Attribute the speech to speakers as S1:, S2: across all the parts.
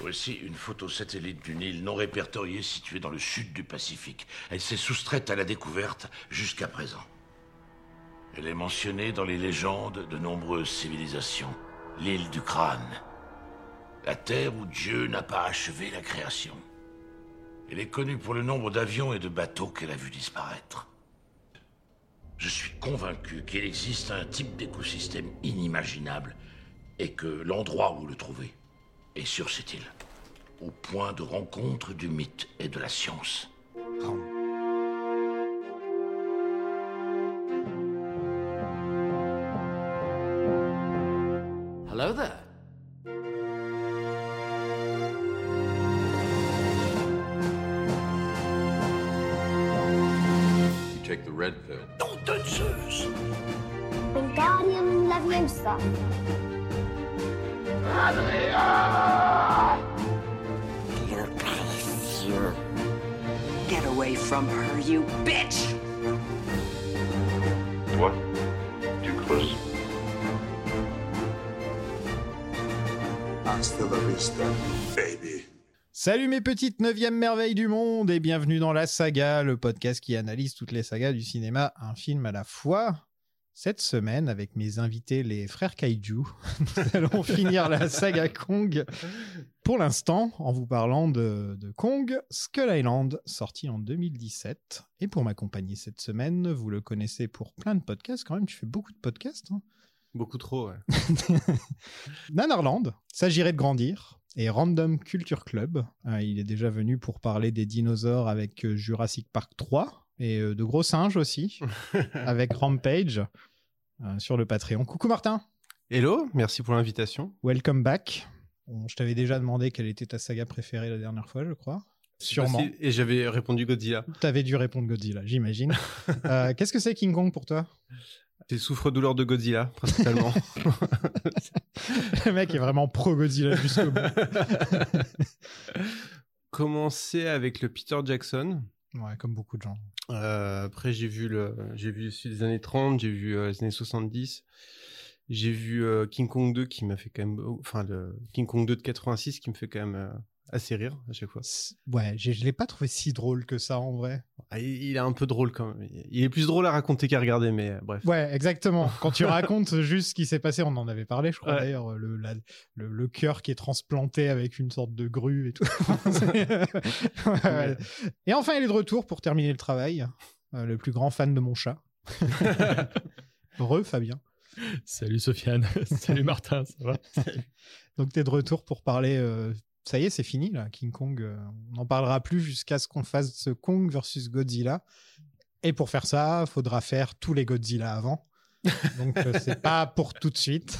S1: Voici une photo satellite d'une île non répertoriée située dans le sud du Pacifique. Elle s'est soustraite à la découverte jusqu'à présent. Elle est mentionnée dans les légendes de nombreuses civilisations. L'île du crâne. La terre où Dieu n'a pas achevé la création. Elle est connue pour le nombre d'avions et de bateaux qu'elle a vu disparaître. Je suis convaincu qu'il existe un type d'écosystème inimaginable et que l'endroit où le trouver est sur cette île, au point de rencontre du mythe et de la science.
S2: Hello there.
S3: You take the red pill.
S4: Wingardium Leviosa.
S5: Get away from her, you bitch!
S6: Toi, tu creuses.
S7: Hasta la vista, baby.
S8: Salut mes petites neuvièmes merveilles du monde et bienvenue dans La Saga, le podcast qui analyse toutes les sagas du cinéma, un film à la fois. Cette semaine, avec mes invités les frères Kaiju, nous allons finir la saga Kong pour l'instant en vous parlant de, de Kong Skull Island, sorti en 2017. Et pour m'accompagner cette semaine, vous le connaissez pour plein de podcasts quand même, tu fais beaucoup de podcasts. hein.
S9: Beaucoup trop, ouais.
S8: Nanarland, S'agirait de grandir et Random Culture Club. Euh, il est déjà venu pour parler des dinosaures avec euh, Jurassic Park 3 et euh, de gros singes aussi avec Rampage euh, sur le Patreon. Coucou Martin,
S9: Hello, merci pour l'invitation.
S8: welcome back. Bon, je t'avais déjà demandé quelle était ta saga préférée la dernière fois, je crois. Sûrement.
S9: Merci. Et j'avais répondu Godzilla.
S8: T'avais dû répondre Godzilla, j'imagine. Euh, Qu'est-ce que c'est King Kong pour toi
S9: C'est souffre-douleur de Godzilla, principalement.
S8: Le mec est vraiment pro Godzilla jusqu'au bout.
S9: Commencé avec le Peter Jackson.
S8: Ouais, comme beaucoup de gens.
S9: Euh, après, j'ai vu le, j'ai vu celui des années 30, j'ai vu euh, les années 70. J'ai vu euh, King Kong 2 qui m'a fait quand même, enfin, le King Kong 2 de 86 qui me fait quand même euh, assez rire à chaque fois.
S8: C'est- Ouais, j'ai- je l'ai pas trouvé si drôle que ça en vrai.
S9: Ah, il il est un peu drôle quand même. Il est plus drôle à raconter qu'à regarder, mais euh, bref.
S8: Ouais, exactement. Quand tu racontes juste ce qui s'est passé, on en avait parlé, je crois
S9: Ouais.
S8: d'ailleurs, euh, le, la- le, le cœur qui est transplanté avec une sorte de grue et tout. Ouais, ouais. Et enfin, il est de retour pour terminer le travail. Euh, le plus grand fan de mon chat. Re Fabien.
S10: Salut Sofiane, salut Martin, ça va
S8: Donc t'es de retour pour parler. euh, Ça y est, c'est fini là. King Kong, euh, on n'en parlera plus jusqu'à ce qu'on fasse ce Kong versus Godzilla. Et pour faire ça, faudra faire tous les Godzilla avant. Donc euh, c'est pas pour tout de suite.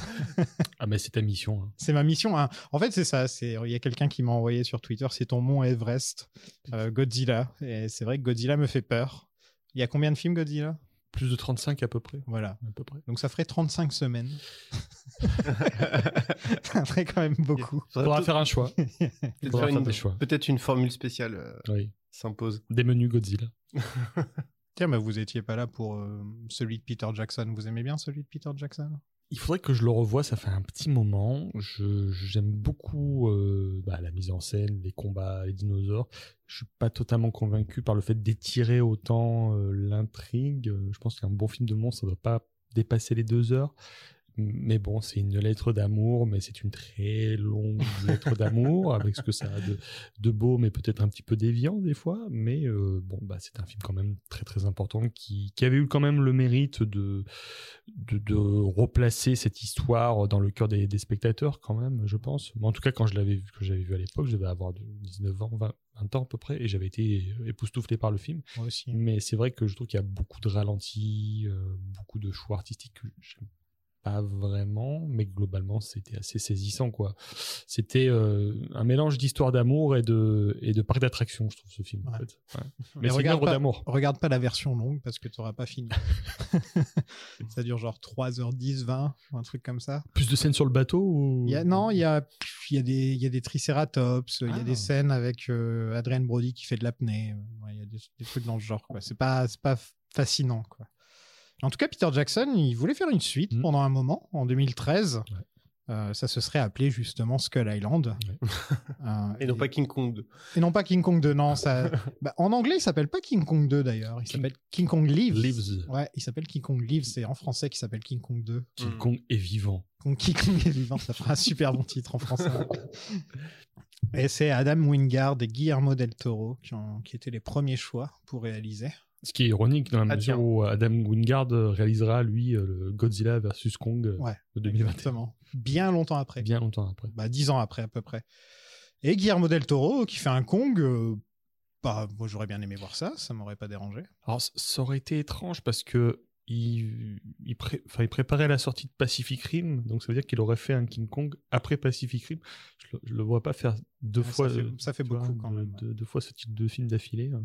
S10: Ah mais c'est ta mission. hein.
S8: C'est ma mission. hein. En fait, c'est ça. C'est il y a quelqu'un qui m'a envoyé sur Twitter. C'est ton mont Everest, euh, Godzilla. Et c'est vrai que Godzilla me fait peur. Il y a combien de films Godzilla
S10: Plus de 35 à peu près.
S8: Voilà.
S10: À peu près.
S8: Donc ça ferait 35 semaines. ça ferait quand même beaucoup.
S9: Faudrait
S10: Faudra
S9: peut-
S10: faire un choix.
S9: peut-être
S10: faudra
S9: faire
S10: faire
S9: une-
S10: des choix.
S9: Peut-être une formule spéciale euh,
S10: Oui.
S9: s'impose.
S10: Des menus Godzilla.
S8: Tiens, mais vous étiez pas là pour euh, celui de Peter Jackson. Vous aimez bien celui de Peter Jackson
S10: Il faudrait que je le revoie, ça fait un petit moment. Je- J'aime beaucoup euh, bah, la mise en scène, les combats, les dinosaures. Je suis pas totalement convaincu par le fait d'étirer autant euh, l'intrigue. Euh, Je pense qu'un bon film de monstre, ça doit pas dépasser les deux heures. Mais bon, c'est une lettre d'amour, mais c'est une très longue lettre d'amour, avec ce que ça a de, de beau, mais peut-être un petit peu déviant des fois. Mais euh, bon, bah, c'est un film quand même très très important qui, qui avait eu quand même le mérite de, de, de replacer cette histoire dans le cœur des, des spectateurs quand même, je pense. Mais en tout cas, quand je l'avais vu, que j'avais vu à l'époque, je devais avoir de 19 ans, 20, 20 ans à peu près, et j'avais été époustouflé par le film.
S8: Moi aussi.
S10: Mais c'est vrai que je trouve qu'il y a beaucoup de ralentis, euh, beaucoup de choix artistiques que j'aime pas vraiment, mais globalement c'était assez saisissant quoi. C'était euh, un mélange d'histoire d'amour et de et de parc d'attractions, je trouve ce film. en
S8: Ouais.
S10: fait. Ouais.
S8: Mais
S10: Mais, c'est une
S8: regarde
S10: œuvre
S8: pas-
S10: d'amour.
S8: Regarde pas la version longue parce que tu n'auras pas fini. ça dure genre 3h10, 20, ou un truc comme ça.
S10: Plus de scènes sur le bateau ou...
S8: Il y a- non, il y a, il y, a des- il y a des tricératops, il y a
S10: Ah.
S8: des scènes avec euh, Adrien Brody qui fait de l'apnée. euh, ouais, Il y a des, des trucs dans le genre. quoi. C'est pas, c'est pas f- fascinant. Quoi. En tout cas, Peter Jackson, il voulait faire une suite
S10: Mhm.
S8: pendant un moment, en 2013.
S10: Ouais.
S8: Euh, ça se serait appelé justement Skull Island.
S10: Ouais.
S8: Euh,
S9: Et non pas King Kong 2.
S8: et non pas King Kong 2, non. Ça... bah, en anglais, il s'appelle pas King Kong 2 d'ailleurs. Il
S10: King-
S8: s'appelle King Kong Lives.
S10: Lives.
S8: Ouais, il s'appelle King Kong Lives. C'est en français qu'il s'appelle King Kong 2.
S10: King
S9: Hmm.
S10: Kong est vivant.
S8: King Kong est vivant, ça fera un super bon titre en français. Et c'est Adam Wingard et Guillermo del Toro qui, ont, qui étaient les premiers choix pour réaliser.
S10: Ce qui est ironique dans la
S9: Ah,
S10: mesure
S9: tiens.
S10: où Adam Wingard réalisera, lui, euh, le Godzilla vs. Kong euh,
S8: Ouais,
S10: de 2021.
S8: Exactement. Bien longtemps après.
S10: Bien longtemps après.
S8: Bah, dix ans après à peu près. Et Guillermo del Toro qui fait un Kong. euh, bah, moi j'aurais bien aimé voir ça, ça m'aurait pas dérangé.
S10: Alors, c- ça aurait été étrange parce que il, il, pré- enfin, il préparait la sortie de Pacific Rim, donc ça veut dire qu'il aurait fait un King Kong après Pacific Rim. Je le, je le vois pas faire deux
S8: Ouais,
S10: fois.
S8: Ah, ça fait-
S10: le-
S8: ça fait
S10: tu vois,
S8: beaucoup quand
S10: de-
S8: même.
S10: de- deux fois ce type de film d'affilée. hein.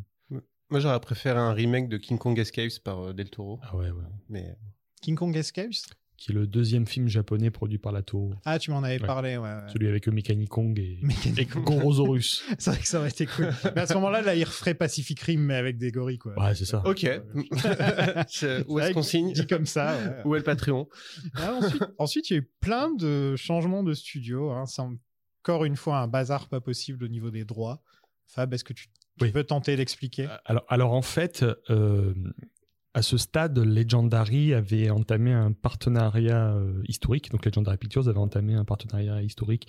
S9: Moi, j'aurais préféré un remake de King Kong Escapes par euh, Del Toro.
S10: Ah ouais, ouais.
S9: Mais euh,
S8: King Kong Escapes
S10: Qui est le deuxième film japonais produit par la Toho.
S8: Ah, tu m'en avais
S10: Ouais.
S8: parlé, ouais. ouais.
S10: Celui avec le Mechanic Kong et,
S8: Mécanique.
S10: et Gorosaurus.
S8: C'est vrai que ça aurait été cool. mais à ce moment-là, là, il referait Pacific Rim, mais avec des gorilles, quoi.
S10: ouais, c'est ça.
S9: ok. Je- Où est-ce qu'on signe
S8: Dit comme ça. ouais.
S9: Où est le Patreon
S8: Ah, ensuite, ensuite, il y a eu plein de changements de studio. hein. C'est encore une fois un bazar pas possible au niveau des droits. Fab, est-ce que tu, tu
S10: Oui. Euh,
S8: veux tenter d'expliquer
S10: Alors, alors en fait, euh, à ce stade, Legendary avait entamé un partenariat euh, historique. Donc Legendary Pictures avait entamé un partenariat historique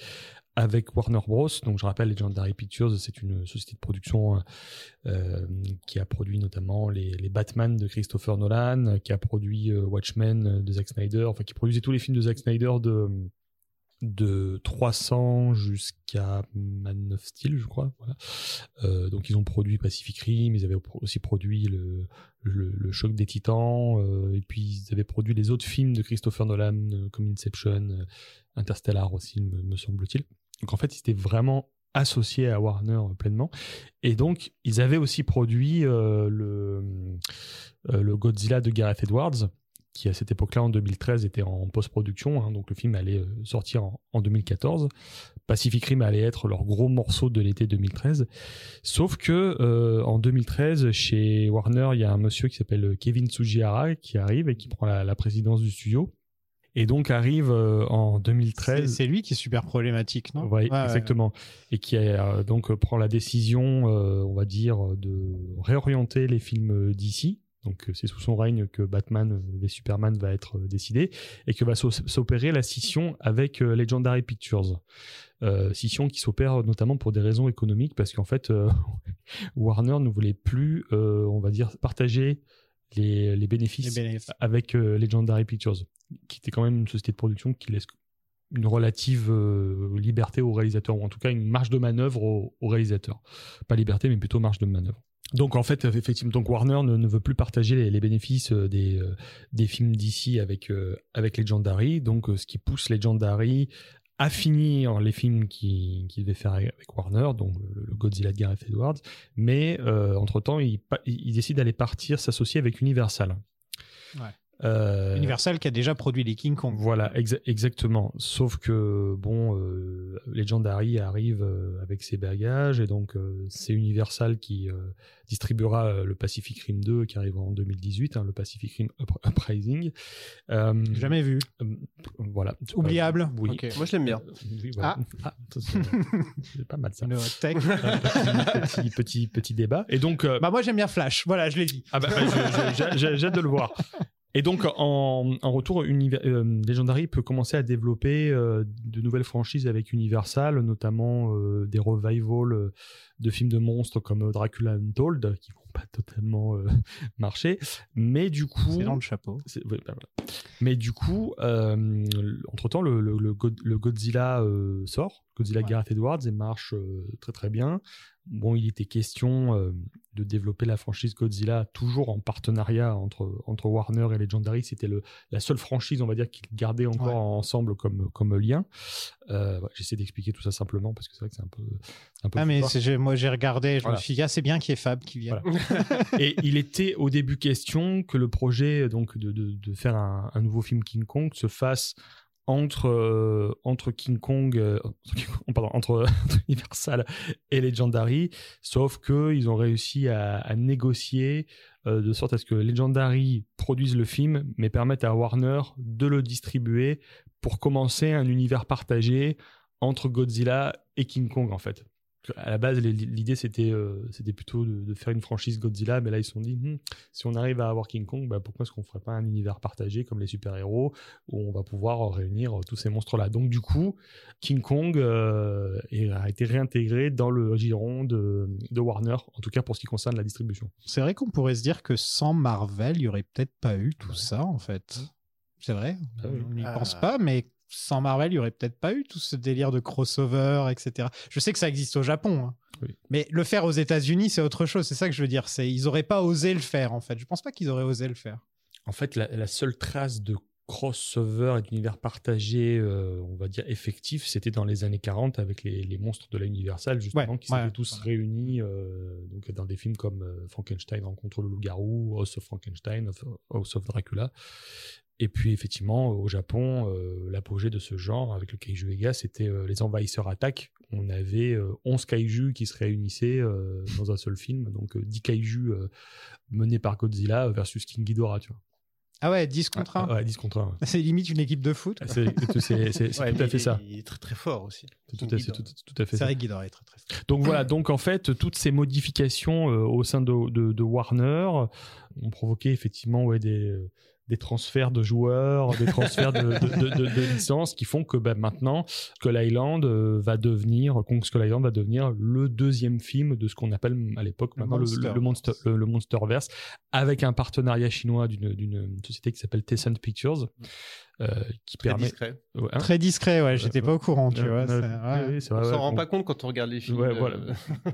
S10: avec Warner Bros. Donc je rappelle, Legendary Pictures, c'est une société de production euh, euh, qui a produit notamment les, les Batman de Christopher Nolan, euh, qui a produit euh, Watchmen de Zack Snyder, enfin qui produisait tous les films de Zack Snyder de de 300 jusqu'à Man of Steel, je crois. Voilà. Euh, donc ils ont produit Pacific Rim, ils avaient pro- aussi produit le, le, le Choc des Titans, euh, et puis ils avaient produit les autres films de Christopher Nolan, euh, comme Inception, euh, Interstellar aussi, me, me semble-t-il. Donc en fait, ils étaient vraiment associés à Warner euh, pleinement. Et donc, ils avaient aussi produit euh, le, euh, le Godzilla de Gareth Edwards, qui à cette époque-là, en 2013, était en post-production. hein. donc le film allait euh, sortir en, en 2014. Pacific Rim allait être leur gros morceau de l'été 2013. Sauf que euh, en 2013, chez Warner, il y a un monsieur qui s'appelle euh, Kevin Sugihara qui arrive et qui prend la, la présidence du studio. Et donc arrive euh, en
S8: C'est
S10: 2013.
S8: c'est lui qui est super problématique, non hein.
S10: Oui,
S8: Ouais, ouais,
S10: exactement. Et qui euh, donc euh, prend la décision, euh, on va dire, de réorienter les films d'ici. Donc euh, c'est sous son règne que Batman euh, et Superman va être euh, décidé et que va s'o- s'opérer la scission avec euh, Legendary Pictures. Euh, scission qui s'opère notamment pour des raisons économiques parce qu'en fait euh, Warner ne voulait plus, euh, on va dire, partager les, les
S8: Les
S10: bénéfices
S8: bénéfices.
S10: avec euh, Legendary Pictures, qui était quand même une société de production qui laisse une relative euh, liberté aux réalisateurs, ou en tout cas une marge de manœuvre aux, aux réalisateurs. Pas liberté, mais plutôt marge de manœuvre. Donc en fait, effectivement, donc Warner ne, ne veut plus partager les, les bénéfices euh, des, euh, des films d'ici avec, euh, avec Legendary, donc euh, ce qui pousse Legendary à finir les films qui- qu'il devait faire avec Warner, donc le, le Godzilla de Gareth Edwards, mais euh, entre-temps, il, pa- il il décide d'aller partir s'associer avec Universal.
S8: Ouais.
S10: Euh,
S8: Universal qui a déjà produit les King Kong.
S10: voilà, exa- exactement. Sauf que, bon, euh, Legendary arrive euh, avec ses bagages, et donc euh, c'est Universal qui euh, distribuera euh, le Pacific Rim 2 qui arrive en 2018, hein, le Pacific Rim Up- Uprising. Euh,
S8: Jamais vu.
S10: euh, voilà.
S8: Oubliable.
S10: Euh, oui.
S9: Ok. Moi, je l'aime bien.
S10: Euh, oui, voilà. Ah, ça, c'est c'est pas mal ça.
S8: Le hot tech.
S10: Un petit, petit, petit, petit débat. Et donc, euh,
S8: bah moi j'aime bien Flash, voilà, je l'ai dit.
S10: ah bah, bah, je- je- j'ai- j'ai j'ai hâte de le voir. Et donc, en, en retour, Univer- euh, Legendary peut commencer à développer euh, de nouvelles franchises avec Universal, notamment euh, des revivals euh, de films de monstres comme euh, Dracula Untold, qui vont pas totalement euh, marcher. Mais du coup...
S8: C'est dans le chapeau.
S10: C'est- ouais, bah, voilà. Mais du coup, euh, entre temps, le, le- le God- le Godzilla euh, sort, Godzilla
S8: Ouais.
S10: Gareth Edwards, et marche euh, très très bien. Bon, il était question euh, de développer la franchise Godzilla toujours en partenariat entre, entre Warner et Legendary. C'était le- la seule franchise, on va dire, qu'ils gardaient encore
S8: Ouais.
S10: ensemble comme, comme lien. Euh, ouais, J'essaie d'expliquer tout ça simplement parce que c'est vrai que c'est un peu. Un peu
S8: Ah mais
S10: fort.
S8: c'est- j'ai- moi j'ai regardé, je
S10: Voilà.
S8: me suis dit ah c'est bien qu'il y ait Fab qui vienne.
S10: Et il était au début question que le projet donc de, de- de faire un, un nouveau film King Kong se fasse entre euh, entre King Kong, euh, entre King Kong, pardon, entre, entre Universal et Legendary, sauf que ils ont réussi à, à négocier euh, de sorte à ce que Legendary produise le film, mais permette à Warner de le distribuer pour commencer un univers partagé entre Godzilla et King Kong, en fait. Parce que À la base, les- l'idée, c'était euh, c'était plutôt de, de faire une franchise Godzilla, mais là, ils se sont dit, Hmm, si on arrive à avoir King Kong, bah, pourquoi est-ce qu'on ne ferait pas un univers partagé comme les super-héros, où on va pouvoir euh, réunir euh, tous ces monstres-là Donc, du coup, King Kong euh, est- a été réintégré dans le giron de, de Warner, en tout cas pour ce qui concerne la distribution.
S8: C'est vrai qu'on pourrait se dire que sans Marvel, il n'y aurait peut-être pas eu tout ça, en fait. C'est vrai,
S10: Mm. Ah oui.
S8: on n'y
S9: Ah.
S8: pense pas, mais sans Marvel, il n'y aurait peut-être pas eu tout ce délire de crossover, etc. Je sais que ça existe au Japon, hein.
S10: Oui.
S8: mais le faire aux États-Unis, c'est autre chose. C'est ça que je veux dire. C'est Ils n'auraient pas osé le faire, en fait. Je pense pas qu'ils auraient osé le faire.
S10: En fait, la, la seule trace de crossover et d'univers partagé, euh, on va dire effectif, c'était dans les années 40 avec les, les monstres de la Universal, justement,
S8: Ouais,
S10: qui s'étaient
S8: ouais.
S10: tous réunis euh, donc dans des films comme euh, Frankenstein rencontre le loup-garou, House of Frankenstein, of- House of Dracula. Et puis, effectivement, au Japon, euh, l'apogée de ce genre avec le Kaiju Vega, c'était euh, Les Envahisseurs attaquent. On avait euh, 11 Kaiju qui se réunissaient euh, dans un seul film, donc euh, 10 Kaiju euh, menés par Godzilla versus King Ghidorah, tu vois.
S8: Ah ouais, 10 contre 1.
S10: Ouais, 10 contre 1.
S8: C'est limite une équipe de foot.
S10: C'est c'est- c'est- c'est
S9: Ouais,
S10: tout à
S9: mais
S10: fait
S9: il-
S10: ça.
S9: Il est très très fort aussi.
S10: C'est tout, à- c'est tout- tout à fait
S8: C'est
S10: ça.
S8: vrai que Guy Doret est très très fort.
S10: Donc voilà, donc en fait, toutes ces modifications euh, au sein de, de- de Warner ont provoqué effectivement ouais, des, euh, des transferts de joueurs, des transferts de, de, de- de- de licences qui font que bah, maintenant, Skull Island euh, va devenir, Kong Skull Island va devenir le deuxième film de ce qu'on appelle à l'époque
S8: Le
S10: maintenant le, le, le
S8: Monster.
S10: Monster- le- le Monsterverse, avec un partenariat chinois d'une- d'une société qui s'appelle Tencent Pictures,
S8: Mm.
S10: euh, qui
S9: Très
S10: permet...
S9: discret.
S10: Ouais, hein
S8: Très discret, ouais. J'étais pas au courant, tu
S10: Ouais,
S8: vois.
S10: ouais,
S8: c'est-
S10: ouais,
S8: ouais.
S10: oui, c'est
S9: On
S10: vrai,
S9: s'en
S10: Ah ouais,
S9: rend
S10: on-
S9: pas compte quand on regarde les films.
S10: Ouais,
S9: euh,
S10: voilà.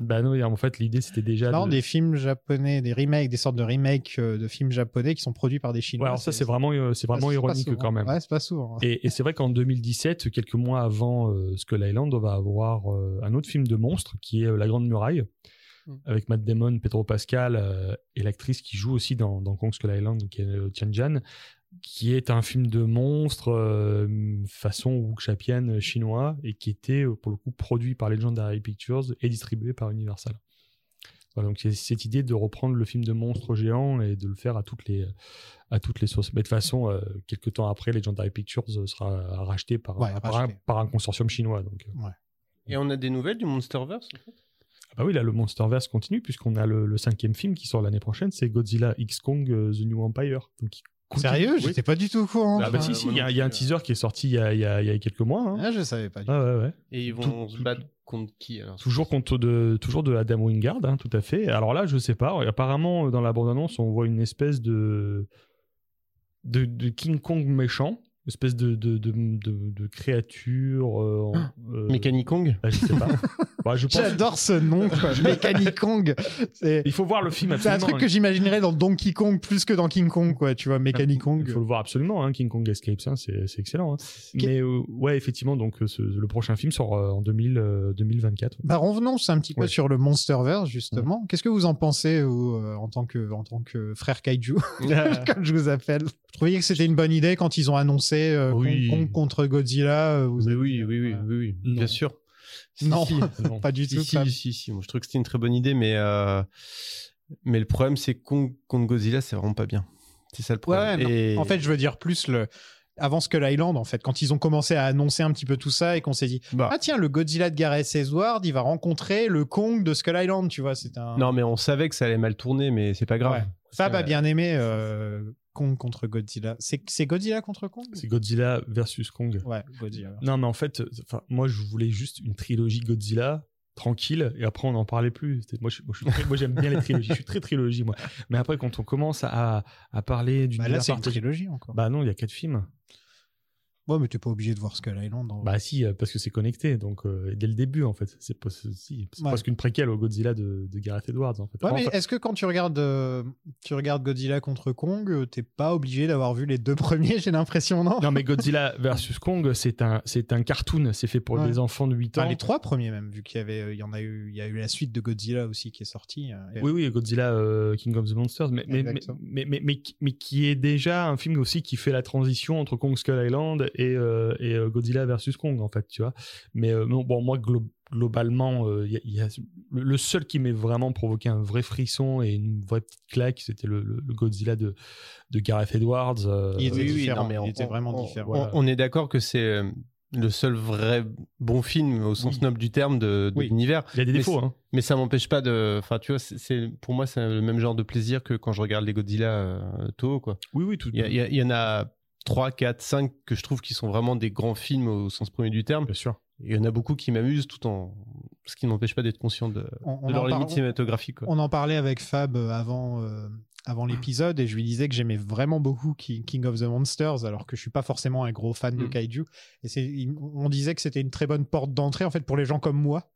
S10: Bah non, en fait, l'idée c'était déjà.
S8: Non,
S10: de-
S8: des films japonais, des remakes, des sortes de remakes euh, de films japonais qui sont produits par des Chinois.
S10: Ouais, alors ça c'est vraiment, euh, c'est vraiment
S8: ça, c'est pas
S10: ironique
S8: souvent.
S10: quand même.
S8: Ouais, c'est pas souvent.
S10: Et, et c'est vrai qu'en 2017, quelques mois avant euh, Skull Island, on va avoir euh, un autre film de monstre qui est euh, La Grande Muraille,
S9: Mm.
S10: avec Matt Damon, Pedro Pascal euh, et l'actrice qui joue aussi dans, dans Kong Skull Island, qui est euh, Tianjin, qui est un film de monstre euh, façon wuxapienne chinois et qui était euh, pour le coup produit par Legendary Pictures et distribué par Universal. Voilà, donc il y a cette idée de reprendre le film de monstre géant et de le faire à toutes les, à toutes les sources. Mais de toute façon, euh, quelques temps après, Legendary Pictures euh, sera racheté par,
S8: Ouais,
S10: par, un,
S8: racheté.
S10: par un consortium chinois. Donc, euh.
S9: Et on a des nouvelles du Monsterverse en fait
S10: Ah bah oui, là, le Monsterverse continue puisqu'on a le, le cinquième film qui sort l'année prochaine, c'est Godzilla X Kong euh, The New Empire. Donc, il continue-
S8: Sérieux
S10: Oui.
S8: J'étais pas du tout au courant.
S10: Ah bah si, si, il y, a- il y a un teaser qui est sorti il y a, il y a- il y a quelques mois. hein.
S8: Ah, je savais pas. Du tout.
S10: Ah ouais, ouais.
S9: Et ils vont se battre contre qui alors
S10: Toujours contre de toujours de Adam Wingard, hein, tout à fait. Alors là, je sais pas. Apparemment, dans la bande-annonce, on voit une espèce de de, de King Kong méchant, une espèce de de, de, de- de créature. euh, en- euh,
S9: Mechanicong
S10: ah, je sais pas. Bah, je pense-
S8: Ah, J'adore ce nom, quoi. Mechanic Kong. C'est
S10: Il faut voir le film
S8: c'est
S10: absolument. hein.
S8: un truc que j'imaginerais dans Donkey Kong plus que dans King Kong, quoi. Tu vois, Mechanic
S10: Il faut
S8: Kong.
S10: le voir absolument, hein, King Kong Escapes, hein, c'est c'est excellent. hein. Mais euh, ouais, effectivement, donc euh, ce- le prochain film sort euh, en 2000, euh, 2024.
S8: Bah revenons un petit peu
S10: Ouais.
S8: sur le Monsterverse justement. Qu'est-ce que vous en pensez vous, euh, en tant que en tant que frère Kaiju comme je vous appelle Vous trouviez que c'était une bonne idée quand ils ont annoncé euh, Kong-
S9: Oui.
S8: Kong, contre Godzilla euh, vous
S9: Mais
S8: avez-
S9: oui, oui, oui, oui, oui,
S10: Non.
S9: bien sûr. Si,
S8: Non.
S9: si.
S10: Non.
S8: Pas du
S9: Si,
S8: tout.
S9: si,
S8: pas-
S9: si, si. Moi, je trouve que c'était une très bonne idée, mais, euh, mais le problème, c'est que Kong contre Godzilla, c'est vraiment pas bien. C'est ça le
S8: Ouais,
S9: problème.
S8: ouais, non.
S9: Et-
S8: En fait, je veux dire plus le avant Skull Island, en fait, quand ils ont commencé à annoncer un petit peu tout ça et qu'on s'est dit
S9: bah,
S8: ah tiens le Godzilla de Gareth Edwards, il va rencontrer le Kong de Skull Island, tu vois, c'est un.
S9: non, mais on savait que ça allait mal tourner, mais c'est pas grave.
S8: Ouais. Fab
S9: Ça-
S8: a bien aimé euh, Kong contre Godzilla. C'est c'est Godzilla contre Kong
S10: C'est Godzilla versus Kong.
S8: Ouais, Godzilla.
S10: Non, mais en fait, euh, enfin, moi, je voulais juste une trilogie Godzilla tranquille et après on n'en parlait plus C'était- moi je- moi, je suis très- moi, j'aime bien les trilogies je suis très trilogie moi mais après quand on commence à, à parler d'une
S8: Bah, là, c'est une
S10: partagée-
S8: trilogie encore.
S10: bah non il y a quatre films
S8: ouais, mais t'es pas obligé de voir Skull Island. en vrai.
S10: bah si euh, parce que c'est connecté donc euh, dès le début en fait c'est pas si, c'est
S8: Ouais.
S10: presque une préquelle au Godzilla de, de Gareth Edwards en fait
S8: Ouais,
S10: Enfin,
S8: mais est-ce que quand tu regardes, euh, tu regardes Godzilla contre Kong, euh, t'es pas obligé d'avoir vu les deux premiers, j'ai l'impression, non,
S10: Non, mais Godzilla versus Kong, c'est un, c'est un cartoon. C'est fait pour
S8: Ouais.
S10: des enfants de 8 ans.
S8: Enfin, les trois premiers même, vu qu'il y avait, euh, il y en a eu, il y a eu la suite de Godzilla aussi qui est sortie. euh, et-
S10: Oui, oui, Godzilla euh, King of the Monsters, mais, mais, mais,
S8: Exactement.
S10: mais, mais, mais qui- mais qui est déjà un film aussi qui fait la transition entre Kong Skull Island et, euh, et euh, Godzilla versus Kong, en fait, tu vois. Mais euh, bon, bon, moi, glo- globalement, euh, il y a- il y a- le, le seul qui m'ait vraiment provoqué un vrai frisson et une vraie petite claque, c'était le, le- le Godzilla de, de Gareth Edwards. euh,
S8: Il était
S9: oui, oui,
S8: différent,
S9: non, mais
S8: il
S9: on-
S8: était vraiment
S9: on-
S8: différent.
S9: On, on est d'accord que c'est euh, le seul vrai bon film au sens noble du terme de, de
S10: Oui.
S9: l'univers.
S10: Il y a des
S9: Mais
S10: défauts.
S9: c'est-
S10: hein.
S9: Mais ça m'empêche pas de. Enfin, tu vois, c'est- c'est pour moi, c'est le même genre de plaisir que quand je regarde les Godzilla euh, Toho, quoi.
S10: Oui, oui, tout.
S9: Il y, a- il y a- il y en a 3, 4, 5 que je trouve qui sont vraiment des grands films au sens premier du terme.
S10: Bien sûr.
S9: Et il y en a beaucoup qui m'amusent tout en. Ce qui ne m'empêche pas d'être conscient de, de
S8: On, on en
S9: leur
S8: par-
S9: limite cinématographique, quoi.
S8: on en parlait avec Fab euh, avant, euh, avant l'épisode et je lui disais que j'aimais vraiment beaucoup Ki- King of the Monsters alors que je suis pas forcément un gros fan de
S9: Mm.
S8: kaiju. Et c'est- il- on disait que c'était une très bonne porte d'entrée en fait pour les gens comme moi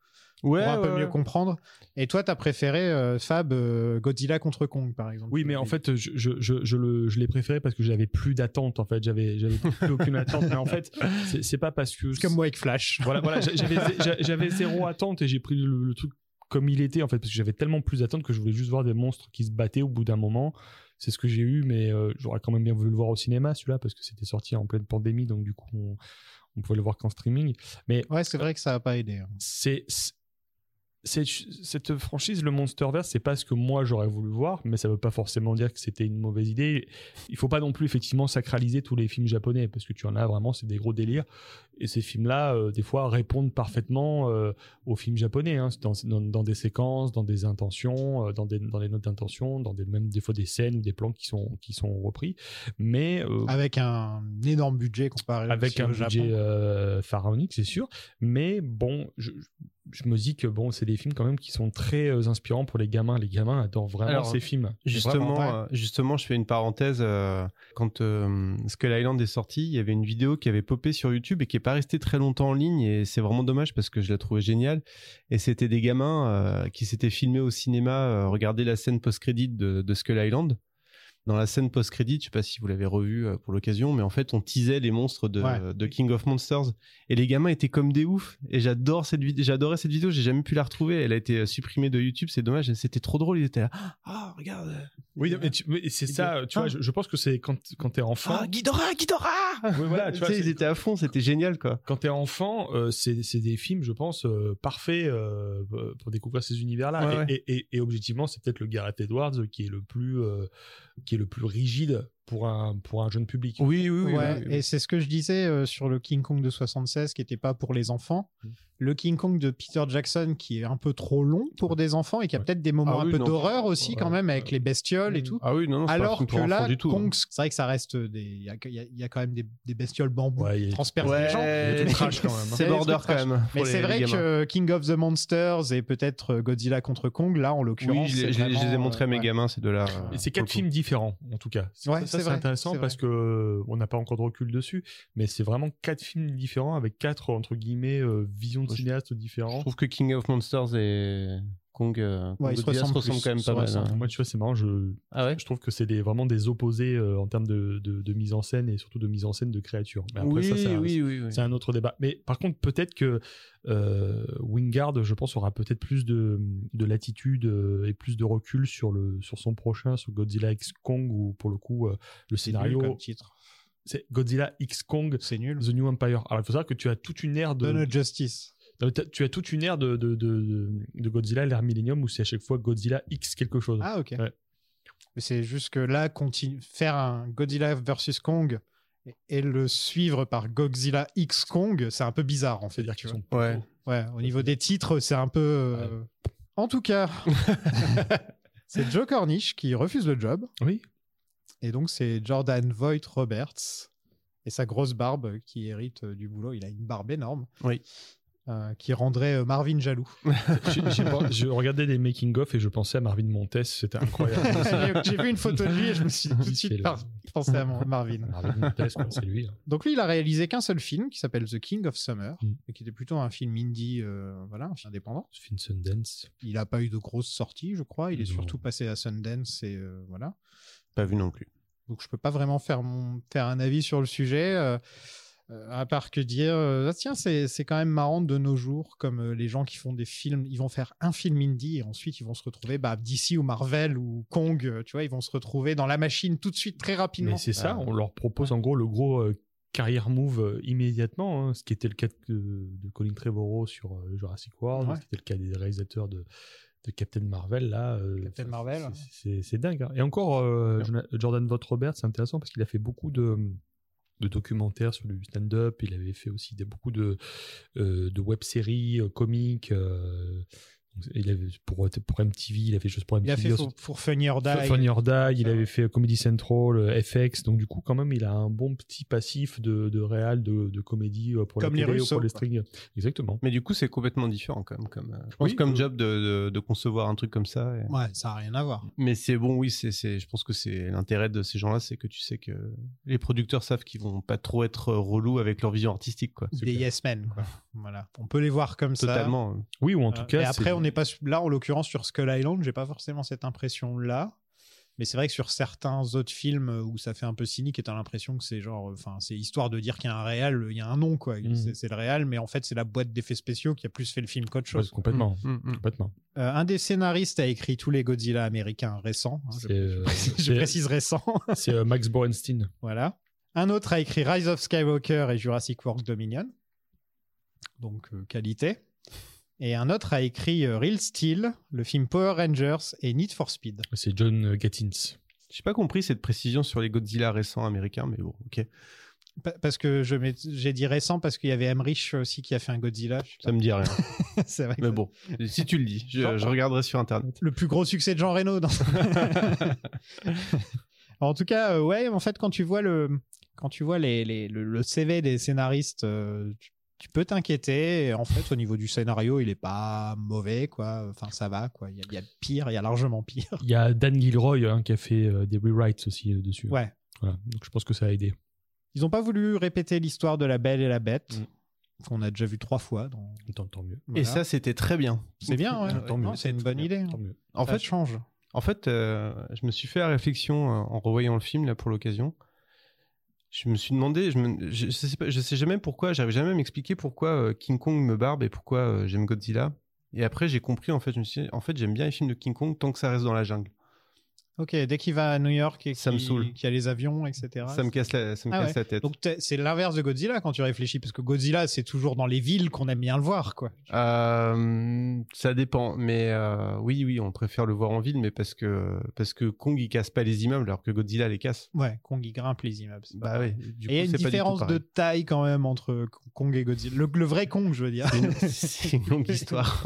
S9: Ouais,
S8: pour un peu
S9: ouais,
S8: mieux
S9: ouais.
S8: comprendre. Et toi, t'as préféré euh, Fab euh, Godzilla contre Kong par exemple
S10: Oui, mais en fait, je, je, je, je le- je l'ai préféré parce que j'avais plus d'attente, en fait. J'avais j'avais plus aucune attente. Mais en fait, c'est c'est pas parce que.
S8: C'est comme moi avec Flash.
S10: Voilà, voilà j'a- j'avais zé- j'a- j'avais zéro attente et j'ai pris le, le truc comme il était, en fait, parce que j'avais tellement plus d'attente que je voulais juste voir des monstres qui se battaient au bout d'un moment. C'est ce que j'ai eu, mais euh, j'aurais quand même bien voulu le voir au cinéma, celui-là, parce que c'était sorti en pleine pandémie, donc du coup, on, on pouvait le voir qu'en streaming. Mais
S8: Ouais, c'est vrai que ça a pas aidé. hein.
S10: c'est c'est- cette franchise, le Monsterverse, c'est pas ce que moi j'aurais voulu voir, mais ça veut pas forcément dire que c'était une mauvaise idée. Il faut pas non plus effectivement sacraliser tous les films japonais parce que tu en as vraiment, c'est des gros délires. Et ces films-là, euh, des fois, répondent parfaitement euh, aux films japonais, hein. C'est dans, dans- dans des séquences, dans des intentions, euh, dans des dans les notes d'intention, dans des même des fois des scènes ou des plans qui sont qui sont repris. Mais euh,
S8: Avec un énorme budget comparé
S10: avec
S8: aussi
S10: un
S8: au Japon.
S10: budget euh, pharaonique, c'est sûr. Mais bon, je, je me dis que bon, c'est des films quand même qui sont très euh, inspirants pour les gamins. Les gamins adorent vraiment
S9: Alors,
S10: ces films.
S9: Justement,
S8: Vraiment, ouais.
S9: euh, justement, je fais une parenthèse. euh, quand euh, Skull Island est sorti, il y avait une vidéo qui avait popé sur YouTube et qui est pas restée très longtemps en ligne. Et c'est vraiment dommage parce que je la trouvais géniale. Et c'était des gamins euh, qui s'étaient filmés au cinéma, euh, regarder la scène post-crédit de, de Skull Island. Dans la scène post-crédit, je sais pas si vous l'avez revue euh, pour l'occasion, mais en fait, on teasait les monstres de,
S8: Ouais.
S9: de King of Monsters. Et les gamins étaient comme des oufs. Et j'adore cette vidéo. J'adorais cette vidéo. J'ai jamais pu la retrouver. Elle a été euh, supprimée de YouTube. C'est dommage. C'était trop drôle. Ils étaient là. Ah, regarde.
S10: Oui, mais, tu- mais c'est ça. Tu vois, je, je pense que c'est quand quand t'es enfant.
S9: ah, Ghidorah, Ghidorah
S10: Oui, voilà, tu vois, c'est-
S9: ils étaient à fond, c'était génial, quoi.
S10: quand t'es enfant, euh, c'est c'est des films, je pense, euh, parfaits euh, pour découvrir ces univers-là.
S9: Ouais,
S10: et, et- et- et objectivement, c'est peut-être le Gareth Edwards qui est le plus euh, qui est le plus rigide pour un pour un jeune public.
S9: Oui, oui,
S8: Ouais, et c'est ce que je disais euh, sur le King Kong de 76 qui n'était pas pour les enfants.
S9: Mm.
S8: Le King Kong de Peter Jackson qui est un peu trop long pour des enfants et qui a
S10: Ouais.
S8: peut-être des moments
S9: Ah
S8: un
S9: oui,
S8: peu
S9: non.
S8: d'horreur aussi quand
S10: Ouais.
S8: même avec les bestioles et
S10: Mm.
S8: tout.
S9: Ah oui, non, non, c'est pas un
S8: Alors
S9: film
S8: que
S9: pour enfants
S8: là,
S9: du tout. hein.
S8: Kong, c'est vrai que ça reste des. Il y a, il y a- il y a quand même des, des bestioles bambou
S10: Ouais, il y a-
S8: transpercent
S9: Ouais.
S8: les gens.
S10: Il y a tout trash quand même. hein.
S8: Il y
S9: C'est
S8: a des
S9: border
S8: trucs
S9: quand
S8: trash.
S9: même.
S8: Mais
S9: pour
S8: c'est
S9: les-
S8: vrai
S9: les
S8: que
S9: gamins.
S8: euh, King of the Monsters et peut-être euh, Godzilla contre Kong, là en l'occurrence.
S9: Oui, je, les-
S8: c'est
S9: je les- je les ai
S8: vraiment,
S9: montrés à mes
S8: euh, ouais.
S9: gamins, ces deux-là.
S10: Et c'est
S9: pour le
S10: quatre
S9: coup.
S10: films différents, en tout cas. C'est-
S8: Ouais,
S10: ça,
S8: c'est
S10: c'est
S8: vrai,
S10: intéressant
S8: c'est
S10: parce que euh, on n'a pas encore de recul dessus, mais c'est vraiment quatre films différents avec quatre entre guillemets euh, visions de
S9: Moi, je-
S10: cinéastes
S9: Je
S10: différents.
S9: trouve que King of Monsters et Kong, euh, Kong
S8: Ouais, ils se
S9: Godzilla se
S8: ressemblent
S9: ressemblent
S8: plus,
S9: quand même
S8: se
S9: pas mal.
S8: ressemblent.
S9: hein.
S10: Moi, tu vois, c'est marrant. Je,
S9: Ah ouais
S10: je trouve que c'est des, vraiment des opposés euh, en termes de, de- de mise en scène et surtout de mise en scène de créatures. Mais après, ça, c'est un-
S9: oui,
S10: c'est un autre débat. Mais par contre, peut-être que euh, Wingard, je pense, aura peut-être plus de, de latitude euh, et plus de recul sur, le, sur son prochain, sur Godzilla X Kong, où pour le coup, euh, le
S8: C'est nul comme
S10: scénario,
S8: titre.
S10: c'est Godzilla X Kong.
S8: C'est nul.
S10: The New Empire. Alors il faut savoir que tu as toute une ère de,
S8: Donut Justice.
S10: Non, mais t'as- tu as toute une ère de, de, de, de Godzilla l'ère Millennium où c'est à chaque fois Godzilla X quelque chose.
S8: Ah, ok.
S10: Ouais.
S8: Mais C'est juste que là, continue, faire un Godzilla versus Kong et- et le suivre par Godzilla X Kong, c'est un peu bizarre en fait.
S10: C'est-à-dire
S8: tu
S10: qu'ils
S8: vois.
S10: sont
S9: Ouais.
S8: Ouais, au niveau des titres, c'est un peu. euh, En tout cas, c'est Joe Cornish qui refuse le job.
S10: Oui.
S8: Et donc, c'est Jordan Voight Roberts et sa grosse barbe qui hérite euh, du boulot. Il a une barbe énorme.
S9: Oui.
S8: euh, qui rendrait euh, Marvin jaloux.
S10: J'ai- j'ai pas- je regardais des making-of et je pensais à Marvin Montes, c'était incroyable.
S8: J'ai vu une photo de lui et je me suis tout de
S10: Il fait
S8: suite
S10: le-
S8: par- pensé à mon- Marvin.
S10: Marvin Montes, quoi, c'est lui. hein.
S8: Donc lui, il a réalisé qu'un seul film qui s'appelle The King of Summer,
S10: Mm.
S8: et qui était plutôt un film indie, euh, voilà, un film indépendant.
S10: Ce film Sundance.
S8: Il n'a pas eu de grosses sorties, je crois. Il est
S10: Non.
S8: surtout passé à Sundance et euh, voilà.
S9: Pas vu non plus.
S8: Donc je peux pas vraiment faire mon faire un avis sur le sujet. euh, euh, à part que dire, euh, Ah, tiens, c'est c'est quand même marrant de nos jours, comme euh, les gens qui font des films, ils vont faire un film indie et ensuite ils vont se retrouver, bah, DC ou Marvel ou Kong, euh, tu vois, ils vont se retrouver dans la machine tout de suite très rapidement.
S10: Mais c'est ça, on leur propose en gros le gros euh, carrière move euh, immédiatement, hein, ce qui était le cas de, de Colin Trevorrow sur euh, Jurassic World,
S8: Ouais.
S10: ce qui était le cas des réalisateurs de, de Captain Marvel là. euh,
S8: Captain
S10: c'est-
S8: Marvel.
S10: c'est- C'est c'est dingue. hein. Et encore, euh, Jona- Jordan Vogt Robert, c'est intéressant parce qu'il a fait beaucoup de de documentaires sur du stand-up. Il avait fait aussi des, beaucoup de, euh, de web-séries euh, comiques. euh, il avait, pour, pour MTV, il avait fait des choses pour MTV.
S8: Il a fait pour, pour Funny or Die.
S10: F- Funny or Die, il
S8: Ça,
S10: avait
S8: ouais.
S10: fait Comedy Central, euh, FX, donc du coup quand même il a un bon petit passif de, de réal, de, de comédie euh, pour
S8: Comme les
S10: la télé ou
S8: Russo,
S10: pour les
S8: quoi.
S10: strings. Exactement.
S9: Mais du coup, c'est complètement différent quand même. Comme, euh, je pense
S10: Oui,
S9: comme
S10: euh,
S9: job de, de- de concevoir un truc comme ça. et-
S8: Ouais, ça n'a rien à voir.
S9: Mais c'est bon, oui, c'est, c'est, je pense que c'est l'intérêt de ces gens-là, c'est que tu sais que les producteurs savent qu'ils vont pas trop être relous avec leur vision artistique, quoi.
S8: Des yes men, quoi. Voilà. On peut les voir comme ça.
S9: Totalement.
S10: Oui ou en
S8: Euh,
S10: tout cas.
S8: mais
S10: c'est-
S8: après, on n'est pas su- là en l'occurrence sur Skull Island, j'ai pas forcément cette impression là. Mais c'est vrai que sur certains autres films euh, où ça fait un peu cynique, et t'as l'impression que c'est genre, enfin, c'est histoire de dire qu'il y a un réal, euh, il y a un nom quoi.
S10: Mhm.
S8: C'est c'est le réal, mais en fait c'est la boîte d'effets spéciaux qui a plus fait le film qu'autre
S10: Ouais,
S8: chose. Hmm.
S10: complètement.
S9: Mm, mm, mm.
S10: Complètement.
S8: Euh, un des scénaristes a écrit tous les Godzilla américains récents. hein, je,
S10: C'est, euh,
S8: je
S10: c'est-
S8: précise récents.
S10: C'est euh, Max Borenstein.
S8: voilà. Un autre a écrit Rise of Skywalker et Jurassic World Dominion. Donc euh, qualité. Et un autre a écrit euh, Real Steel, le film Power Rangers et Need for Speed.
S10: C'est John Gattins.
S9: J'ai pas compris cette précision sur les Godzilla récents américains, mais bon, ok.
S8: Pa- parce que je m'ai- j'ai dit récent parce qu'il y avait Emmerich aussi qui a fait un Godzilla. je sais
S9: Ça me dit rien.
S8: pas. C'est vrai. que
S9: mais
S8: ça-
S9: bon, si tu le dis, je, je regarderai sur internet.
S8: le plus gros succès de Jean Reno. Dans... en tout cas, euh, ouais, en fait, quand tu vois le, quand tu vois les, les- le, le CV des scénaristes, euh, tu, tu peux t'inquiéter. Et En fait, au niveau du scénario, il est pas mauvais, quoi. Enfin, ça va, quoi. Il y, a- il y a pire, il y a largement pire.
S10: Il y a Dan Gilroy hein, qui a fait euh, des rewrites aussi euh, dessus.
S8: Ouais.
S10: Voilà. Donc je pense que ça a aidé.
S8: Ils ont pas voulu répéter l'histoire de la Belle et la Bête, qu'on a déjà vu trois fois. dans-
S10: Tant, tant mieux.
S9: Mm. Et
S8: voilà.
S9: ça, ah, c'était très bien.
S8: c'est bien, ouais.
S10: Tant
S8: Non,
S10: mieux.
S8: c'est une bonne
S10: Tant
S8: idée. hein.
S10: mieux. Tant mieux.
S9: En
S8: Ça
S9: fait,
S8: change.
S9: En fait, euh, je me suis fait la réflexion euh, en revoyant le film là pour l'occasion. Je me suis demandé, je, me- je, je sais, pas- je sais jamais pourquoi, j'avais jamais à m'expliquer pourquoi euh, King Kong me barbe et pourquoi euh, j'aime Godzilla. Et après, j'ai compris, en fait, je me suis dit, en fait, j'aime bien les films de King Kong tant que ça reste dans la jungle.
S8: Ok, dès qu'il va à New York et
S9: Ça me
S8: qu'il
S9: saoule.
S8: qu'il y a les avions, etc.
S9: ça me casse la, ça me
S8: Ah
S9: casse
S8: ouais.
S9: la tête.
S8: Donc t'es- c'est l'inverse de Godzilla quand tu réfléchis, parce que Godzilla c'est toujours dans les villes qu'on aime bien le voir, quoi.
S9: Ah. Euh, ça dépend, mais euh, oui, oui, on préfère le voir en ville, mais parce que, parce que Kong, il casse pas les immeubles alors que Godzilla les casse.
S8: Ouais, Kong il grimpe les immeubles. c'est pas
S9: Bah oui,
S8: pareil.
S9: du coup,
S8: Et il y a une
S9: c'est pas du tout
S8: différence de
S9: pareil.
S8: taille quand même entre Kong et Godzilla. Le, le vrai Kong, je veux dire.
S9: C'est une- C'est une longue histoire.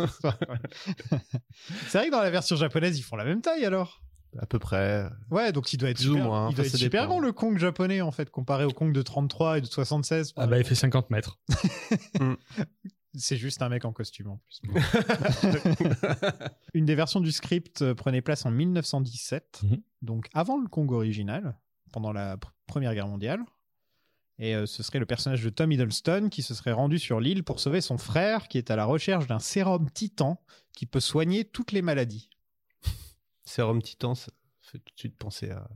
S8: c'est vrai que dans la version japonaise ils font la même taille alors.
S9: à peu près.
S8: Ouais, donc il doit être
S9: Plus ou
S8: super,
S9: moins, hein.
S8: il doit
S9: enfin,
S8: être
S9: ça
S8: super
S9: dépend.
S8: grand le Kong japonais en fait comparé au Kong de 33 et de 76. par
S10: Ah bah il
S8: exemple.
S10: fait 50 mètres.
S8: C'est juste un mec en costume en plus. Une des versions du script euh, prenait place en 1917,
S10: Mhm.
S8: donc avant le Congo original, pendant la pr- Première Guerre mondiale. Et euh, ce serait le personnage de Tom Hiddleston qui se serait rendu sur l'île pour sauver son frère qui est à la recherche d'un sérum titan qui peut soigner toutes les maladies.
S9: Sérum Titan, ça fait tout de suite penser à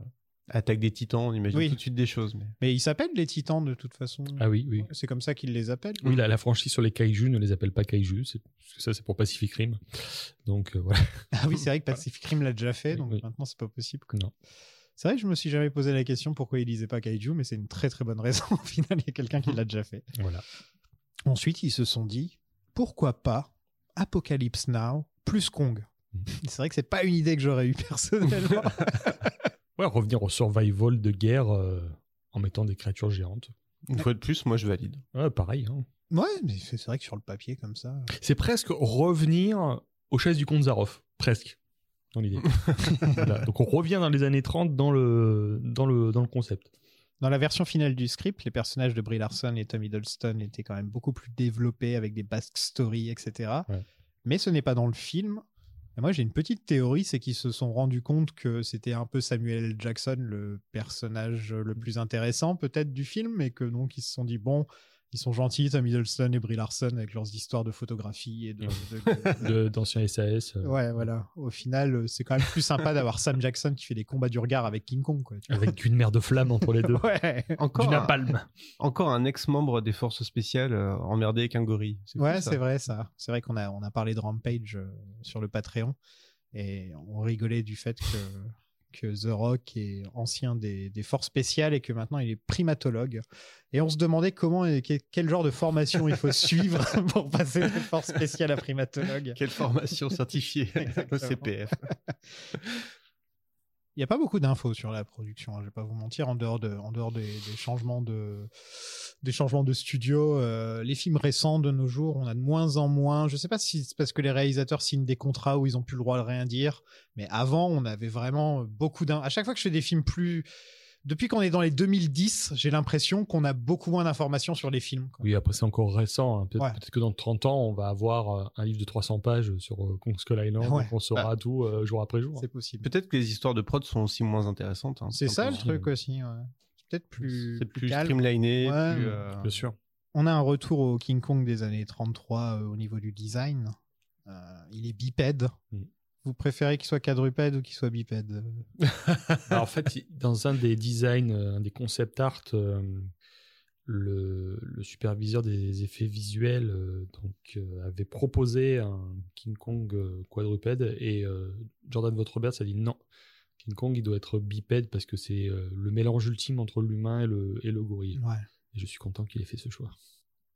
S9: Attaque des Titans, on imagine
S8: Oui.
S9: tout de suite des choses. Mais...
S8: Mais ils s'appellent les titans de toute façon.
S10: Ah oui, oui.
S8: C'est comme ça qu'ils les appellent.
S10: Oui, la, la franchise sur les kaiju ne les appelle pas kaiju, c'est- parce que ça c'est pour Pacific Rim. Donc euh, voilà.
S8: Ah oui, c'est vrai que Pacific Rim l'a déjà fait,
S10: Oui,
S8: donc
S10: oui.
S8: maintenant c'est pas possible.
S10: Non.
S8: C'est vrai que je me suis jamais posé la question pourquoi il lisait pas Kaiju, mais c'est une très très bonne raison. Au final, il y a quelqu'un qui l'a déjà fait.
S10: voilà.
S8: Ensuite, ils se sont dit pourquoi pas Apocalypse Now plus Kong.
S10: Mhm.
S8: C'est vrai que c'est pas une idée que j'aurais eue personnellement.
S10: Ouais, revenir au survival de guerre euh, en mettant des créatures géantes.
S9: Une fois de plus, moi je valide.
S10: Ouais, pareil. hein.
S8: ouais, mais c'est c'est vrai que sur le papier comme ça.
S10: C'est presque revenir aux chaises du comte Zaroff, presque, dans l'idée. Voilà. Donc on revient dans les années 30 dans le, dans le, dans le concept.
S8: Dans la version finale du script, les personnages de Brie Larson et Tom Hiddleston étaient quand même beaucoup plus développés avec des backstories, etc.
S10: Ouais.
S8: Mais ce n'est pas dans le film. Et moi, j'ai une petite théorie, c'est qu'ils se sont rendus compte que c'était un peu Samuel Jackson, le personnage le plus intéressant peut-être du film, et que donc ils se sont dit bon, ils sont gentils, Tom Hiddleston et Brie Larson avec leurs histoires de photographie et de- de- de,
S10: De- D'anciens SAS. euh,
S8: Ouais, voilà. Au final, euh, c'est quand même plus sympa d'avoir Sam Jackson qui fait des combats du regard avec King Kong. Quoi.
S10: Avec une mer de flammes entre les deux.
S8: Ouais.
S10: Du
S9: Encore un,
S10: napalm.
S9: encore un ex-membre des forces spéciales euh, emmerdé avec un gorille. C'est fou,
S8: Ouais,
S9: ça.
S8: c'est vrai ça. C'est vrai qu'on a, on a parlé de Rampage euh, sur le Patreon et on rigolait du fait que, que The Rock est ancien des, des forces spéciales et que maintenant il est primatologue. Et on se demandait comment et que- quel genre de formation il faut suivre pour passer de force spéciale à primatologue.
S9: Quelle formation certifiée au
S8: Exactement.
S9: CPF.
S8: Il n'y a pas beaucoup d'infos sur la production, hein, je vais pas vous mentir, en dehors, de, en dehors des, des changements de, des changements de studio. euh, les films récents de nos jours, on a de moins en moins. Je sais pas si c'est parce que les réalisateurs signent des contrats où ils ont plus le droit de rien dire, mais avant, on avait vraiment beaucoup d'infos. À chaque fois que je fais des films plus. Depuis qu'on est dans les 2010, j'ai l'impression qu'on a beaucoup moins d'informations sur les films. quoi.
S10: Oui, après, c'est encore récent. hein. Peut-être
S8: Ouais.
S10: peut-être que dans 30 ans, on va avoir euh, un livre de 300 pages sur euh, Kong Skull Island.
S8: Ouais.
S10: donc on saura tout euh, jour après jour.
S8: C'est possible.
S9: Peut-être que les histoires de prod sont aussi moins intéressantes. hein,
S8: C'est
S9: tout
S8: ça le
S9: simplement.
S8: truc aussi. ouais. C'est peut-être plus.
S9: C'est plus
S8: calme.
S9: streamliné.
S8: Ouais,
S9: plus,
S8: mais-
S9: euh,
S10: Bien sûr.
S8: on a un retour au King Kong des années 33 euh, au niveau du design. Euh, il est bipède.
S10: Mm.
S8: Vous préférez qu'il soit quadrupède ou qu'il soit bipède
S10: Alors, Bah, en fait, il- dans un des designs, euh, un des concept art, euh, le, le superviseur des effets visuels euh, donc, euh, avait proposé un King Kong euh, quadrupède et euh, Jordan Votrobert a dit non. King Kong, il doit être bipède parce que c'est euh, le mélange ultime entre l'humain et le, et le gorille.
S8: Ouais.
S10: Et je suis content qu'il ait fait ce choix.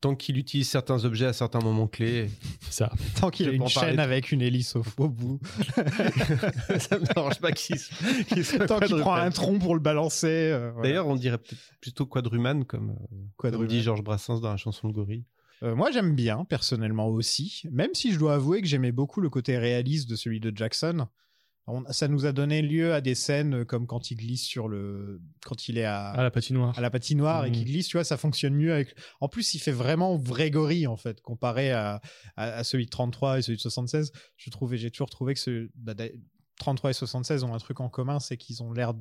S9: Tant qu'il utilise certains objets à certains moments clés,
S10: Ça,
S8: Tant qu'il
S9: Je
S8: a
S9: peux
S8: une
S9: en parler.
S8: chaîne avec une hélice au au bout.
S9: ça me dérange pas qu'il s- qu'il soit
S8: Tant qu'il
S9: quadrupède.
S8: prend un tronc pour le balancer. euh, voilà.
S9: D'ailleurs, on dirait peut-être plutôt quadruman, comme, euh, comme
S8: Quadrupède.
S9: dit Georges Brassens dans la chanson de Gorille.
S8: Euh, moi, j'aime bien, personnellement aussi, même si je dois avouer que j'aimais beaucoup le côté réaliste de celui de Jackson. On- ça nous a donné lieu à des scènes euh, comme quand il glisse sur le. quand il est à,
S10: à la patinoire.
S8: à Ah, la patinoire et
S10: Mm.
S9: Mmh.
S8: qui glisse, tu vois, ça fonctionne mieux avec. En plus, il fait vraiment vrai gorille en fait, comparé à, à, à celui de 33 et celui de 76. Je trouvais, j'ai toujours trouvé que ce, bah, d'ailleurs, 33 et 76 ont un truc en commun, c'est qu'ils ont l'air,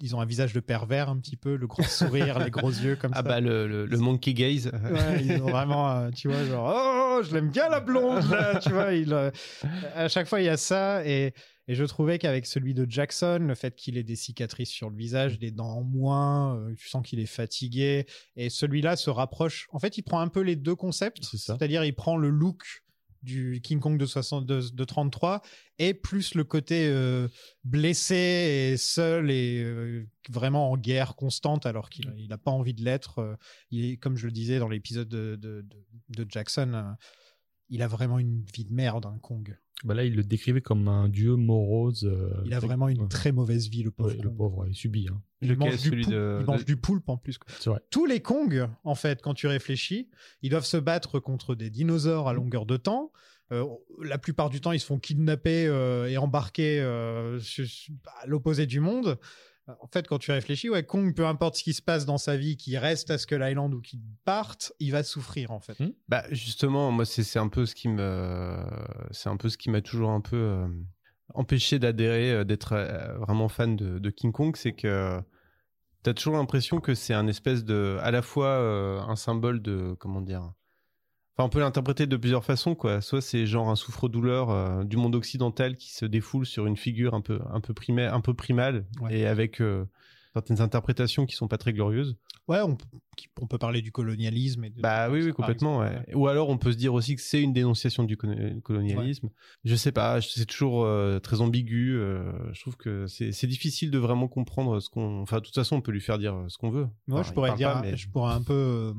S8: ils ont un visage de pervers un petit peu, le grand sourire, les gros yeux comme
S9: Ah
S8: ça.
S9: bah, le, le- le monkey gaze.
S8: Ouais, ils ont vraiment, euh, tu vois, genre, oh, je l'aime bien la blonde, là, tu vois. il, euh, à chaque fois, il y a ça. Et, et je trouvais qu'avec celui de Jackson, le fait qu'il ait des cicatrices sur le visage, des dents en moins, euh, tu sens qu'il est fatigué. Et celui-là se rapproche. En fait, il prend un peu les deux concepts.
S10: C'est ça.
S8: C'est-à-dire, il prend le look du King Kong de, 60, de, de 33 et plus le côté euh, blessé et seul et euh, vraiment en guerre constante alors qu'il n'a pas envie de l'être. euh, il est, comme je le disais dans l'épisode de, de- de- de Jackson, euh, il a vraiment une vie de merde, un Kong.
S10: Bah là, il le décrivait comme un dieu morose. euh,
S8: Il a vraiment une
S10: ouais.
S8: très mauvaise vie, le pauvre.
S10: Ouais, le
S8: Kong.
S10: pauvre, il subit. hein.
S8: Il,
S9: Lequel,
S8: mange du,
S9: celui
S8: poulpe,
S9: de-
S8: il mange
S9: de-
S8: du poulpe en plus.
S10: C'est vrai.
S8: Tous les Kongs, en fait, quand tu réfléchis, ils doivent se battre contre des dinosaures à longueur de temps. Euh, la plupart du temps, ils se font kidnapper euh, et embarquer euh, su- su- à l'opposé du monde. Euh, En fait, quand tu réfléchis, ouais, Kong, peu importe ce qui se passe dans sa vie, qu'il reste à Skull Island ou qu'il parte, il va souffrir, en fait.
S9: Bah justement, moi c'est c'est un peu ce qui me c'est un peu ce qui m'a toujours un peu euh, empêché d'adhérer, euh, d'être euh, vraiment fan de, de King Kong, c'est que t'as toujours l'impression que c'est un espèce de à la fois euh, un symbole de comment dire. Enfin, on peut l'interpréter de plusieurs façons quoi. Soit c'est genre un souffre-douleur euh, du monde occidental qui se défoule sur une figure un peu un peu primaire, un peu primale
S8: Ouais.
S9: et avec euh, certaines interprétations qui sont pas très glorieuses.
S8: Ouais, on, qui- on peut parler du colonialisme. Et de- euh,
S9: Bah oui,
S8: ça,
S9: oui,
S8: par
S9: complètement.
S8: exemple.
S9: ouais. Ou alors on peut se dire aussi que c'est une dénonciation du colo- colonialisme. Je sais pas, je- c'est toujours euh, très ambigu. euh, je trouve que c'est c'est difficile de vraiment comprendre ce qu'on. Enfin, de toute façon, on peut lui faire dire euh, ce qu'on veut.
S8: Moi,
S9: Enfin,
S8: je
S9: il
S8: pourrais
S9: parle
S8: dire,
S9: pas, mais-
S8: je pourrais un peu, euh,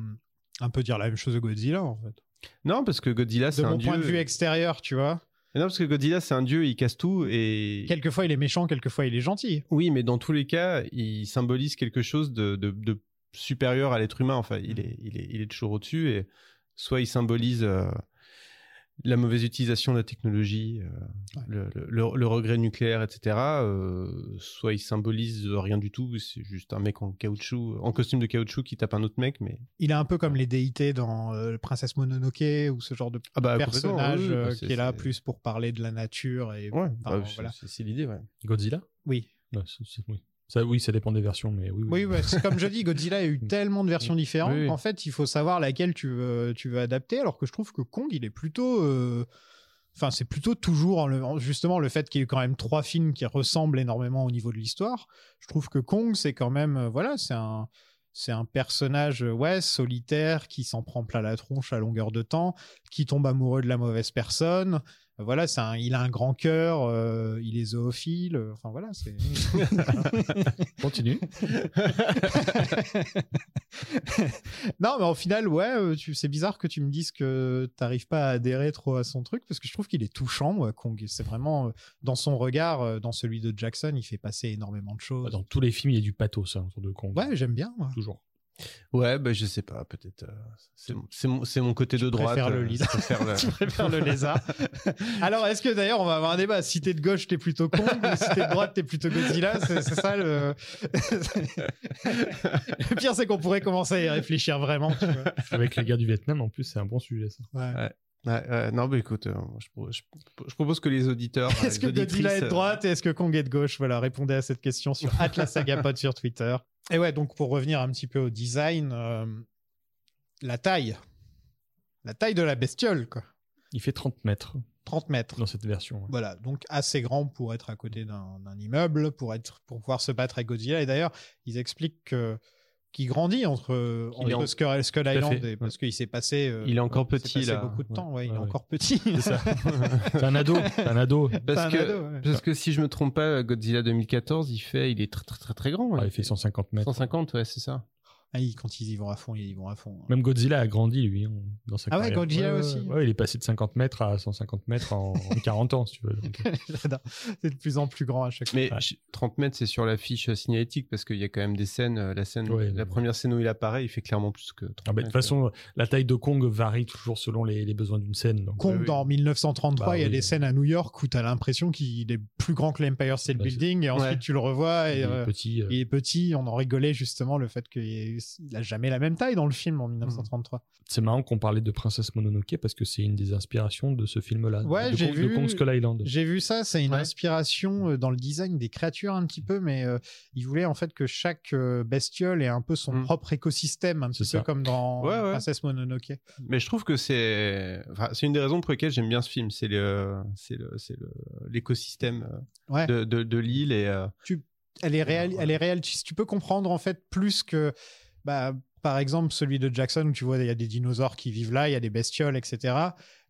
S8: un peu dire la même chose de Godzilla, en fait.
S9: Non, parce que Godzilla, Ah, c'est
S8: de
S9: un
S8: mon
S9: dieu.
S8: point de vue extérieur, tu vois.
S9: Non, parce que Godzilla, c'est un dieu, il casse tout et.
S8: Quelquefois, il est méchant, quelquefois, il est gentil.
S9: Oui, mais dans tous les cas, il symbolise quelque chose de, de- de supérieur à l'être humain. Enfin,
S8: Mmh.
S9: il est, il est, il est toujours au-dessus. Et soit il symbolise euh, la mauvaise utilisation de la technologie, euh,
S8: Ouais.
S9: le, le- le- le regret nucléaire, etc. euh, soit il symbolise rien du tout. C'est juste un mec en caoutchouc, en costume de caoutchouc qui tape un autre mec. Mais
S8: Il est un peu comme les déités dans euh, Princesse Mononoke ou ce genre de
S9: ah bah, complètement,
S8: personnage
S9: oui, oui,
S8: euh,
S9: bah, c'est-
S8: qui est là
S9: c'est-
S8: plus pour parler de la nature et
S9: Ouais,
S8: enfin,
S9: bah, c'est-
S8: voilà.
S9: c'est c'est l'idée. Ouais.
S10: Godzilla
S8: Oui,
S10: Ouais, Bah, c'est- c'est- oui. Ça, oui, ça dépend des versions, mais oui.
S8: oui, ouais, c'est comme je dis, Godzilla a eu tellement de versions différentes.
S9: Oui, oui.
S8: En fait, il faut savoir laquelle tu veux, tu veux adapter. Alors que je trouve que Kong, il est plutôt, euh, enfin, c'est plutôt toujours en le- en- justement le fait qu'il y ait eu quand même trois films qui ressemblent énormément au niveau de l'histoire. Je trouve que Kong, c'est quand même, euh, voilà, c'est un, c'est un personnage, euh, ouais, solitaire qui s'en prend plein la tronche à longueur de temps, qui tombe amoureux de la mauvaise personne. voilà, c'est un- il a un grand cœur, euh, il est zoophile, euh, enfin voilà, c'est.
S10: Continue.
S8: non, mais au final, ouais, euh, tu- c'est bizarre que tu me dises que t'arrives pas à adhérer trop à son truc, parce que je trouve qu'il est touchant, moi, Kong. C'est vraiment, euh, dans son regard, euh, dans celui de Jackson, il fait passer énormément de choses.
S10: Bah, Ah, Dans tous les films, il y a du pathos hein, autour de Kong.
S8: Ouais, j'aime bien, moi.
S10: Toujours.
S9: Ouais, bah, je sais pas, peut-être. euh, c'est mon- c'est mon, c'est mon côté de droite.
S8: préfères le
S9: euh,
S8: lisa-
S9: je préfère le-
S8: Tu préfères le lézard. Alors, est-ce que d'ailleurs, on va avoir un débat Si t'es de gauche, t'es plutôt con, ou si t'es de droite, t'es plutôt Godzilla C'est c'est ça le. le pire, c'est qu'on pourrait commencer à y réfléchir vraiment. tu vois.
S10: Avec la guerre du Vietnam, en plus, c'est un bon sujet, ça.
S8: Ouais.
S9: Ouais, ouais, non, mais écoute, euh, moi, je, pro- je- je propose que les auditeurs. euh,
S8: Est-ce que
S9: les auditrices,
S8: Godzilla est de
S9: euh,
S8: droite et est-ce que Kong est de gauche Voilà, répondez à cette question sur Pod sur Twitter. Et ouais, donc pour revenir un petit peu au design, euh, la taille. La taille de la bestiole, quoi.
S10: Il fait 30 mètres
S8: 30 mètres.
S10: dans cette version. hein. ouais.
S8: Voilà, donc assez grand pour être à côté d'un d'un immeuble, pour, être, pour pouvoir se battre avec Godzilla. Et d'ailleurs, ils expliquent que- qu'il grandit entre,
S9: Il est
S8: entre
S9: en-
S8: Skull, Skull
S9: à
S8: Island
S9: fait,
S8: et- parce qu'il s'est passé. euh,
S9: Il est encore
S8: s'est
S9: petit,
S8: passé
S9: là.
S8: beaucoup de
S10: Ouais,
S8: temps, ouais, il
S10: ouais,
S8: est
S10: ouais.
S8: encore petit.
S10: C'est ça. c'est un ado. C'est un ado.
S8: C'est un
S9: Parce que,
S8: ado, ouais.
S9: parce que si je me trompe pas, Godzilla 2014, il fait, il est très très très très grand.
S10: Ah, il fait 150 mètres.
S9: 150, ouais, c'est ça.
S8: Ah, ils- quand ils y vont à fond, ils y vont à fond. hein.
S10: Même Godzilla a grandi, lui, hein, dans sa
S8: Ah ouais,
S10: carrière.
S8: Godzilla
S10: ouais,
S8: aussi.
S10: ouais, ouais, il est passé de 50 mètres à 150 mètres en, en 40 ans, si tu veux. donc.
S8: J'adore. C'est de plus en plus grand à chaque fois.
S9: Mais
S10: Ouais.
S9: je- 30 mètres, c'est sur la fiche signalétique parce qu'il y a quand même des scènes. euh, La scène,
S10: Ouais,
S9: la
S10: ouais.
S9: première scène où il apparaît, il fait clairement plus que 30
S10: Ah, bah, de
S9: mètres.
S10: toute façon, la taille de Kong varie toujours selon les, les besoins d'une scène. donc.
S8: Kong,
S9: oui.
S8: dans 1933,
S10: Bah
S8: il y a
S10: oui.
S8: des scènes à New York où tu as l'impression qu'il est plus grand que l'Empire State
S10: Bah, c'est-
S8: Building et ensuite
S9: Ouais. Mmh.
S8: tu le revois et
S10: Il est
S8: euh,
S10: petit. euh,
S8: il est petit. On en rigolait justement le fait qu'il ait- il a jamais la même taille dans le film en 1933.
S9: Mm.
S10: C'est marrant qu'on parlait de Princesse Mononoke parce que c'est une des inspirations de ce film-là.
S8: Ouais,
S10: de,
S8: j'ai
S10: Kong-
S8: vu.
S10: de Kong Skull Island.
S8: J'ai vu ça, c'est une
S9: Ouais.
S8: inspiration euh, dans le design des créatures un petit peu, mais euh, il voulait en fait que chaque euh, bestiole ait un peu son
S9: Mm.
S8: propre écosystème, un
S10: C'est
S8: petit
S10: ça.
S8: peu comme dans
S9: Ouais, ouais.
S8: Princesse Mononoke.
S9: Mais je trouve que c'est, enfin, c'est une des raisons pour lesquelles j'aime bien ce film. C'est le, c'est le, c'est le- l'écosystème euh,
S8: Ouais.
S9: de, de, de l'île et euh,
S8: elle est réelle, elle est réelle. Tu tu peux comprendre en fait plus que, bah, par exemple celui de Jackson où tu vois il y a des dinosaures qui vivent là, il y a des bestioles, etc.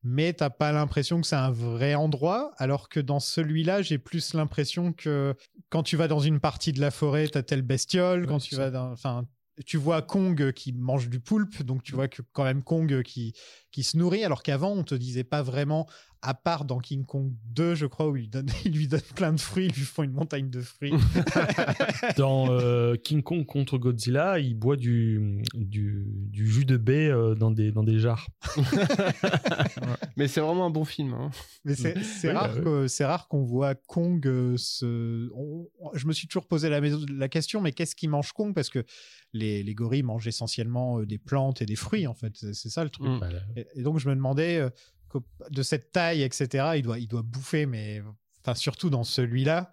S8: Mais t'as pas l'impression que c'est un vrai endroit, alors que dans celui-là j'ai plus l'impression que quand tu vas dans une partie de la forêt t'as telle bestiole, quand
S10: c'est
S8: tu
S10: ça.
S8: vas dans, enfin. Tu vois Kong qui mange du poulpe, donc tu vois que quand même Kong qui, qui se nourrit, alors qu'avant on te disait pas vraiment, à part dans King Kong 2, je crois, où ils lui donnent, ils lui donnent plein de fruits, ils lui font une montagne de fruits.
S10: Dans euh, King Kong contre Godzilla, il boit du, du, du jus de baie euh, dans, des, dans des jars.
S9: mais c'est vraiment un bon film. hein.
S8: Mais c'est c'est
S10: Oui, bah
S8: rare,
S10: oui.
S8: que- c'est rare qu'on voit Kong euh, se. on- on- je me suis toujours posé la, maison- la question, mais qu'est-ce qui mange Kong Parce que les, les gorilles mangent essentiellement euh, des plantes et des fruits, en fait. C'est c'est ça le truc.
S9: Mm.
S10: Voilà.
S8: Et, et donc, je me demandais, euh, qu'au- de cette taille, etc., il doit, il doit bouffer, mais enfin, surtout dans celui-là,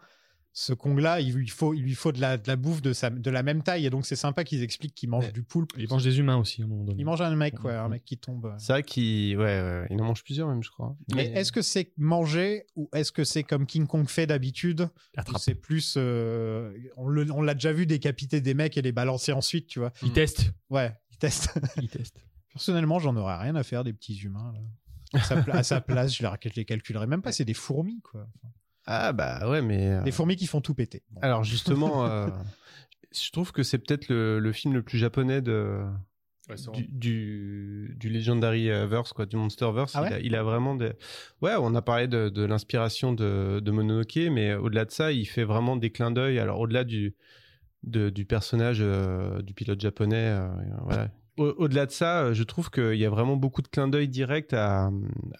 S8: ce Kong-là, il lui faut, il lui faut de, la, de la bouffe de, sa, de la même taille. Et donc, c'est sympa qu'ils expliquent qu'il mange
S9: Ouais.
S8: du poulpe.
S10: Il mange des humains aussi à un moment donné.
S8: Il mange un mec, ouais, un
S10: Mm.
S8: mec qui tombe. euh,
S9: C'est vrai qu'il, ouais, ouais, ouais, il en mange plusieurs même, je crois.
S8: Mais est-ce que c'est manger ou est-ce que c'est comme King Kong fait d'habitude
S10: Il attrape.
S8: où C'est plus. euh, on le- on l'a déjà vu décapiter des mecs et les balancer ensuite, tu vois.
S10: Il teste.
S8: Ouais, il teste.
S10: Il teste.
S8: Personnellement, j'en aurais rien à faire des petits humains. Là. À, sa pla- à sa place, je les, je les calculerais même pas. C'est des fourmis, quoi.
S9: Ah bah ouais, mais euh,
S8: Des fourmis qui font tout péter. Bon.
S9: alors justement, euh, je trouve que c'est peut-être le, le film le plus japonais de du, du, du Legendary euh, Verse, quoi, du Monsterverse.
S8: Ah ouais
S9: il, a, il a vraiment des. Ouais, on a parlé de, de l'inspiration de, de Mononoke, mais au-delà de ça, il fait vraiment des clins d'œil. Alors, au-delà du, de- du personnage euh, du pilote japonais, euh, voilà. Au- Au-delà de ça, euh, je trouve qu'il y a vraiment beaucoup de clins d'œil directs à,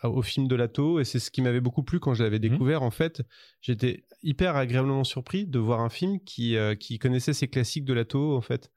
S9: à- au film de Lato, et c'est ce qui m'avait beaucoup plu quand je l'avais découvert. En fait, j'étais hyper agréablement surpris de voir un film qui, euh, qui connaissait ses classiques de Lato, en fait.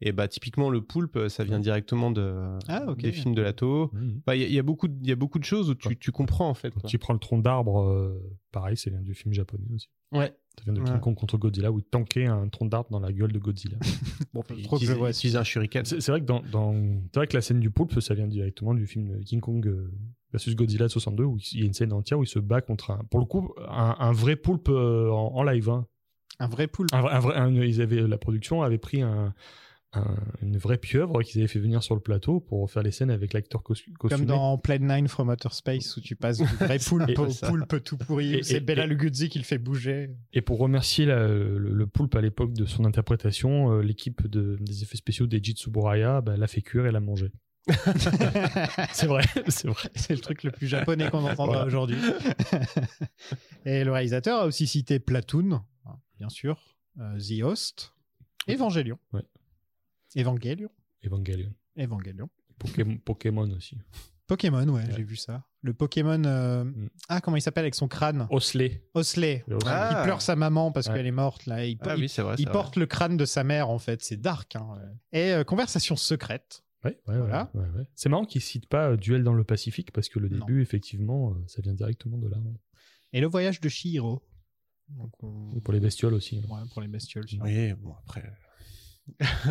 S9: Et bah, typiquement, le poulpe, ça vient directement de,
S8: Ah, ok.
S9: des films de Lato.
S10: Mhm.
S9: Bah, Il y, a- il y a beaucoup de- il y a beaucoup de choses où tu, tu comprends, en fait.
S10: Quand
S9: quoi.
S10: tu prends le tronc d'arbre, euh, pareil, ça vient du film japonais aussi.
S9: Ouais.
S10: Ça vient de
S9: Ouais.
S10: King Kong contre Godzilla où il tankait un tronc d'arbre dans la gueule de Godzilla.
S8: Bon,
S9: Il
S8: trop que je
S9: utilise-
S8: vois.
S9: il utilise un shuriken.
S10: C'est c'est vrai que dans, dans- c'est vrai que la scène du poulpe, ça vient directement du film King Kong euh, versus Godzilla de 62 où il y a une scène entière où il se bat contre un, pour le coup, un, un vrai poulpe euh, en, en live. hein.
S8: Un vrai poulpe.
S10: Un vrai- un vrai- un- ils avaient, la production avait pris un, un- une vraie pieuvre qu'ils avaient fait venir sur le plateau pour faire les scènes avec l'acteur cos-
S8: Comme
S10: costumé.
S8: dans Plane 9 from Outer Space où tu passes du vrai poulpe au
S10: ça.
S8: poulpe tout pourri.
S10: Et-
S8: où C'est
S10: et-
S8: Bella
S10: et-
S8: Lugosi qui le fait bouger.
S10: Et pour remercier la- le, le poulpe à l'époque de son interprétation, euh, l'équipe de- des effets spéciaux des Tsuburaya bah, l'a fait cuire et l'a mangé. C'est vrai, c'est vrai.
S8: C'est le truc le plus japonais qu'on entendra
S10: Voilà.
S8: aujourd'hui. et le réalisateur a aussi cité Platoon, hein, bien sûr, euh, The Host, Evangelion.
S10: Ouais.
S8: Evangelion.
S10: Evangelion.
S8: Evangelion.
S10: Pokémon, Pokémon aussi.
S8: Pokémon, ouais,
S10: Ouais. Mm.
S8: j'ai vu ça. Le Pokémon. euh, Ah, comment il s'appelle avec son crâne
S10: Osley.
S8: Osley.
S10: Le Osley.
S9: Ah.
S8: Il pleure sa maman parce
S10: Ouais.
S8: qu'elle est morte. Là. Il,
S9: Ah
S8: il-
S9: oui, c'est vrai.
S8: il
S9: c'est vrai.
S8: porte le crâne de sa mère, en fait. C'est dark. hein, ouais. Et euh, conversation secrète.
S10: Ouais, ouais, ouais,
S8: Voilà.
S10: ouais, ouais. C'est marrant qu'ils citent pas euh, Duel dans le Pacifique parce que le
S8: Non.
S10: début, effectivement, euh, ça vient directement de là. hein.
S8: Et le voyage de Shihiro. Donc, on-
S10: Pour les bestioles aussi. hein.
S8: Ouais, pour les bestioles. sûrement.
S9: Oui, bon, après. euh,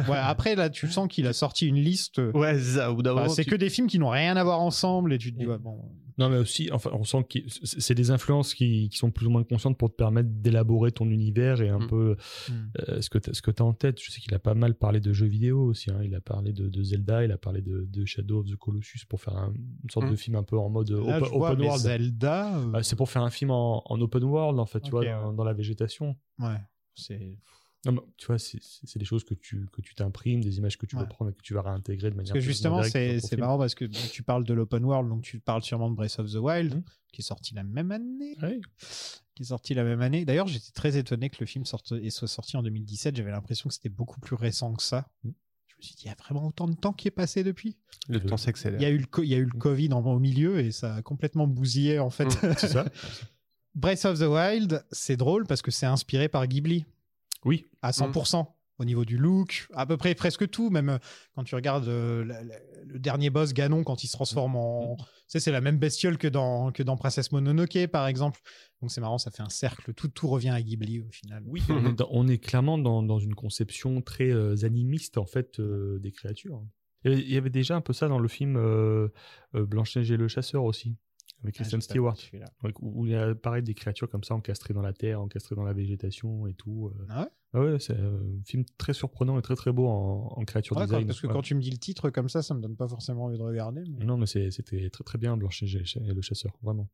S8: Ouais, après, là, tu sens qu'il a sorti une liste. euh,
S9: Ouais, c'est ça. Au bout d'un
S8: Bah,
S9: moment,
S8: c'est
S9: tu-
S8: que des films qui n'ont rien à voir ensemble et tu te dis, ouais, bon.
S10: Non, mais aussi, enfin, on sent que c'est c'est des influences qui, qui sont plus ou moins conscientes pour te permettre d'élaborer ton univers et un
S9: Mm.
S10: peu
S8: Mm.
S10: euh, ce que tu as, en tête. Je sais qu'il a pas mal parlé de jeux vidéo aussi. hein. Il a parlé de, de Zelda, il a parlé de, de Shadow of the Colossus pour faire un- une sorte
S9: Mm.
S10: de film un peu en mode euh,
S8: Là,
S10: open,
S8: je vois,
S10: open
S8: mais
S10: world.
S8: Zelda. euh,
S10: Euh, c'est pour faire un film en, en open world, en fait, tu
S8: Ok,
S10: vois,
S8: ouais.
S10: dans, dans la végétation.
S8: ouais, c'est-
S10: Non, mais tu vois, c'est- c'est c'est des choses que tu que tu t'imprimes, des images que tu
S8: Ouais.
S10: vas prendre et que tu vas réintégrer de manière
S8: Parce que
S10: plus ou moins
S8: justement,
S10: directe
S8: c'est
S10: dans ton
S8: c'est
S10: film.
S8: marrant parce que bon, tu parles de l'open world, donc tu parles sûrement de Breath of the Wild,
S10: Mhm.
S8: qui est sorti la même année.
S10: Ouais.
S8: Qui est sorti la même année. D'ailleurs, j'étais très étonné que le film sorte, et soit sorti en 2017. J'avais l'impression que c'était beaucoup plus récent que ça.
S10: Mmh.
S8: Je me suis dit, il y a vraiment autant de temps qui est passé depuis.
S9: le
S10: que-
S9: temps
S8: Il
S9: s'accélère.
S8: y a eu le, co- il y a eu le
S10: Mhm.
S8: Covid en- au milieu et ça a complètement bousillé en fait.
S10: Mm, C'est ça
S8: Breath of the Wild, c'est drôle parce que c'est inspiré par Ghibli.
S10: Oui.
S8: À 100%. Au niveau du look, à peu près presque tout. Même euh, quand tu regardes euh, la- la- le dernier boss Ganon quand il se transforme
S10: Mm.
S8: en. Tu sais, c'est la même bestiole que dans, que dans Princesse Mononoke, par exemple. Donc c'est marrant, ça fait un cercle. Tout, tout revient à Ghibli au final.
S10: Oui, on est, dans- on est clairement dans, dans une conception très euh, animiste en fait euh, des créatures. Il y avait- il y avait déjà un peu ça dans le film euh, euh, Blanche-Neige et le Chasseur aussi, avec
S8: Ah, j'ai
S10: Kristen
S8: pas
S10: Stewart,
S8: vu celui-là.
S10: Ouais, où où il y a pareil des créatures comme ça encastrées dans la terre, encastrées dans la végétation et tout. euh.
S8: Ah ouais
S10: Ah ouais, c'est euh, un film très surprenant et très très beau en, en créature
S8: Ouais,
S10: design.
S8: parce que
S10: Ouais.
S8: quand tu me dis le titre comme ça, ça me donne pas forcément envie de regarder. mais-
S10: Non, mais c'est- c'était très très bien Blanche-Neige et le Cha- et le Chasseur, vraiment.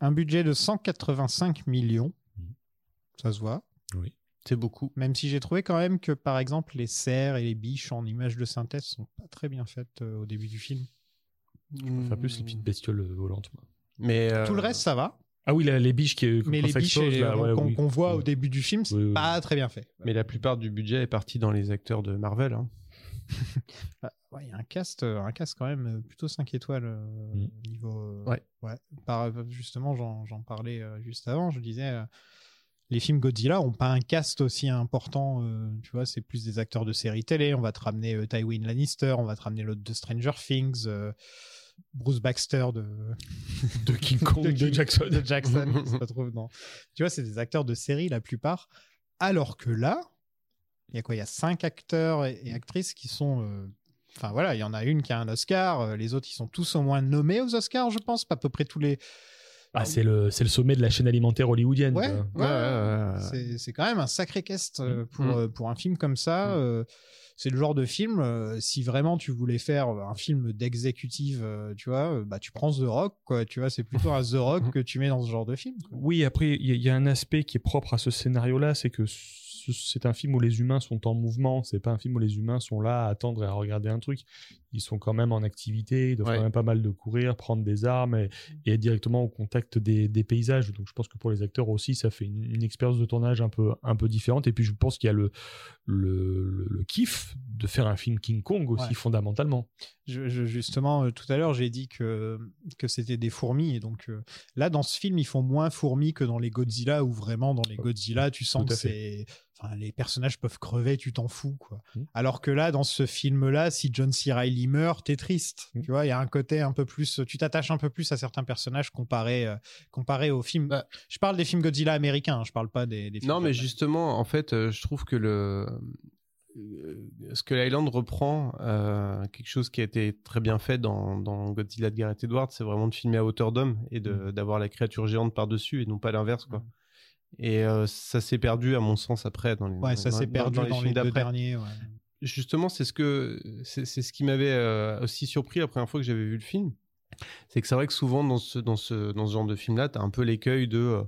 S8: Un budget de 185 millions.
S10: Mhm.
S8: Ça se voit.
S9: C'est beaucoup.
S8: Même si j'ai trouvé quand même que, par exemple, les cerfs et les biches en images de synthèse sont pas très bien faites euh, au début du film.
S10: Enfin, plus les petites bestioles euh, volantes. moi.
S9: Mais euh,
S8: Tout le reste, ça va.
S10: Ah oui, la- les biches qui
S8: Mais
S10: quand
S8: les
S10: ça
S8: biches
S10: explose,
S8: et-
S10: là, ouais,
S8: qu'on
S10: oui.
S8: qu'on voit au
S10: Ouais.
S8: début du film, c'est
S10: Oui, oui.
S8: pas très bien fait.
S9: Mais la plupart du budget est parti dans les acteurs de Marvel. hein.
S8: Ouais, il y a un cast, euh, un cast quand même euh, plutôt 5 étoiles euh,
S10: Mmh.
S8: niveau. euh,
S9: Ouais.
S8: Par, euh, justement, j'en j'en parlais euh, juste avant. Je disais, euh, les films Godzilla ont pas un cast aussi important. euh, tu vois, c'est plus des acteurs de séries télé. On va te ramener euh, Tywin Lannister, on va te ramener l'autre de Stranger Things, euh, Bruce Baxter de,
S10: de King Kong, de,
S8: King-
S10: Jackson.
S8: de Jackson, ça se trouve, non. Tu vois, c'est des acteurs de série la plupart. Alors que là, il y a quoi Il y a cinq acteurs et, et actrices qui sont. euh, Enfin voilà, il y en a une qui a un Oscar, euh, les autres ils sont tous au moins nommés aux Oscars, je pense, à peu près tous les.
S10: Ah, c'est le, c'est le sommet de la chaîne alimentaire hollywoodienne.
S8: Ouais,
S9: Ouais,
S8: ouais,
S10: quoi.
S9: ouais, ouais, ouais.
S8: C'est- C'est quand même un sacré cast euh, pour,
S9: Mm.
S8: euh, pour un film comme ça. euh, c'est le genre de film, euh, si vraiment tu voulais faire euh, un film d'exécutive, euh, tu vois, euh, bah tu prends The Rock, quoi. Tu vois, c'est plutôt un The Rock que tu mets dans ce genre de film. quoi.
S10: Oui, après, il y, a- il y a un aspect qui est propre à ce scénario-là, c'est que ce- c'est un film où les humains sont en mouvement, c'est pas un film où les humains sont là à attendre et à regarder un truc. Ils sont quand même en activité, ils doivent
S9: Ouais.
S10: quand même pas mal de courir, prendre des armes et, et être directement au contact des, des paysages. Donc je pense que pour les acteurs aussi, ça fait une, une expérience de tournage un peu, un peu différente. Et puis je pense qu'il y a le, le, le- le kiff de faire un film King Kong aussi,
S8: Ouais.
S10: fondamentalement.
S8: Je- je- justement, euh, tout à l'heure, j'ai dit que, que c'était des fourmis. Et donc euh, là, dans ce film, ils font moins fourmis que dans les Godzilla, où vraiment, dans les Godzilla, tu sens
S10: Tout
S8: que
S10: à fait.
S8: c'est. Enfin, les personnages peuvent crever, tu t'en fous, quoi.
S10: Mm.
S8: Alors que là, dans ce film-là, si John C. Reilly meurt, t'es triste.
S10: Mm.
S8: Tu vois, il y a un côté un peu plus. Tu t'attaches un peu plus à certains personnages comparé, euh, comparé aux films.
S9: Bah.
S8: je parle des films Godzilla américains, hein, je parle pas des, des films.
S9: Non, mais
S8: japonais.
S9: justement, en fait, euh, je trouve que le euh, Skull Island reprend euh, quelque chose qui a été très bien fait dans, dans Godzilla de Gareth Edwards, c'est vraiment de filmer à hauteur d'homme et de- d'avoir la créature géante par-dessus et non pas l'inverse, quoi.
S8: Mm.
S9: Et euh, ça s'est perdu, à mon sens, après, dans les,
S8: Ouais, ça
S9: dans-
S8: s'est
S9: dans-
S8: perdu dans,
S9: films
S8: les deux
S9: d'après.
S8: derniers. ouais.
S9: justement, c'est ce que c'est c'est ce qui m'avait euh, aussi surpris la première fois que j'avais vu le film, c'est que c'est vrai que souvent dans ce dans ce dans ce genre de film-là, t'as un peu l'écueil de euh,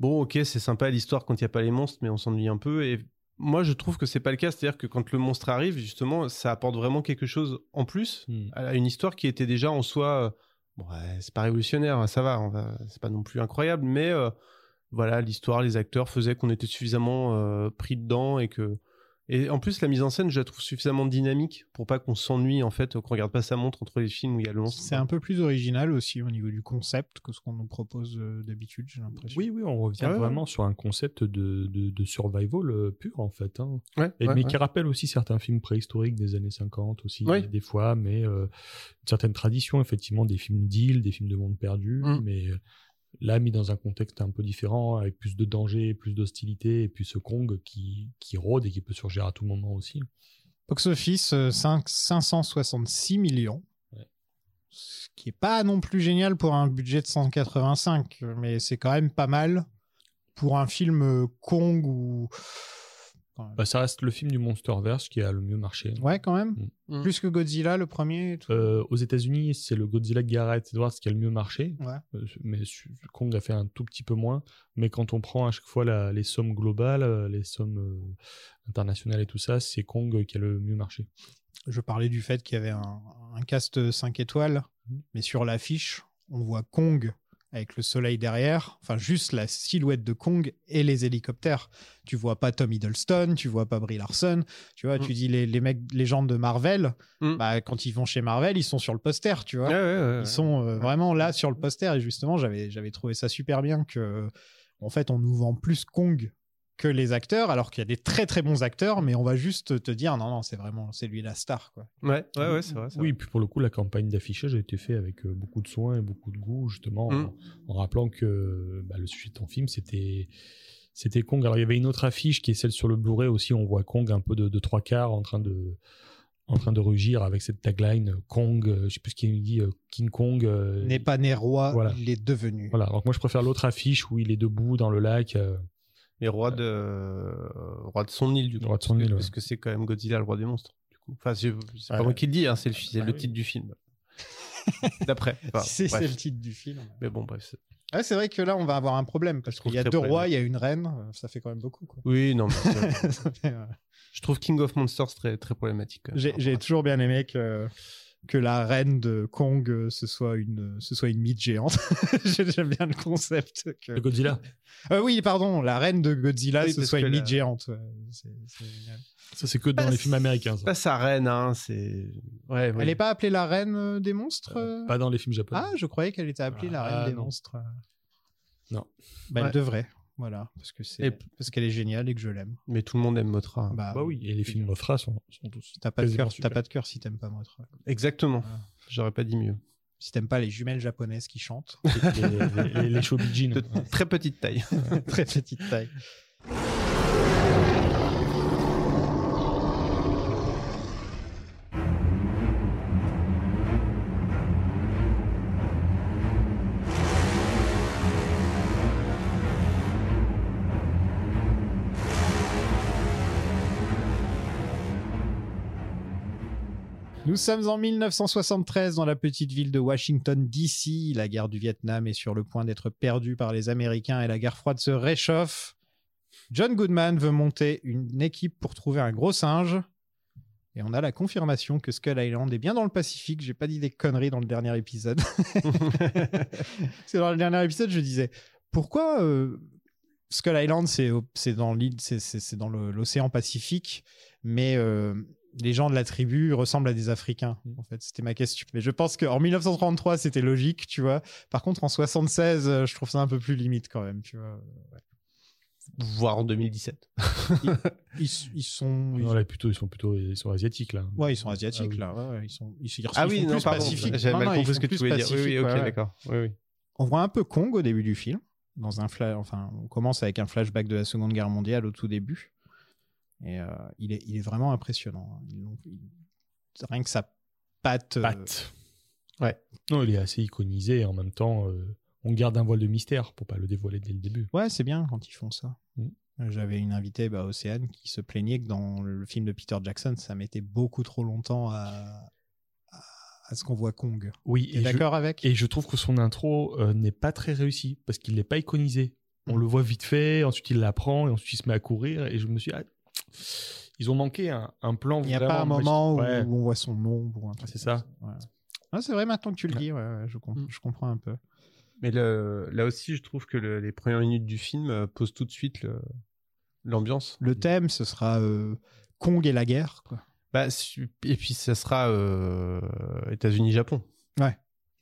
S9: bon, ok, c'est sympa l'histoire quand il y a pas les monstres, mais on s'ennuie un peu. Et moi, je trouve que c'est pas le cas, c'est-à-dire que quand le monstre arrive, justement, ça apporte vraiment quelque chose en plus
S10: Hmm.
S9: à une histoire qui était déjà en soi, euh, bon, ouais, c'est pas révolutionnaire, hein, ça va, on va- c'est pas non plus incroyable, mais euh, voilà, l'histoire, les acteurs faisaient qu'on était suffisamment euh, pris dedans et que. Et en plus, la mise en scène, je la trouve suffisamment dynamique pour pas qu'on s'ennuie en fait, qu'on regarde pas sa montre entre les films où il y a le monstre.
S8: C'est un peu plus original aussi au niveau du concept que ce qu'on nous propose euh, d'habitude, j'ai l'impression.
S10: Oui, oui, on revient
S9: Ah ouais,
S10: vraiment sur un concept de, de, de survival euh, pur, en fait. hein.
S9: Ouais,
S10: Et,
S9: ouais,
S10: mais
S9: ouais.
S10: qui rappelle aussi certains films préhistoriques des années 50 aussi,
S9: Oui.
S10: des fois, mais euh, une certaine tradition, effectivement, des films d'île, des films de monde perdu,
S9: Mm.
S10: mais euh, là, mis dans un contexte un peu différent, avec plus de danger, plus d'hostilité, et puis ce Kong qui, qui rôde et qui peut surgir à tout moment aussi.
S8: Box office euh, 5 566 millions.
S10: Ouais.
S8: Ce qui est pas non plus génial pour un budget de 185, mais c'est quand même pas mal pour un film euh, Kong ou.
S10: Bah, ça reste le film du Monsterverse qui a le mieux marché.
S8: Ouais, quand même.
S9: Mm.
S8: Plus que Godzilla, le premier. et tout.
S10: Euh, aux États-Unis, c'est le Godzilla Garrett Edwards qui a le mieux marché.
S8: Ouais.
S10: Euh, mais su- Kong a fait un tout petit peu moins. Mais quand on prend à chaque fois la- les sommes globales, euh, les sommes euh, internationales et tout ça, c'est Kong euh, qui a le mieux marché.
S8: Je parlais du fait qu'il y avait un, un cast 5 étoiles, mais sur l'affiche, on voit Kong avec le soleil derrière, enfin juste la silhouette de Kong et les hélicoptères. Tu vois pas Tom Hiddleston, tu vois pas Brie Larson, tu vois,
S9: Mm.
S8: tu dis les, les mecs, les gens de Marvel,
S9: Mm.
S8: bah, quand ils vont chez Marvel, ils sont sur le poster, tu vois.
S9: Ouais, ouais, ouais, ouais.
S8: Ils sont euh, vraiment là sur le poster et justement j'avais j'avais trouvé ça super bien que en fait on nous vend plus Kong que les acteurs alors qu'il y a des très très bons acteurs mais on va juste te dire non non c'est vraiment c'est lui la star quoi.
S9: Ouais, ouais, ouais, c'est vrai. c'est
S10: Oui,
S9: vrai.
S10: puis pour le coup, la campagne d'affichage a été faite avec euh, beaucoup de soin et beaucoup de goût, justement,
S9: Mm.
S10: en, en rappelant que bah, le sujet de ton film, c'était. C'était Kong. Alors, il y avait une autre affiche qui est celle sur le Blu-ray aussi. On voit Kong un peu de, de trois quarts en train de, en train de rugir avec cette tagline euh, Kong, euh, je sais plus ce qu'il nous dit, euh, King Kong. euh,
S8: N'est pas né roi,
S10: voilà.
S8: il est devenu.
S10: Voilà, donc moi je préfère l'autre affiche où il est debout dans le lac. euh,
S9: Mais roi de euh, roi de son île du coup.
S10: Roi de son
S9: parce que-
S10: île, ouais.
S9: Parce que c'est quand même Godzilla, le roi des monstres. Du coup. Enfin, c'est c'est pas
S10: Ouais.
S9: moi qui le dis, hein, c'est le, c'est
S10: Bah
S9: le
S10: oui.
S9: titre du film. D'après. Enfin,
S8: c'est c'est
S9: bref.
S8: le titre du film.
S9: Mais bon, bref. c'est-
S8: Ouais, c'est vrai que là on va avoir un problème parce
S9: Je trouve
S8: qu'il y a
S9: très
S8: deux rois, il y a une reine, euh, ça fait quand même beaucoup quoi.
S9: Oui, non. mais c'est-
S8: Ça fait, euh,
S9: je trouve King of Monsters très très problématique. hein. quand même,
S8: J'ai
S9: par
S8: j'ai
S9: rapport à ça.
S8: toujours bien aimé que, que la reine de Kong euh, ce soit une ce soit une mythe géante. J'aime bien le concept que
S10: de Godzilla.
S8: Euh, oui, pardon, la reine de Godzilla,
S9: Oui,
S8: ce
S9: parce
S8: soit
S9: que
S8: une
S9: la-
S8: mythe géante. ouais, c'est- c'est génial.
S10: Ça, c'est que dans
S9: Pas
S10: les films américains.
S9: C'est
S10: ça.
S9: Pas sa reine, hein. C'est. Ouais, ouais.
S8: Elle n'est pas appelée la reine euh, des monstres euh
S10: Pas dans les films japonais.
S8: Ah, je croyais qu'elle était appelée la reine
S10: Ah,
S8: des
S10: non.
S8: monstres. euh.
S10: Non.
S8: Bah,
S9: Ouais.
S8: Elle devrait, voilà, parce que c'est
S9: Et-
S8: parce qu'elle est géniale et que je l'aime.
S9: Mais tout le monde aime Motra. hein.
S8: Bah,
S10: bah oui, et les films Mothra sont, sont tous.
S8: T'as pas, de
S10: quasiment
S8: cœur-
S10: super.
S8: t'as pas de cœur si t'aimes pas Mothra.
S9: Exactement.
S8: Ah.
S9: J'aurais pas dit mieux.
S8: Si t'aimes pas les jumelles japonaises qui chantent,
S10: les, les, les, les Shobijin.
S9: De très petite taille.
S8: très petite taille. Nous sommes en 1973 dans la petite ville de Washington, D.C. La guerre du Vietnam est sur le point d'être perdue par les Américains et la guerre froide se réchauffe. John Goodman veut monter une équipe pour trouver un gros singe. Et on a la confirmation que Skull Island est bien dans le Pacifique. J'ai pas dit des conneries dans le dernier épisode. C'est dans le dernier épisode, je disais pourquoi euh, Skull Island, c'est au- c'est dans l'île, c'est- c'est c'est dans le- l'océan Pacifique, mais euh, les gens de la tribu ressemblent à des Africains.
S9: Mm.
S8: En fait, c'était ma question. Mais je pense qu'en 1933, c'était logique, tu vois. Par contre, en 76, euh, je trouve ça un peu plus limite quand même, tu vois.
S9: Voire en 2017.
S8: Ils, s- ils sont. ils-
S10: Non, là, plutôt, ils sont plutôt ils sont asiatiques, là.
S8: Ouais, ils sont asiatiques
S10: Ah oui.
S8: là. Ouais, ouais, ils sont, ils, ils-
S9: Ah
S8: ils
S9: oui,
S8: sont
S9: non,
S8: plus
S9: pardon.
S8: pacifiques.
S9: J'avais
S8: Non,
S9: mal
S8: non, ils
S9: compris
S8: sont
S9: ce que
S8: plus
S9: tu voulais dire. Oui,
S8: pacifiques,
S9: oui, ok,
S8: ouais, ouais.
S9: d'accord. Oui, oui.
S8: On voit un peu Kong au début du film. Dans un fla- enfin, on commence avec un flashback de la Seconde Guerre mondiale au tout début. Et euh, il, est, il est vraiment impressionnant. hein. Ils l'ont- ils- Rien que sa patte. euh,
S10: Pat.
S9: Ouais.
S10: Non, il est assez iconisé et en même temps, euh, on garde un voile de mystère pour pas le dévoiler dès le début.
S8: Ouais, c'est bien quand ils font ça. Euh,
S10: Mm.
S8: J'avais une invitée, bah, Océane, qui se plaignait que dans le film de Peter Jackson, ça mettait beaucoup trop longtemps à, à, à ce qu'on voit Kong.
S10: Oui,
S8: T'es
S10: et je,
S8: d'accord avec
S10: et je trouve que son intro euh, n'est pas très réussie parce qu'il n'est pas iconisé. On
S8: Mhm.
S10: le voit vite fait, ensuite il l'apprend et ensuite il se met à courir. Et je me suis dit, ah, ils ont manqué un, un plan
S8: Il n'y a
S10: vraiment
S8: pas un moment où,
S10: magistral. Ouais.
S8: on voit son ombre ou un truc
S10: C'est
S8: comme
S10: ça.
S8: Ouais. Ah, c'est vrai, maintenant que tu le dis, ouais, ouais, je, com-
S10: Mm.
S8: je comprends un peu.
S9: Mais le- là aussi, je trouve que le- les premières minutes du film euh, posent tout de suite le- l'ambiance.
S10: Mm.
S8: Le thème, ce sera euh, Kong et la guerre. Quoi.
S9: Bah, su- et puis, ça sera euh, États-Unis-Japon.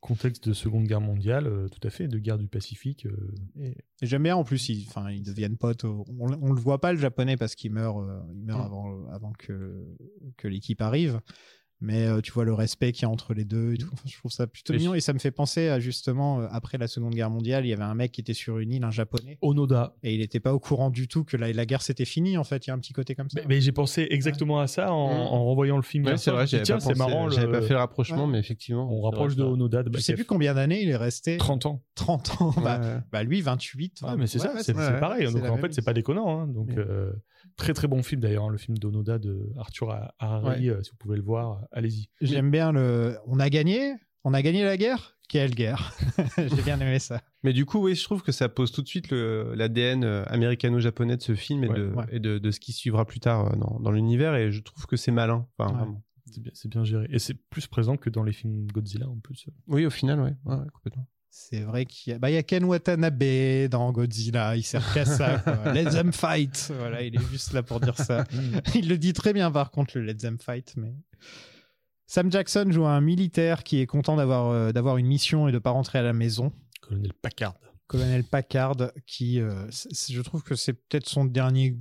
S10: Contexte de Seconde Guerre mondiale, euh, tout à fait, de guerre du Pacifique. euh,
S8: Et j'aime bien, en plus, ils, enfin, ils deviennent potes. On ne le voit pas, le japonais, parce qu'il meurt, euh, il meurt
S9: Mm.
S8: avant, avant que, que l'équipe arrive. Mais euh, tu vois le respect qu'il y a entre les deux. Et
S10: Mm.
S8: tout. Enfin, je trouve ça plutôt
S9: Et
S8: mignon. Et ça me fait penser à, justement, euh, après la Seconde Guerre mondiale, il y avait un mec qui était sur une île, un japonais.
S10: Onoda.
S8: Et il n'était pas au courant du tout que la, la guerre s'était finie, en fait. Il y a un petit côté comme ça.
S10: Mais, mais j'ai pensé exactement à ça en,
S8: Mm.
S9: Mhm.
S10: en revoyant le film.
S9: Ouais,
S10: hier
S9: c'est
S10: soir.
S9: vrai,
S10: Je
S9: j'avais
S10: me dis,
S9: pas,
S10: Tiens, c'est
S9: pensé-
S10: marrant. le-
S9: j'avais pas fait le rapprochement,
S8: Ouais.
S9: mais effectivement.
S10: On
S9: c'est
S10: rapproche de
S9: vrai,
S10: Onoda de
S8: je sais
S10: Bakiev.
S8: plus combien d'années il est resté.
S10: 30 ans.
S8: 30 ans.
S9: ça-
S8: Bah,
S9: Ouais.
S8: bah lui, 28.
S10: Ouais, Ah, mais c'est
S8: ouais,
S10: ça,
S8: ouais,
S10: c'est
S8: ouais,
S10: c'est
S8: ouais,
S10: pareil.
S8: c'est
S10: Donc
S8: la
S10: en
S8: même
S10: fait, c'est pas déconnant. hein. Donc
S9: Mais-
S10: euh, très très bon film d'ailleurs, hein, le film d'Onoda de Arthur Ha- Harari. euh, si vous pouvez le voir, euh, allez-y.
S8: J'aime bien le. On a gagné On a gagné la guerre Quelle guerre J'ai bien aimé ça.
S9: Mais du coup, oui, je trouve que ça pose tout de suite le- l'ADN euh, américano-japonais de ce film et,
S10: Ouais,
S9: de,
S8: ouais.
S9: et de, de ce qui suivra plus tard euh, dans, dans l'univers. Et je trouve que c'est malin. Enfin,
S8: Ouais.
S9: vraiment.
S10: C'est bien, c'est bien géré. Et c'est plus présent que dans les films Godzilla en plus.
S9: Oui, au final, ouais. Ouais, ouais, complètement.
S8: C'est vrai qu'il y a. Bah, il y a Ken Watanabe dans Godzilla. Il sert qu'à ça. quoi. Let them fight. Voilà, il est juste là pour dire ça. il le dit très bien, par contre, le Let them fight. Mais. Sam Jackson joue un militaire qui est content d'avoir euh, d'avoir une mission et de pas rentrer à la maison.
S10: Colonel Packard.
S8: colonel Packard, qui, euh, c'est- c'est- je trouve que c'est peut-être son dernier,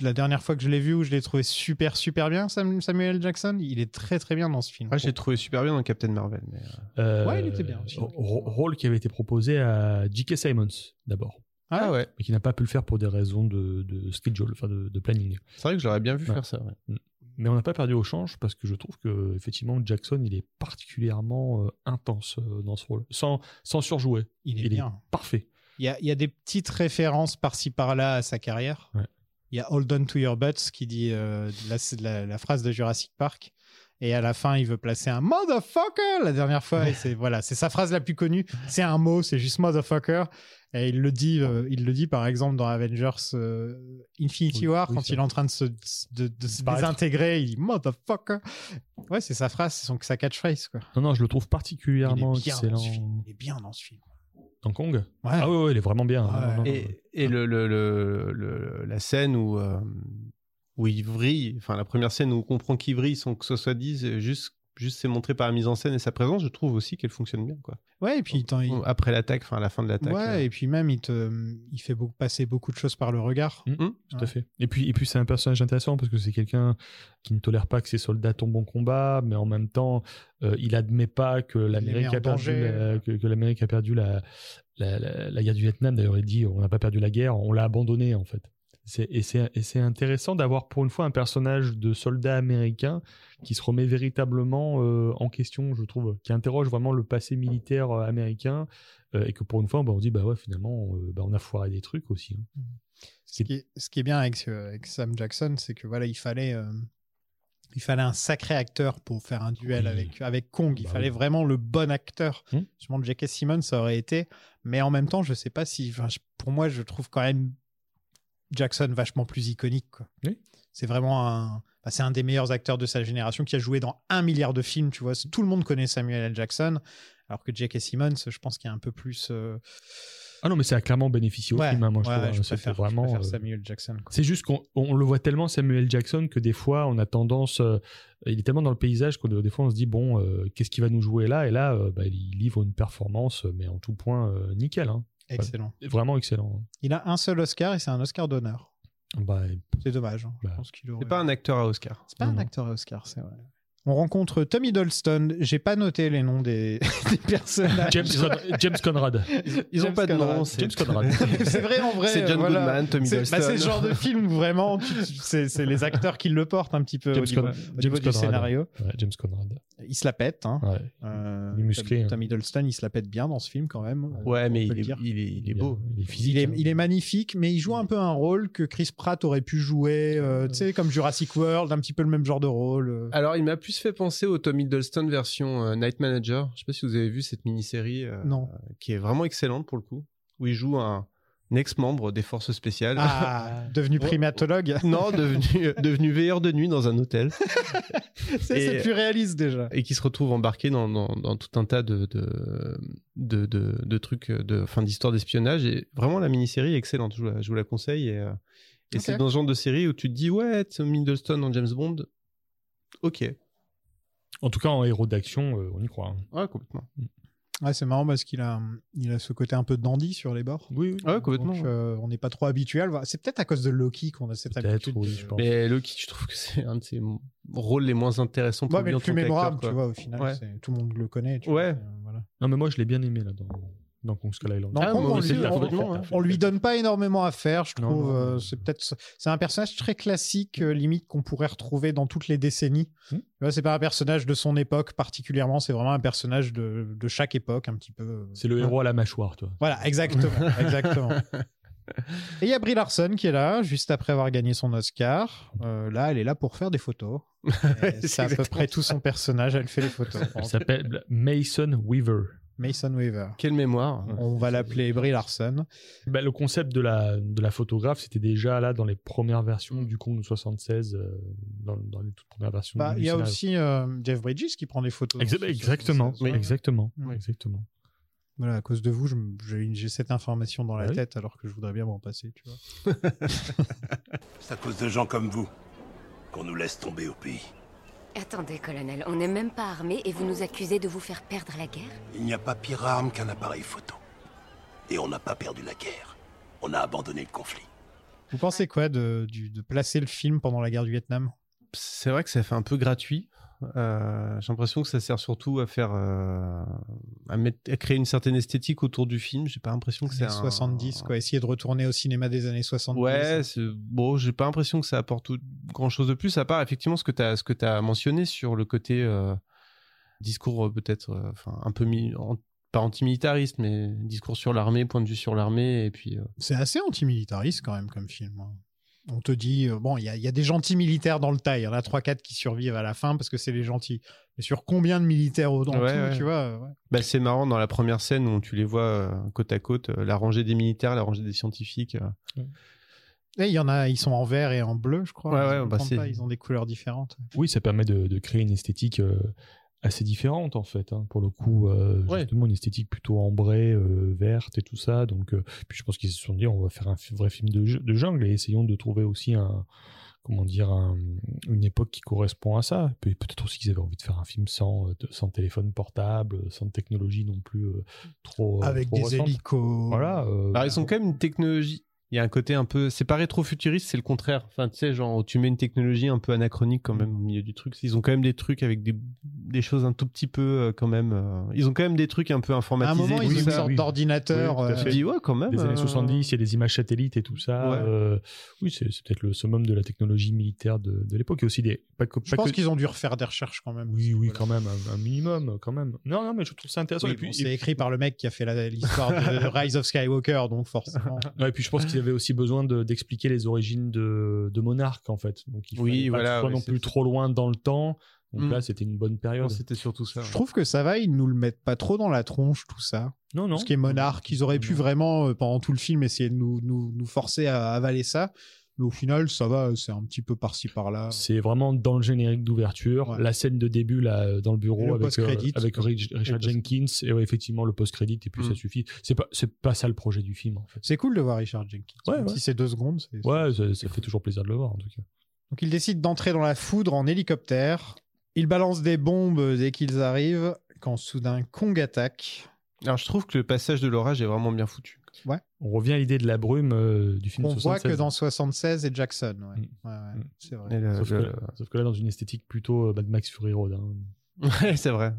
S8: la dernière fois que je l'ai vu où je l'ai trouvé super super bien. Sam- Samuel Jackson, il est très très bien dans ce film.
S9: Ah, je l'ai trouvé super bien dans Captain Marvel. Mais... euh,
S8: Ouais, il était bien aussi.
S10: Rôle qui avait été proposé à J.K. Simons d'abord,
S8: Ah
S9: ouais.
S10: mais qui n'a pas pu le faire pour des raisons de, de schedule, enfin de, de planning.
S9: C'est vrai que j'aurais bien vu
S10: Ouais.
S9: faire ça. ouais.
S10: Mais on n'a pas perdu au change parce que je trouve que effectivement Jackson il est particulièrement euh, intense euh, dans ce rôle, sans sans surjouer.
S8: il est
S10: il est-
S8: bien.
S10: Parfait.
S8: Il y, a, il y a des petites références par-ci par-là à sa carrière.
S10: Ouais.
S8: Il y a Hold on to your butts qui dit euh, la, la- la phrase de Jurassic Park. Et à la fin, il veut placer un motherfucker la dernière fois. Et c'est voilà, c'est sa phrase la plus connue. C'est un mot, c'est juste motherfucker. Et il le dit, euh, il le dit par exemple dans Avengers euh, Infinity
S10: Oui,
S8: War
S10: oui,
S8: quand
S10: ça.
S8: il est en train de se, de, de se
S10: Disparaître.
S8: désintégrer. Il dit motherfucker. Ouais, c'est sa phrase, c'est son sa catchphrase quoi.
S10: Non non, je le trouve
S8: Il est bien
S10: particulièrement
S8: dans ce film.
S10: excellent.
S8: Il est bien dans ce film.
S10: Dans Kong.
S8: Ouais.
S10: Ah ouais, ouais, il est vraiment bien.
S8: Ah
S10: Non,
S8: ouais.
S10: non, non, non.
S9: Et, et le, le- le- le- la scène où, euh, où il vrille, enfin la première scène où on comprend qu'il vrille sans que ce soit dit, c'est juste, juste c'est montré par la mise en scène et sa présence, je trouve aussi qu'elle fonctionne bien. Quoi.
S8: Ouais, et puis il t'en- il,
S9: Après l'attaque, enfin à la fin de l'attaque.
S8: Ouais,
S9: euh,
S8: et puis même, il, te, il fait beaucoup, passer beaucoup de choses par le regard.
S10: Mm,
S9: Mm.
S10: Tout à fait. Et puis, et puis c'est un personnage intéressant parce que c'est quelqu'un qui ne tolère pas que ses soldats tombent en combat, mais en même temps, euh, il admet pas que l'Amérique
S8: met en
S10: a perdu,
S8: danger.
S10: la, que, que l'Amérique a perdu la, la, la- la guerre du Vietnam. D'ailleurs, il dit on n'a pas perdu la guerre, on l'a abandonnée en fait. C'est, et, c'est, et c'est intéressant d'avoir pour une fois un personnage de soldat américain qui se remet véritablement euh, en question, je trouve, qui interroge vraiment le passé militaire euh, américain euh, et que pour une fois, bah, on dit bah ouais, finalement, euh, bah, on a foiré des trucs aussi. hein.
S8: Ce qui, est, ce qui est bien avec, euh, avec Sam Jackson, c'est que voilà, il fallait, euh, il fallait un sacré acteur pour faire un duel
S10: Oui.
S8: avec, avec Kong. Il
S10: Bah
S8: fallait
S10: oui.
S8: vraiment le bon acteur.
S10: Mm.
S8: Sûrement J.K. Simmons ça aurait été. Mais en même temps, je sais pas si. enfin, je- Pour moi, je trouve quand même Jackson vachement plus iconique. quoi.
S10: Oui.
S8: C'est vraiment un. bah, c'est un des meilleurs acteurs de sa génération qui a joué dans un milliard de films, tu vois. C'est- Tout le monde connaît Samuel L. Jackson, alors que J.K. Simmons, je pense qu'il y a un peu plus. euh,
S10: Ah non, mais ça a clairement bénéficié au
S8: ouais,
S10: film, hein, moi je
S8: ouais,
S10: trouve. hein,
S8: je
S10: c'était
S8: préfère, je
S10: vraiment.
S8: préfère
S10: euh,
S8: Samuel Jackson. quoi.
S10: C'est juste qu'on on le voit tellement Samuel Jackson que des fois on a tendance, euh, il est tellement dans le paysage que des fois on se dit bon euh, qu'est-ce qu'il va nous jouer là et là euh, bah, il livre une performance euh, mais en tout point euh, nickel, hein.
S8: Excellent.
S10: vraiment excellent.
S8: Il a un seul Oscar et c'est un Oscar d'honneur.
S10: Bah,
S8: C'est dommage. hein. Je
S10: Bah,
S8: pense qu'il aurait-
S9: C'est pas un acteur à Oscar.
S8: C'est pas
S10: non,
S8: un
S10: non.
S8: acteur à Oscar, c'est vrai. On rencontre Tom Hiddleston. J'ai pas noté les noms des, des personnages.
S10: James, Con- James Conrad.
S9: Ils ont
S8: James
S9: pas de
S8: Conrad.
S9: nom. c'est-
S10: James Conrad.
S8: c'est vrai en vrai.
S9: C'est John
S8: euh, voilà.
S9: Goodman, Tommy
S8: C'est bah,
S9: Hiddleston.
S8: c'est le genre de film où vraiment, tu- tu- c'est c'est les acteurs qui le portent un petit peu au
S10: James
S8: niveau,
S10: Con-
S8: au
S10: James
S8: niveau du
S10: Conrad.
S8: scénario.
S10: Ouais, James Conrad.
S8: Il se la pète. Hein.
S10: Ouais.
S8: Euh,
S10: Il est musclé,
S8: Tom,
S10: hein.
S8: Tom Hiddleston, il se la pète bien dans ce film quand même.
S9: Ouais, mais
S8: peut
S9: il
S8: le
S9: est,
S8: dire.
S9: il est- il est
S10: bien.
S9: beau.
S10: Il est physique.
S8: il, est,
S10: hein.
S8: il est magnifique, mais il joue un peu un rôle que Chris Pratt aurait pu jouer, euh, tu sais, comme Jurassic World, un petit peu le même genre de rôle. euh.
S9: Alors, il m'a plus fait penser au Tom Hiddleston version euh, Night Manager. Je sais pas si vous avez vu cette mini-série euh,
S8: Non.
S9: qui est vraiment excellente pour le coup, où il joue un, un ex-membre des forces spéciales.
S8: Ah, devenu
S9: Ouais.
S8: primatologue,
S9: Non, devenu, devenu veilleur de nuit dans un hôtel
S8: C'est- c'est
S9: Et-
S8: plus réaliste déjà.
S9: et qui se retrouve embarqué dans, dans- dans tout un tas de, de, de, de- de trucs, de, enfin, d'histoires d'espionnage. Et vraiment, la mini-série est excellente. Je vous la, je vous la conseille. Et, euh, et
S8: Ok.
S9: c'est dans ce genre de série où tu te dis, ouais, Tom Hiddleston en James Bond. Ok.
S10: En tout cas, en héros d'action, euh, on y croit. hein.
S9: Ouais, complètement.
S8: Ouais, c'est marrant parce qu'il a, il a ce côté un peu dandy sur les bords.
S10: Oui, oui.
S9: Ouais, complètement.
S8: Donc, euh, on n'est pas trop habitué à le voir. C'est peut-être à cause de Loki qu'on a cette
S10: Peut-être,
S8: habitude.
S10: oui,
S8: de-
S10: je pense.
S9: Mais Loki, je trouve que c'est un de ses m- rôles les moins intéressants pour
S8: Ouais, mais
S9: lui
S8: le
S9: en
S8: plus
S9: tant qu'acteur,
S8: mémorable,
S9: quoi.
S8: tu vois, au final,
S9: Ouais.
S8: c'est- tout le monde le connaît. tu
S9: Ouais.
S8: vois, c'est- voilà.
S10: Non, mais moi, je l'ai bien aimé là dans, dans Kong Skull Island.
S8: Dans Ah, Kong, moi on aussi, lui- on-
S9: complètement, hein.
S8: On lui donne pas énormément à faire, je
S10: Non,
S8: trouve.
S10: non.
S8: euh, c'est peut-être, c'est un personnage très classique, euh, limite qu'on pourrait retrouver dans toutes les décennies.
S10: Hmm.
S8: Tu vois, c'est pas un personnage de son époque particulièrement, c'est vraiment un personnage de, de chaque époque, un petit peu. euh,
S10: C'est le
S8: Ouais.
S10: héros à la mâchoire, toi.
S8: Voilà, exactement, exactement. Et il y a Brie Larson qui est là, juste après avoir gagné son Oscar. Euh, là, elle est là pour faire des photos. Et
S9: C'est
S8: C'est à peu
S9: exactement
S8: près tout son personnage, elle fait les photos.
S10: Il s'appelle Mason Weaver.
S8: Mason Weaver.
S9: Quelle mémoire.
S8: On va l'appeler Brie Larson.
S10: Bah, le concept de la, de la photographe, c'était déjà là dans les premières versions du Kong 76, euh, dans, dans les toutes premières versions.
S8: Bah,
S10: du
S8: il y a
S10: scénario.
S8: aussi euh, Jeff Bridges qui prend des photos.
S10: Exa-
S8: dans ce-
S10: exactement,
S8: sur- sur- sur-
S10: exactement,
S8: Oui.
S10: exactement.
S8: Voilà, à cause de vous, je me- j'ai une- j'ai cette information dans
S9: Bah
S8: la
S10: Ah oui.
S8: tête alors que je voudrais bien m'en passer, tu vois.
S1: C'est à cause de gens comme vous qu'on nous laisse tomber au pays.
S2: Attendez, colonel, on n'est même pas armé et vous nous accusez de vous faire perdre la guerre
S1: Il n'y a pas pire arme qu'un appareil photo. Et on n'a pas perdu la guerre. On a abandonné le conflit.
S8: Vous pensez quoi de, du- de placer le film pendant la guerre du Vietnam
S9: C'est vrai que ça fait un peu gratuit. Euh, J'ai l'impression que ça sert surtout à faire, euh, à, mettre- à créer une certaine esthétique autour du film. J'ai pas l'impression que c'est
S8: C'est
S9: un-
S8: 70, quoi. Essayer de retourner au cinéma des années 70.
S9: Ouais, c'est- bon, j'ai pas l'impression que ça apporte tout- grand chose de plus, à part effectivement ce que tu as, as mentionné sur le côté euh, discours euh, peut-être euh, enfin, un peu, mi- an- pas antimilitariste, mais discours sur l'armée, point de vue sur l'armée, et puis euh,
S8: C'est assez antimilitariste quand même comme film. hein. On te dit, euh, bon, il y, a- il y a des gentils militaires dans le tas. Il y en a 3-4 qui survivent à la fin parce que c'est les gentils. Mais sur combien de militaires au dans
S9: Ouais,
S8: tout,
S9: ouais.
S8: tu vois euh, ouais.
S9: Bah, c'est marrant dans la première scène où tu les vois euh, côte à côte, euh, la rangée des militaires, la rangée des scientifiques. euh.
S8: Et il y en a, ils sont en vert et en bleu, je crois.
S9: Ouais,
S8: Ils
S9: ouais,
S8: en
S9: bah,
S8: prennent
S9: c'est-
S8: pas, ils ont des couleurs différentes.
S10: Oui, ça permet de, de créer une esthétique euh, assez différente en fait. hein. pour le coup, euh,
S9: Ouais.
S10: justement une esthétique plutôt ambrée, euh, verte et tout ça. Donc, euh, puis je pense qu'ils se sont dit, on va faire un fi- vrai film de, ju- de jungle et essayons de trouver aussi un comment dire un- une époque qui correspond à ça. Puis peut-être aussi qu'ils avaient envie de faire un film sans euh, de- sans téléphone portable, sans technologie non plus euh, trop euh,
S8: Avec
S10: trop
S8: des
S10: récente.
S8: hélicos.
S10: Voilà. euh,
S9: Alors, Bah, ils sont quand même une technologie. Il y a un côté un peu. C'est pas rétro-futuriste, c'est le contraire. Enfin, tu sais, genre, tu mets une technologie un peu anachronique quand même au milieu du truc. Ils ont quand même des trucs avec des, des choses un tout petit peu euh, quand même. euh, Ils ont quand même des trucs un peu
S8: À un
S9: informatisés.
S8: moment, ils
S9: tout
S8: ont une
S9: ça.
S8: sorte
S10: oui.
S8: d'ordinateur.
S10: Oui, tout à
S8: euh,
S9: Tu te
S10: fait.
S9: dis, ouais, quand même.
S10: des
S9: euh,
S10: années 70, il y a des images satellites et tout ça.
S9: Ouais.
S10: euh, oui, c'est c'est peut-être le summum de la technologie militaire de, de l'époque. Il y a aussi des. Pas que,
S8: je
S10: pas
S8: pense
S10: que-
S8: qu'ils ont dû refaire des recherches quand même.
S10: Oui, oui,
S8: Voilà.
S10: quand même, un, un minimum, quand même. Non, non, mais je trouve ça intéressant.
S8: Oui,
S10: et, puis,
S8: bon,
S10: et
S8: c'est écrit par le mec qui a fait la- l'histoire de de Rise of Skywalker, donc forcément.
S10: puis- ouais, et puis, je pense qu'ils avaient aussi besoin de- d'expliquer les origines de, de Monarch, en fait. Donc, il
S9: Oui,
S10: fallait pas que ce
S9: voilà,
S10: soit
S9: oui,
S10: non
S9: c'est-
S10: plus trop loin dans le temps. Donc
S9: Mm.
S10: là, c'était une bonne
S9: non,
S10: période.
S9: C'était surtout ça.
S8: Je trouve que ça va, ils nous le mettent pas trop dans la tronche, tout ça.
S10: Non, non.
S8: Ce qui est monarque, ils auraient pu
S10: Non.
S8: vraiment, euh, pendant tout le film, essayer de nous, nous, nous forcer à avaler ça. Mais au final, ça va, c'est un petit peu par-ci par-là.
S10: C'est vraiment dans le générique d'ouverture,
S8: Ah Ouais.
S10: la scène de début là euh, dans le
S8: Et le
S10: bureau avec, euh,
S8: post-crédit.
S10: avec Rich- Richard
S9: Le post-
S10: Jenkins et ouais, effectivement le post-crédit et puis
S9: Mm.
S10: ça suffit. C'est pas c'est pas ça le projet du film en fait.
S8: C'est cool de voir Richard Jenkins.
S10: Ouais,
S8: Même
S10: ouais.
S8: Si c'est deux secondes. c'est-
S10: Ouais, ça, ça fait toujours plaisir de le voir en tout cas.
S8: Donc ils décident d'entrer dans la foudre en hélicoptère. Ils balancent des bombes dès qu'ils arrivent, quand soudain Kong attaque.
S9: Alors, je trouve que le passage de l'orage est vraiment bien foutu.
S8: Ouais.
S10: On revient à l'idée de la brume euh, du film
S8: On
S10: 76.
S8: voit que dans 76 et Jackson. Ouais.
S10: Mm.
S8: Ouais, ouais,
S10: Mm.
S8: C'est
S9: Et
S8: vrai.
S9: le-
S10: Sauf,
S9: le-
S10: que, sauf que là, dans une esthétique plutôt euh, Mad Max Fury Road. hein.
S9: Ouais, c'est vrai.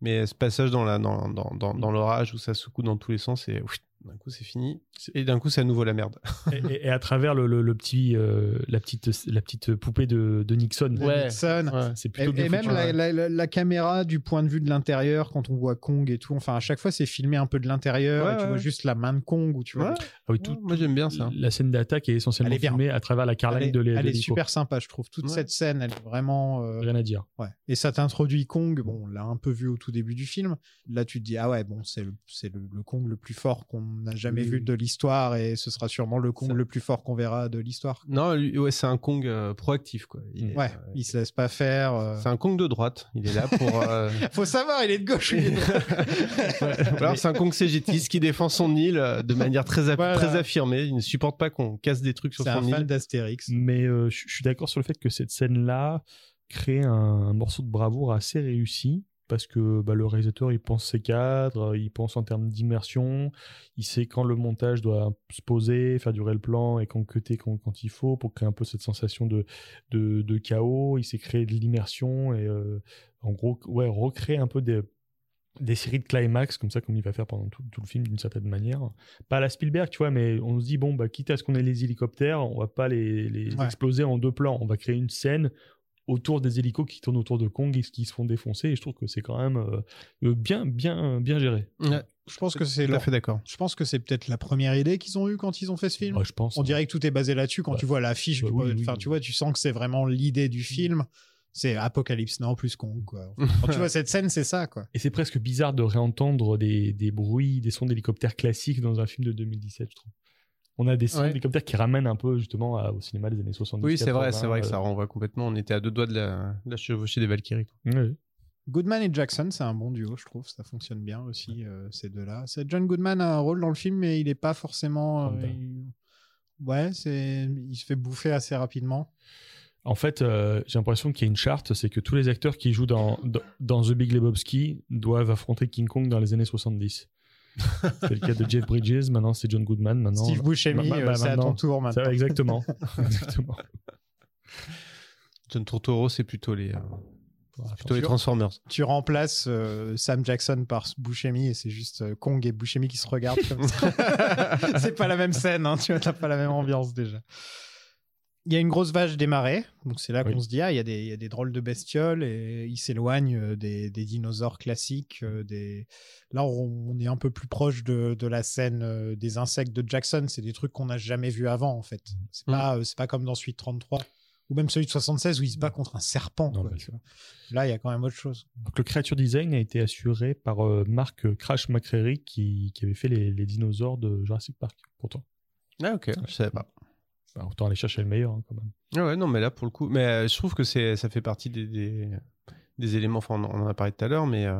S9: Mais euh, ce passage dans la dans, dans, dans, dans l'orage où ça secoue dans tous les sens et ouf, d'un coup c'est fini et d'un coup c'est à nouveau la merde.
S10: et, et- et à travers le, le- le petit, euh, la, petite, la petite poupée de, de Nixon.
S9: Ouais.
S8: Nixon.
S10: C'est plutôt
S8: Et,
S10: bien
S8: et même
S10: foutu.
S8: la, la- la- la caméra du point de vue de l'intérieur, quand on voit Kong et tout, enfin à chaque fois c'est filmé un peu de l'intérieur
S9: Ouais,
S8: et tu
S9: ouais.
S8: vois juste la main de Kong ou tu vois.
S9: Ouais,
S10: Ah oui, tout-
S9: moi j'aime bien ça.
S10: La scène d'attaque est essentiellement
S8: Elle est bien.
S10: filmée à travers la
S8: Elle
S10: carlingue
S8: est,
S10: de l'hé- de
S8: elle est
S10: l'hélico.
S8: super sympa, je trouve. Toute
S9: Ouais.
S8: cette scène, elle est vraiment. euh,
S10: Rien à dire.
S8: ouais. Et ça t'introduit Kong. Bon, on l'a un peu vu au tout début du film. Là, tu te dis, ah ouais, bon, c'est le, c'est le, le Kong le plus fort qu'on n'a jamais
S10: Oui,
S8: vu
S10: oui.
S8: de l'histoire et ce sera sûrement le Kong
S9: Ça-
S8: le plus fort qu'on verra de l'histoire.
S9: Non, lui, ouais, c'est un Kong euh, proactif quoi. Il est,
S8: Ouais,
S9: euh,
S8: il se laisse pas faire. euh.
S9: c'est un Kong de droite. Il est là pour. euh,
S8: Faut savoir, il est de gauche. il est de droite.
S9: Ou Alors c'est un Kong cégétiste qui défend son île euh, de manière très, aff-
S8: Voilà.
S9: très affirmée. Il ne supporte pas qu'on casse des trucs sur
S8: C'est un
S9: son
S8: fan
S9: île.
S8: d'Astérix.
S10: Mais euh, je je suis d'accord sur le fait que cette scène-là crée un, un morceau de bravoure assez réussi. Parce que bah, le réalisateur, il pense ses cadres, il pense en termes d'immersion, il sait quand le montage doit se poser, faire durer le plan et quand cutter quand, quand il faut pour créer un peu cette sensation de, de, de chaos. Il sait créer de l'immersion et euh, en gros, ouais, recréer un peu des, des séries de climax comme ça, comme il va faire pendant tout, tout le film d'une certaine manière pas à la Spielberg, tu vois, mais on se dit, bon, bah, quitte à ce qu'on ait les hélicoptères, on va pas les, les
S8: Ouais.
S10: exploser en deux plans. On va créer une scène autour des hélicos qui tournent autour de Kong et qui se font défoncer. Et je trouve que c'est quand même euh, euh, bien, bien, bien géré.
S9: Ouais,
S8: Je pense que c'est
S9: tout à
S8: leur-
S9: fait d'accord.
S8: Je pense que c'est peut-être la première idée qu'ils ont eue quand ils ont fait ce film.
S10: Moi, je pense. hein.
S8: On dirait que tout est basé là-dessus. Quand
S10: Ouais.
S8: tu vois l'affiche,
S10: Bah
S8: du-
S10: oui, oui,
S8: enfin,
S10: oui.
S8: tu vois, tu sens que c'est vraiment l'idée du film. C'est Apocalypse Now plus con, quoi. Quand tu vois cette scène, c'est ça, quoi.
S10: Et c'est presque bizarre de réentendre des, des bruits, des sons d'hélicoptères classiques dans un film de 2017, je trouve. On a des sons
S9: Ouais.
S10: d'hélicoptères qui ramènent un peu justement à- au cinéma des années 70.
S9: Oui, c'est vrai,
S10: 80,
S9: c'est vrai que
S10: euh,
S9: ça renvoie complètement. On était à deux doigts de la, de la chevauchée des Valkyries.
S10: euh, ouais.
S8: Goodman et Jackson, c'est un bon duo, je trouve. Ça fonctionne bien aussi, euh, ces deux-là. C'est- John Goodman a un rôle dans le film, mais il est pas forcément. euh,
S10: Sympa.
S8: il- Ouais, c'est. Il se fait bouffer assez rapidement.
S10: En fait, euh, j'ai l'impression qu'il y a une charte, c'est que tous les acteurs qui jouent dans, dans, dans The Big Lebowski doivent affronter King Kong dans les années 70. c'est le cas de Jeff Bridges, maintenant c'est John Goodman, maintenant...
S8: Steve Buscemi,
S10: Bah, bah,
S8: euh,
S10: bah,
S8: c'est à
S10: maintenant.
S8: ton tour
S10: Ça
S8: maintenant.
S10: va, exactement. Exactement.
S9: John Turturro, c'est plutôt les, euh, plutôt les
S8: Sûr.
S9: Transformers.
S8: Tu remplaces euh, Sam Jackson par Buscemi et c'est juste euh, Kong et Buscemi qui se regardent comme ça. c'est pas la même scène, hein, tu vois, t'as pas la même ambiance déjà. Il y a une grosse vache des marais, donc c'est là
S10: Oui.
S8: qu'on se dit ah il y, a des, il y a des drôles de bestioles et ils s'éloignent euh, des, des dinosaures classiques. euh, des... Là on, on est un peu plus proche de, de la scène euh, des insectes de Jackson, c'est des trucs qu'on n'a jamais vu avant en fait. C'est
S9: Mm.
S8: pas euh, c'est pas comme dans Suite 33 ou même celui de 76 où il se bat contre un serpent.
S10: Mm. Non,
S8: quoi,
S10: mais-
S8: tu vois. Là il y a quand même autre chose.
S10: Donc, le creature design a été assuré par euh, Mark Crash McCreary qui, qui avait fait les, les dinosaures de Jurassic Park, pourtant.
S9: Ah, ok, je savais pas.
S10: Enfin, autant aller chercher le meilleur, hein, quand même.
S9: Ah ouais, non, mais là, pour le coup, mais euh, je trouve que c'est, ça fait partie des, des, des éléments. Enfin, on en- on en a parlé tout à l'heure, mais euh,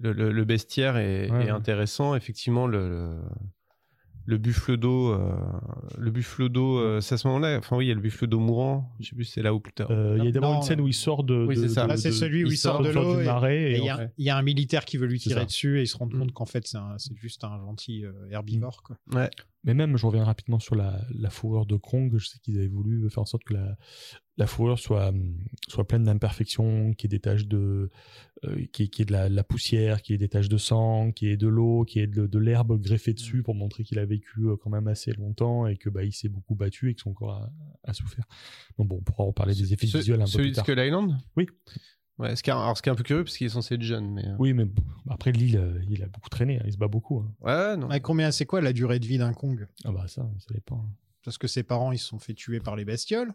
S9: le, le- le bestiaire est,
S10: Ouais,
S9: est
S10: ouais.
S9: intéressant. Effectivement, le, le, le buffle d'eau, euh, le buffle d'eau, euh, c'est à ce moment-là. Enfin, oui, il y a le buffle d'eau mourant. Je sais plus, c'est là ou plus tard.
S10: Euh, il y a d'abord
S8: Non,
S10: une scène
S8: non.
S10: où il sort de...
S9: Oui,
S10: de-
S9: c'est ça.
S10: de-
S8: Ah, c'est
S10: de-
S8: celui où il sort de
S10: autour
S8: l'eau
S10: du
S8: et-
S10: marais.
S8: Et
S10: et
S8: il y,
S10: en
S8: a-
S10: fait-
S8: il y a un militaire qui veut lui
S10: C'est
S8: tirer
S10: ça.
S8: dessus et ils se rendent
S9: Mm.
S8: compte qu'en fait, c'est un- c'est juste un gentil euh, herbivore. Quoi.
S10: Mais même, je reviens rapidement sur la, la fourrure de Kong. Je sais qu'ils avaient voulu faire en sorte que la, la fourrure soit, hum, soit pleine d'imperfections, qu'il y ait des taches de. euh, qu'il y ait- qu'il y ait de la, de la poussière, qu'il y ait des taches de sang, qu'il y ait de l'eau, qu'il y ait de, de l'herbe greffée
S9: Mm.
S10: dessus pour montrer qu'il a vécu euh, quand même assez longtemps et que bah, il s'est beaucoup battu et que son corps a, a souffert. Donc bon, on pourra reparler des effets
S9: Ce-
S10: visuels un peu
S9: celui
S10: plus
S9: de
S10: tard.
S9: Skull Island
S10: Oui.
S9: Ouais, ce qui est, alors, ce qui est un peu curieux, parce qu'il est censé être jeune, mais. euh,
S10: Oui, mais bon, après, Lille, euh, il a beaucoup traîné, hein, il se bat beaucoup. hein.
S9: Ouais, non.
S8: Ouais, combien c'est quoi la durée de vie d'un Kong
S10: Ah bah ça, ça dépend.
S8: Parce que ses parents, ils se sont fait tuer par les bestioles,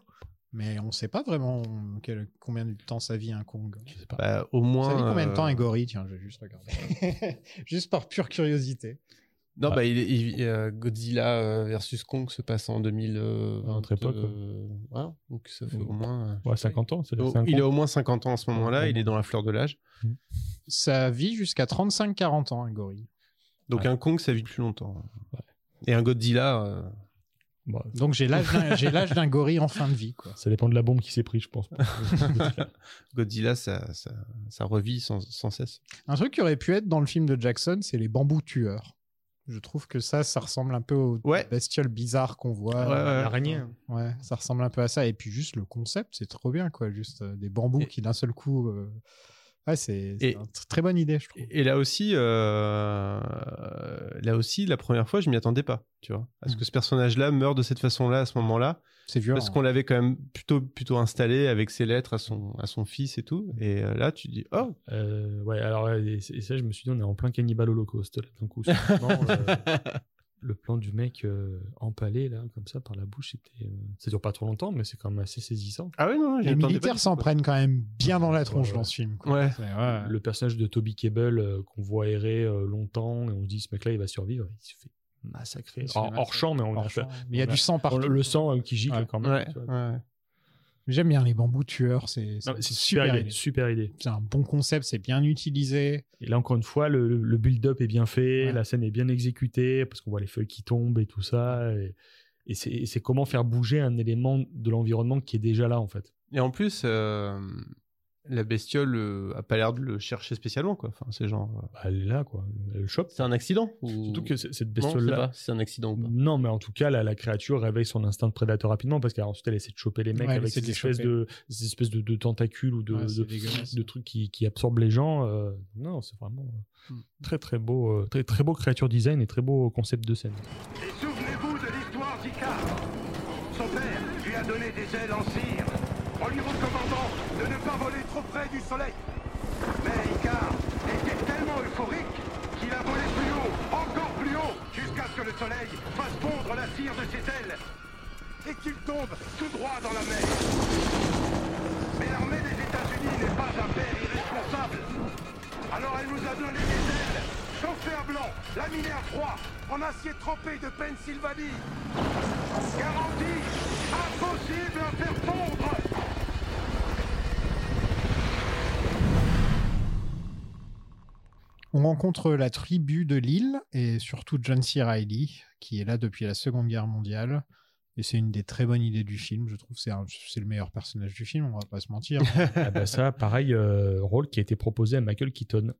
S8: mais on sait pas vraiment quel- combien de temps ça vit un Kong.
S10: Je sais pas.
S9: Bah, au
S8: Ça
S9: moins.
S8: vit combien de
S9: euh,
S8: temps un gorille Tiens, je vais juste regarder. juste par pure curiosité.
S9: Non, bah, il, est- il- euh, Godzilla euh, versus Kong se passe en 2020.
S10: À notre époque,
S9: euh, Ah, ouais, donc ça fait
S10: Ouais.
S9: au moins. euh,
S10: Ouais, 50 ans, c'est-à-dire
S9: Oh,
S10: 50
S9: il a au moins 50 ans à ce moment-là,
S10: Ouais.
S9: il est dans la fleur de l'âge.
S8: Ça vit jusqu'à 35-40 ans, un gorille.
S9: Donc
S10: Ouais.
S9: un Kong, ça vit plus longtemps. Et un Godzilla, euh,
S10: Bah,
S8: Donc j'ai l'âge d'un- j'ai l'âge d'un gorille en fin de vie. Quoi.
S10: ça dépend de la bombe qui s'est prise, je pense.
S9: Godzilla, ça, ça, ça revit sans, sans cesse.
S8: Un truc qui aurait pu être dans le film de Jackson, c'est les bambous tueurs. Je trouve que ça, ça ressemble un peu aux
S9: Ouais.
S8: bestioles bizarres qu'on voit. euh,
S9: Ouais, ouais.
S10: L'araignée.
S8: Ouais, ça ressemble un peu à ça. Et puis juste le concept, c'est trop bien, quoi. Juste euh, des bambous
S9: Et-
S8: qui d'un seul coup. euh, Ouais, c'est
S9: Et-
S8: une très bonne idée, je trouve.
S9: Et et là aussi, euh, là aussi, la première fois, je m'y attendais pas, tu vois, à ce
S8: Mm.
S9: que ce personnage-là meure de cette façon-là à ce moment-là.
S8: C'est violent.
S9: Parce qu'on l'avait quand même plutôt, plutôt installé avec ses lettres à son, à son fils et tout. Et euh, là, tu dis, oh
S10: Euh, ouais, alors, euh, et, et ça, je me suis dit, on est en plein cannibal holocauste, là, d'un coup. sur le plan, euh, le plan du mec euh, empalé, là, comme ça, par la bouche, c'était. euh, Ça dure pas trop longtemps, mais c'est quand même assez saisissant.
S9: Ah oui, non, non, je
S8: hein. Les
S9: m'attendais
S8: militaires
S9: pas
S8: s'en
S9: du tout,
S8: prennent quand même bien dans la tronche
S10: Ouais,
S8: dans
S10: ouais.
S8: ce film.
S9: quoi.
S8: Quoi.
S9: Ouais.
S8: C'est- ouais.
S10: Le personnage de Toby Cable, euh, qu'on voit errer euh, longtemps, et on se dit, ce mec-là, il va survivre, il se fait massacrer.
S8: Il se fait
S10: Hors- hors
S8: massacrer.
S10: champ, mais on
S8: Hors champ. Mais il y a
S10: on
S8: du sang
S10: Bon,
S8: partout.
S10: le, le sang euh, qui gicle
S8: Ouais.
S10: quand même.
S9: Ouais,
S10: tu vois.
S9: ouais.
S8: J'aime bien les bambous tueurs. C'est c'est
S10: Non, mais
S8: une
S10: C'est super, idée,
S8: idée.
S10: super idée.
S8: C'est un bon concept, c'est bien utilisé.
S10: Et là, encore une fois, le, le- le build-up est bien fait,
S8: Ouais.
S10: la scène est bien exécutée, parce qu'on voit les feuilles qui tombent et tout ça. Et, et c'est- et c'est comment faire bouger un élément de l'environnement qui est déjà là, en fait.
S9: Et en plus, euh, la bestiole euh, a pas l'air de le chercher spécialement, quoi. Enfin, c'est genre. euh,
S10: Bah, elle est là, quoi. Elle le chope.
S9: C'est un accident ou...
S10: Surtout que c- cette
S9: Non, je sais
S10: bestiole-là.
S9: pas si c'est un accident ou pas.
S10: Non, mais en tout cas, la, la créature réveille son instinct de prédateur rapidement parce qu'ensuite elle essaie de choper les mecs
S8: Ouais, elle
S10: avec
S8: essaie de
S10: ces
S8: les
S10: espèces,
S8: choper.
S10: de, ces espèces de, de tentacules ou de,
S8: Ouais, c'est
S10: de-
S8: dégueulasse.
S10: de trucs qui, qui absorbent les gens. euh, non, c'est vraiment euh,
S8: Hmm.
S10: très très beau, euh, très très beau créature design et très beau concept de scène.
S6: Et souvenez-vous de l'histoire d'Icar. Son père lui a donné des ailes en cire, en lui recommandant de ne pas voler trop près du soleil. Mais Icar était tellement euphorique qu'il a volé plus haut, encore plus haut, jusqu'à ce que le soleil fasse fondre la cire de ses ailes et qu'il tombe tout droit dans la mer. Mais l'armée des États-Unis n'est pas un père irresponsable. Alors elle nous a donné des ailes, chauffeur blanc, laminaire froid, en acier trempé de Pennsylvanie. Garantie, impossible à faire fondre
S8: On rencontre la tribu de l'île et surtout John C. Reilly, qui est là depuis la Seconde Guerre mondiale. Et c'est une des très bonnes idées du film, je trouve. C'est un- c'est le meilleur personnage du film, on va pas se mentir.
S10: ah bah ça, pareil, euh, rôle qui a été proposé à Michael Keaton.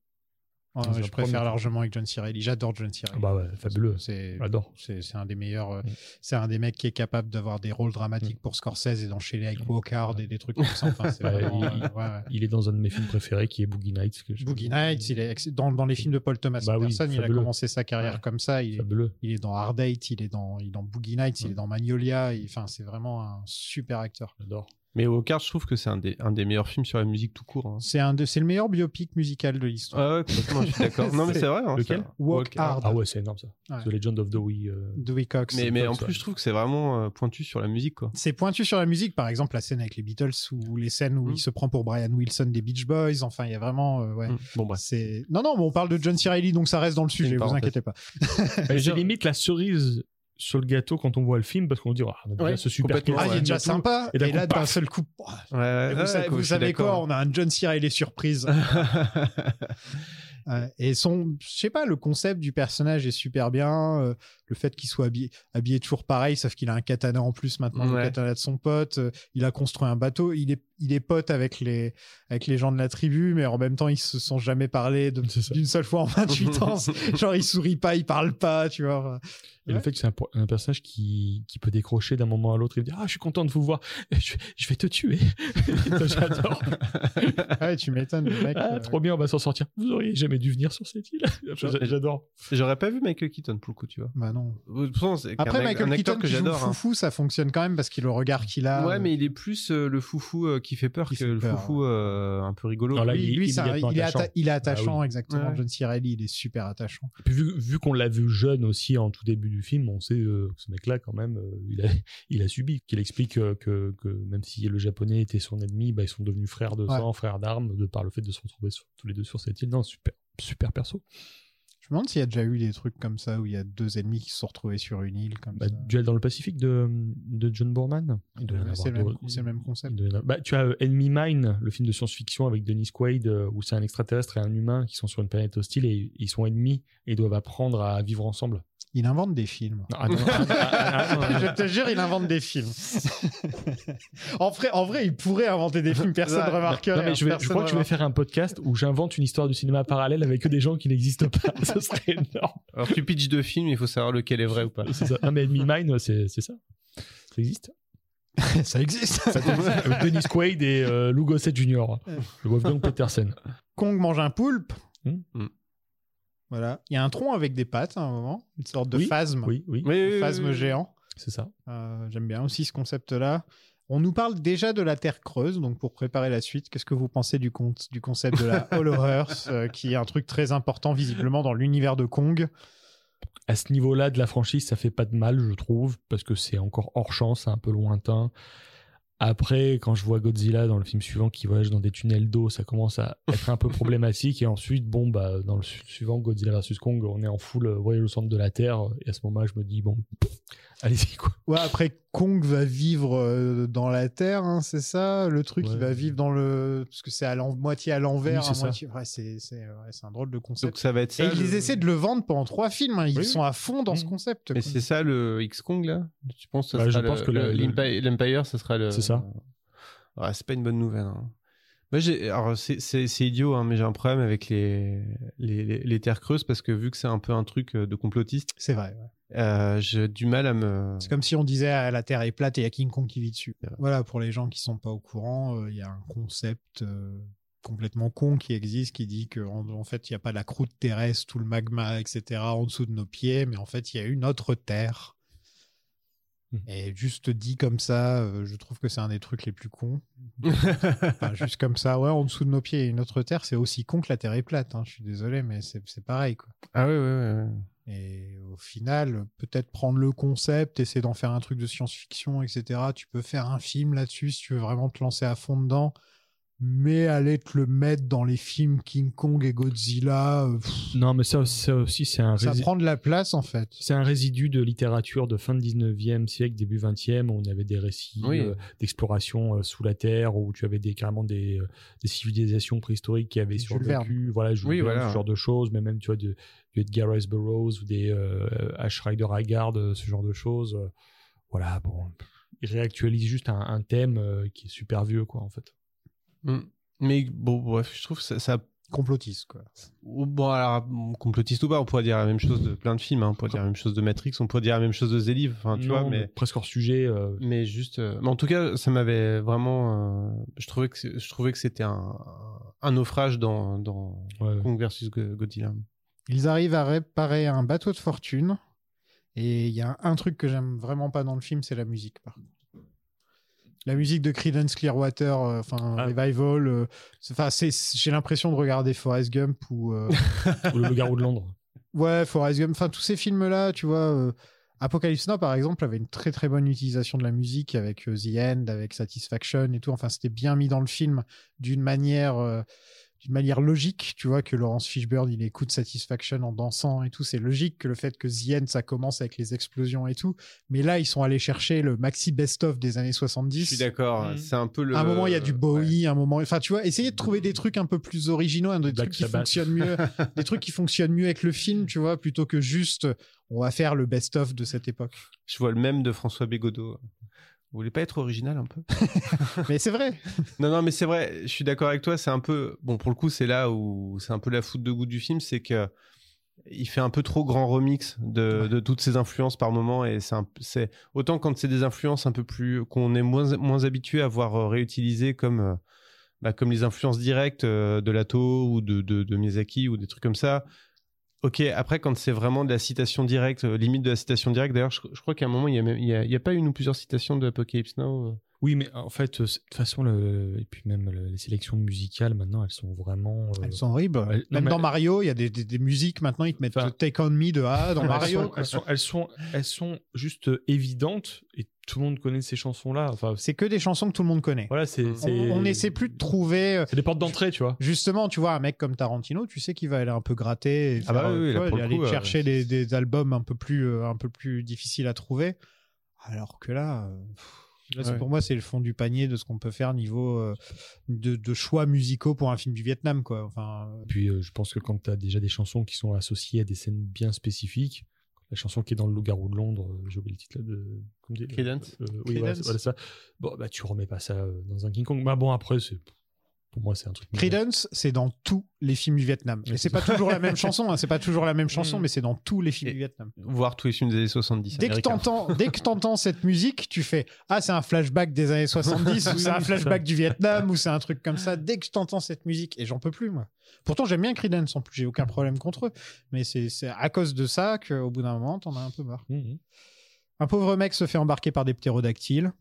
S8: Ouais,
S10: Dans un
S8: je préfère
S10: premier-
S8: largement avec John C. Reilly. J'adore John C.
S10: Ah
S8: Reilly.
S10: bah ouais, fabuleux,
S8: C'est
S10: j'adore.
S8: c'est c'est un des meilleurs. euh,
S10: Mm.
S8: C'est un des mecs qui est capable d'avoir des rôles dramatiques pour Scorsese et d'enchaîner avec Walkard et des trucs comme ça. Enfin, c'est
S10: Bah,
S8: vraiment,
S10: Mm. il-
S8: euh, ouais, ouais.
S10: Il est dans un de mes films préférés qui est Boogie Nights. Que je-
S8: Boogie Nights, il est ex- dans, dans les films de Paul Thomas
S10: Bah oui,
S8: Anderson, il a
S10: fabuleux.
S8: commencé sa carrière
S10: Ouais.
S8: comme ça. Il est,
S10: fabuleux.
S8: il est dans Hard Eight, il est dans, il est dans Boogie Nights, il
S10: Mm.
S8: est dans Magnolia. et- Enfin, c'est vraiment un super acteur.
S10: J'adore.
S9: Mais Walker, je trouve que c'est un des, un des meilleurs films sur la musique tout court. hein.
S8: C'est un de, c'est le meilleur biopic musical de l'histoire.
S9: Ah ouais, complètement, je suis d'accord. Non, mais c'est vrai. hein,
S10: Lequel
S9: c'est vrai.
S8: Walk Hard.
S10: Ah ouais, c'est énorme ça.
S8: Ouais.
S10: The Legend of Dewey. euh,
S8: Dewey Cox.
S9: Mais, mais en
S10: ça.
S9: plus, je trouve que c'est vraiment euh, pointu sur la musique, quoi.
S8: C'est pointu sur la musique, par exemple la scène avec les Beatles ou les scènes où
S9: Mm.
S8: il se prend pour Brian Wilson des Beach Boys. Enfin, il y a vraiment. euh, ouais,
S9: Mm. Bon, bref.
S8: c'est... Non, non, mais on parle de John C. Reilly, donc ça reste dans le sujet, vous
S9: parenthèse.
S8: inquiétez pas.
S10: Bah, c'est limite la cerise sur le gâteau quand on voit le film parce qu'on dit Ah, on a déjà
S9: Ouais,
S10: ce super
S9: complètement,
S10: casting
S8: Ah, il est
S10: et
S8: déjà
S10: tout.
S8: sympa.
S10: Et
S8: Et,
S10: d'un coup,
S8: là, d'un
S10: paf.
S8: seul coup. oh,
S9: Ouais, ouais,
S8: et vous
S9: ouais,
S8: savez,
S9: quoi,
S8: vous
S9: je suis
S8: savez quoi
S9: d'accord.
S8: On a un John C. Reilly surprise. Euh, et son, je sais pas, le concept du personnage est super bien. euh, le fait qu'il soit habillé, habillé toujours pareil, sauf qu'il a un katana en plus maintenant, le
S9: Ouais.
S8: katana de son pote. euh, il a construit un bateau. Il est, il est pote avec les, avec les gens de la tribu, mais en même temps, ils se sont jamais parlé de-
S10: C'est ça.
S8: d'une seule fois en 28 ans. Genre, il sourit pas, il parle pas, tu vois. enfin.
S10: Et le fait que c'est un, po- un personnage qui, qui peut décrocher d'un moment à l'autre et dire Ah, je suis content de vous voir, je, je vais te tuer. Ça, J'adore.
S8: Ah Ouais, tu m'étonnes, le mec.
S10: Ah,
S8: euh,
S10: trop bien, on va s'en sortir. Vous auriez jamais dû venir sur cette île. J'a- J'adore.
S9: J'aurais pas vu Michael Keaton pour le coup, tu vois.
S8: bah non.
S9: De toute façon, c'est
S8: Après,
S9: un,
S8: Michael
S9: un acteur
S8: Keaton
S9: que
S8: qui joue le
S9: j'adore. hein.
S8: foufou, ça fonctionne quand même parce qu'il a le regard qu'il a.
S9: Ouais,
S8: euh,
S9: mais il est plus euh, le foufou euh, qui fait peur
S8: Qui
S9: que
S8: fait
S9: le
S8: peur,
S9: foufou euh, un peu rigolo.
S10: Non, là,
S8: lui,
S10: il est
S8: lui, ça-
S10: immédiatement
S8: il est, atta-
S10: attachant. Ah
S8: il est attachant, exactement.
S9: Ouais.
S8: John C. Reilly, il est super attachant.
S10: Puis vu vu qu'on l'a vu jeune aussi en tout début du film, on sait euh, que ce mec-là, quand même, euh, il, a, il a subi. Qu'il explique euh, que, que même si le japonais était son ennemi, bah, ils sont devenus frères de
S8: Ouais.
S10: sang, frères d'armes, de par le fait de se retrouver sur- tous les deux sur cette île. Non, super, super perso.
S8: Je me demande s'il y a déjà eu des trucs comme ça où il y a deux ennemis qui se sont retrouvés sur une île comme
S10: Bah,
S8: ça.
S10: duel dans le Pacifique de, de John Boorman. Il doit y en
S8: Ouais,
S10: avoir
S8: C'est le, même-
S10: d'autres.
S8: c'est le même
S10: Il
S8: concept.
S10: doit y en avoir- Bah, tu as euh, Enemy Mine, le film de science-fiction avec Dennis Quaid, euh, où c'est un extraterrestre et un humain qui sont sur une planète hostile et ils sont ennemis et ils doivent apprendre à vivre ensemble.
S8: Il invente des films.
S10: Ah non, ah, ah, ah, non,
S8: Je te jure, il invente des films. en, vrai, en vrai, il pourrait inventer des films, personne ne
S9: Ouais.
S8: remarquerait. hein,
S10: Non, mais je, vais- je
S8: personne
S10: crois que je vais
S8: remarquerait.
S10: faire un podcast où j'invente une histoire du cinéma parallèle avec que des gens qui n'existent pas. Ce serait énorme.
S9: Alors tu pitches deux films, il faut savoir lequel est vrai ou pas.
S10: C'est ça. Non, mais Enemy Mine, c'est c'est ça. Ça existe.
S8: Ça existe.
S10: Avec Dennis Quaid et euh, Lou Gossett Jr. Le Wolfgang Petersen.
S8: Kong mange un poulpe.
S10: Hmm.
S9: Hmm.
S8: Voilà. Il y a un tronc avec des pattes à un moment, une sorte de
S10: Oui,
S8: phasme,
S10: Oui, oui,
S9: Oui, oui,
S8: Un
S9: oui,
S8: phasme
S9: oui.
S8: géant.
S10: c'est ça.
S8: Euh, J'aime bien aussi ce concept-là. On nous parle déjà de la Terre creuse, donc pour préparer la suite, qu'est-ce que vous pensez du, con- du concept de la Hollow Earth, euh, qui est un truc très important visiblement dans l'univers de Kong
S10: À ce niveau-là de la franchise, ça fait pas de mal, je trouve, parce que c'est encore hors champ, c'est un peu lointain. Après, quand je vois Godzilla dans le film suivant qui voyage dans des tunnels d'eau, ça commence à être un peu problématique. Et ensuite, bon, bah, dans le su- suivant, Godzilla vs Kong, on est en full euh, voyage au centre de la Terre. Et à ce moment-là, je me dis, bon, pff, allez-y, quoi.
S8: Ouais, après, Kong va vivre euh, dans la Terre, hein, c'est ça Le truc,
S10: Ouais.
S8: il va vivre dans le... Parce que c'est à l'en- moitié à l'envers,
S10: Oui,
S8: à
S10: c'est ça.
S8: moitié... Ouais, c'est c'est- ouais, c'est un drôle de concept.
S9: Donc ça va être ça.
S8: Et ils
S9: le-
S8: essaient de le vendre pendant trois films. hein. Ils
S10: Oui.
S8: sont à fond dans ce
S10: Mm.
S8: concept.
S9: Mais c'est ça le X-Kong là Tu penses que ça
S10: Bah,
S9: sera
S10: je
S9: le-
S10: pense que
S9: le-
S10: le-
S9: l'Empire, l'Empire, ça sera le.
S10: C'est ça.
S9: Ouais, c'est pas une bonne nouvelle. hein. Moi, j'ai- alors, c'est, c'est- c'est idiot, hein, mais j'ai un problème avec les, les, les- les terres creuses parce que vu que c'est un peu un truc euh, de complotiste,
S8: C'est vrai. ouais.
S9: euh, j'ai du mal à me.
S8: C'est comme si on disait ah, la Terre est plate et il y a King Kong qui vit dessus. Voilà, pour les gens qui sont pas au courant, euh, il y a un concept euh, complètement con qui existe qui dit que en, en fait, il n'y a pas la croûte terrestre, tout le magma, etc. en dessous de nos pieds, mais en fait, il y a une autre Terre.
S10: Mm.
S8: Et juste dit comme ça, euh, je trouve que c'est un des trucs les plus cons. Enfin, juste comme ça, ouais, en dessous de nos pieds, il y a une autre Terre, c'est aussi con que la Terre est plate. hein. Je suis désolé, mais c'est c'est pareil, quoi.
S9: ah ouais, ouais, ouais, ouais.
S8: Et au final, peut-être prendre le concept, essayer d'en faire un truc de science-fiction, etc. Tu peux faire un film là-dessus si tu veux vraiment te lancer à fond dedans. Mais aller te le mettre dans les films King Kong et Godzilla, euh, pff,
S10: Non, mais ça, ça aussi, c'est un,
S8: ça
S10: rési-
S8: prend de la place en fait.
S10: c'est un résidu de littérature de fin 19e siècle, début 20e. où On avait des récits
S9: Oui.
S10: euh, d'exploration euh, sous la Terre où tu avais des, carrément des, euh, des civilisations préhistoriques qui avaient
S8: Jules
S10: survécu. Voilà, Jules
S9: Oui,
S10: Verne,
S9: voilà.
S10: ce genre de choses. Mais même, tu vois, du, du Edgar Rice Burroughs ou des euh, H. Rider Haggard, euh, ce genre de choses. Euh, Voilà, bon. Ils réactualisent juste un, un thème euh, qui est super vieux, quoi, en fait.
S9: Mm. Mais bon, bref, je trouve que ça, ça
S8: Complotiste quoi.
S9: Ou- Bon, alors, complotiste ou pas, on pourrait dire la même chose de plein de films, hein. on pourrait dire la même chose de Matrix, on pourrait dire la même chose de Zélive, enfin, tu vois,
S10: Non,
S9: mais,
S10: Presque hors sujet. euh,
S9: mais juste. euh, Mais en tout cas, ça m'avait vraiment. euh, Je trouvais que, c'est- je trouvais que c'était un, un naufrage dans, dans
S10: ouais, ouais.
S9: Kong versus Go- Godzilla.
S8: Ils arrivent à réparer un bateau de fortune. Et il y a un truc que j'aime vraiment pas dans le film, c'est la musique. Par contre. La musique de Creedence Clearwater, euh, enfin
S10: Ah.
S8: Revival, euh, c'est- enfin c'est- c'est- j'ai l'impression de regarder Forrest Gump ou euh,
S10: Ou le Garou de Londres.
S8: ouais Forrest Gump, enfin tous ces films là, tu vois. euh, Apocalypse Now par exemple avait une très très bonne utilisation de la musique avec euh, The End, avec Satisfaction et tout. Enfin c'était bien mis dans le film d'une manière euh, d'une manière logique, tu vois, que Laurence Fishburne, il écoute Satisfaction en dansant et tout, c'est logique que le fait que The End, ça commence avec les explosions et tout, mais là, ils sont allés chercher le maxi best-of des années
S9: Je suis
S8: 70.
S9: d'accord,
S10: Mm.
S9: c'est un peu le.
S8: À un moment, il y a
S10: Euh,
S8: du
S9: Ouais.
S8: Bowie, à un moment, enfin, tu vois, essayez de trouver des trucs un peu plus originaux, hein, des
S10: Black
S8: trucs qui
S10: Sabbath.
S8: fonctionnent mieux, des trucs qui fonctionnent mieux avec le film, tu vois, plutôt que juste, on va faire le best-of de cette époque.
S9: Je vois le même de François Bégodeau. Vous voulez pas être original un peu
S8: Mais c'est vrai.
S9: Non, non, mais c'est vrai, je suis d'accord avec toi. C'est un peu. Bon, pour le coup, c'est là où c'est un peu la foute de goût du film, c'est que il fait un peu trop grand remix de, de toutes ses influences par moment. Et c'est un- c'est autant quand c'est des influences un peu plus. qu'on est moins, moins habitué à voir euh, réutilisées comme. euh, bah, comme les influences directes euh, de Lato ou de, de, de Miyazaki ou des trucs comme ça. Ok, après, quand c'est vraiment de la citation directe, euh, limite de la citation directe, d'ailleurs, je, je crois qu'à un moment, il n'y a, même- il y a- il y a pas une ou plusieurs citations de Apocalypse Now. euh.
S10: Oui, mais en fait, euh, c'est- de toute façon, le... et puis même le- les sélections musicales, maintenant, elles sont vraiment. euh,
S8: Elles sont horribles.
S10: Ouais, non,
S8: Même
S10: mais-
S8: dans Mario, il y a des, des- des musiques maintenant, ils te mettent
S10: Enfin-
S8: Take On Me de A dans
S10: elles
S8: Mario.
S10: sont-
S8: quoi.
S10: elles, sont, elles, sont, elles sont juste euh, évidentes et tout le monde connaît ces chansons-là. Enfin, c'est-
S8: C'est que des chansons que tout le monde connaît.
S10: voilà, c'est.
S9: On-
S10: c'est-
S8: On, on essaie plus de trouver. euh,
S10: C'est des portes d'entrée, tu vois.
S8: Justement, tu vois, un mec comme Tarantino, tu sais qu'il va aller un peu gratter. et
S9: Ah bah
S8: faire,
S9: oui,
S8: euh,
S9: oui,
S8: tu
S9: là,
S8: vois,
S9: pour le
S8: aller
S9: coup, euh,
S8: chercher des, des albums un peu, plus, euh, un peu plus difficiles à trouver. Alors que là, euh, pff, là, c'est
S9: Ouais.
S8: pour moi, c'est le fond du panier de ce qu'on peut faire niveau euh, de, de choix musicaux pour un film du Vietnam. Quoi. Enfin, euh,
S10: Puis euh, je pense que quand tu as déjà des chansons qui sont associées à des scènes bien spécifiques, la chanson qui est dans le Loup-garou de Londres, euh, j'ai oublié le titre là, de. Comme dit,
S9: Creedence.
S10: euh, oui, voilà,
S8: Creedence.
S10: voilà ça. Bon, bah, tu remets pas ça euh, dans un King Kong. Bah, bon, après, c'est. Pour moi, c'est un truc.
S8: Creedence, c'est dans tous les films du Vietnam. Et
S10: Ouais,
S8: c'est
S10: c'est
S8: pas toujours la même chanson, hein, c'est pas toujours la même chanson,
S9: Mm.
S8: mais c'est dans tous les films
S9: Et-
S8: du Vietnam.
S9: Voir tous les films des années 70.
S8: Dès que
S9: américains.
S8: t'entends, dès que t'entends cette musique, tu fais ah c'est un flashback des années 70 ou c'est un
S10: Oui,
S8: flashback du Vietnam ou c'est un truc comme ça. Dès que t'entends cette musique et j'en peux plus moi. Pourtant j'aime bien Creedence en plus, j'ai aucun problème contre eux, mais c'est c'est à cause de ça qu'au bout d'un moment t'en as un peu marre.
S10: Mhm.
S8: Un pauvre mec se fait embarquer par des ptérodactyles,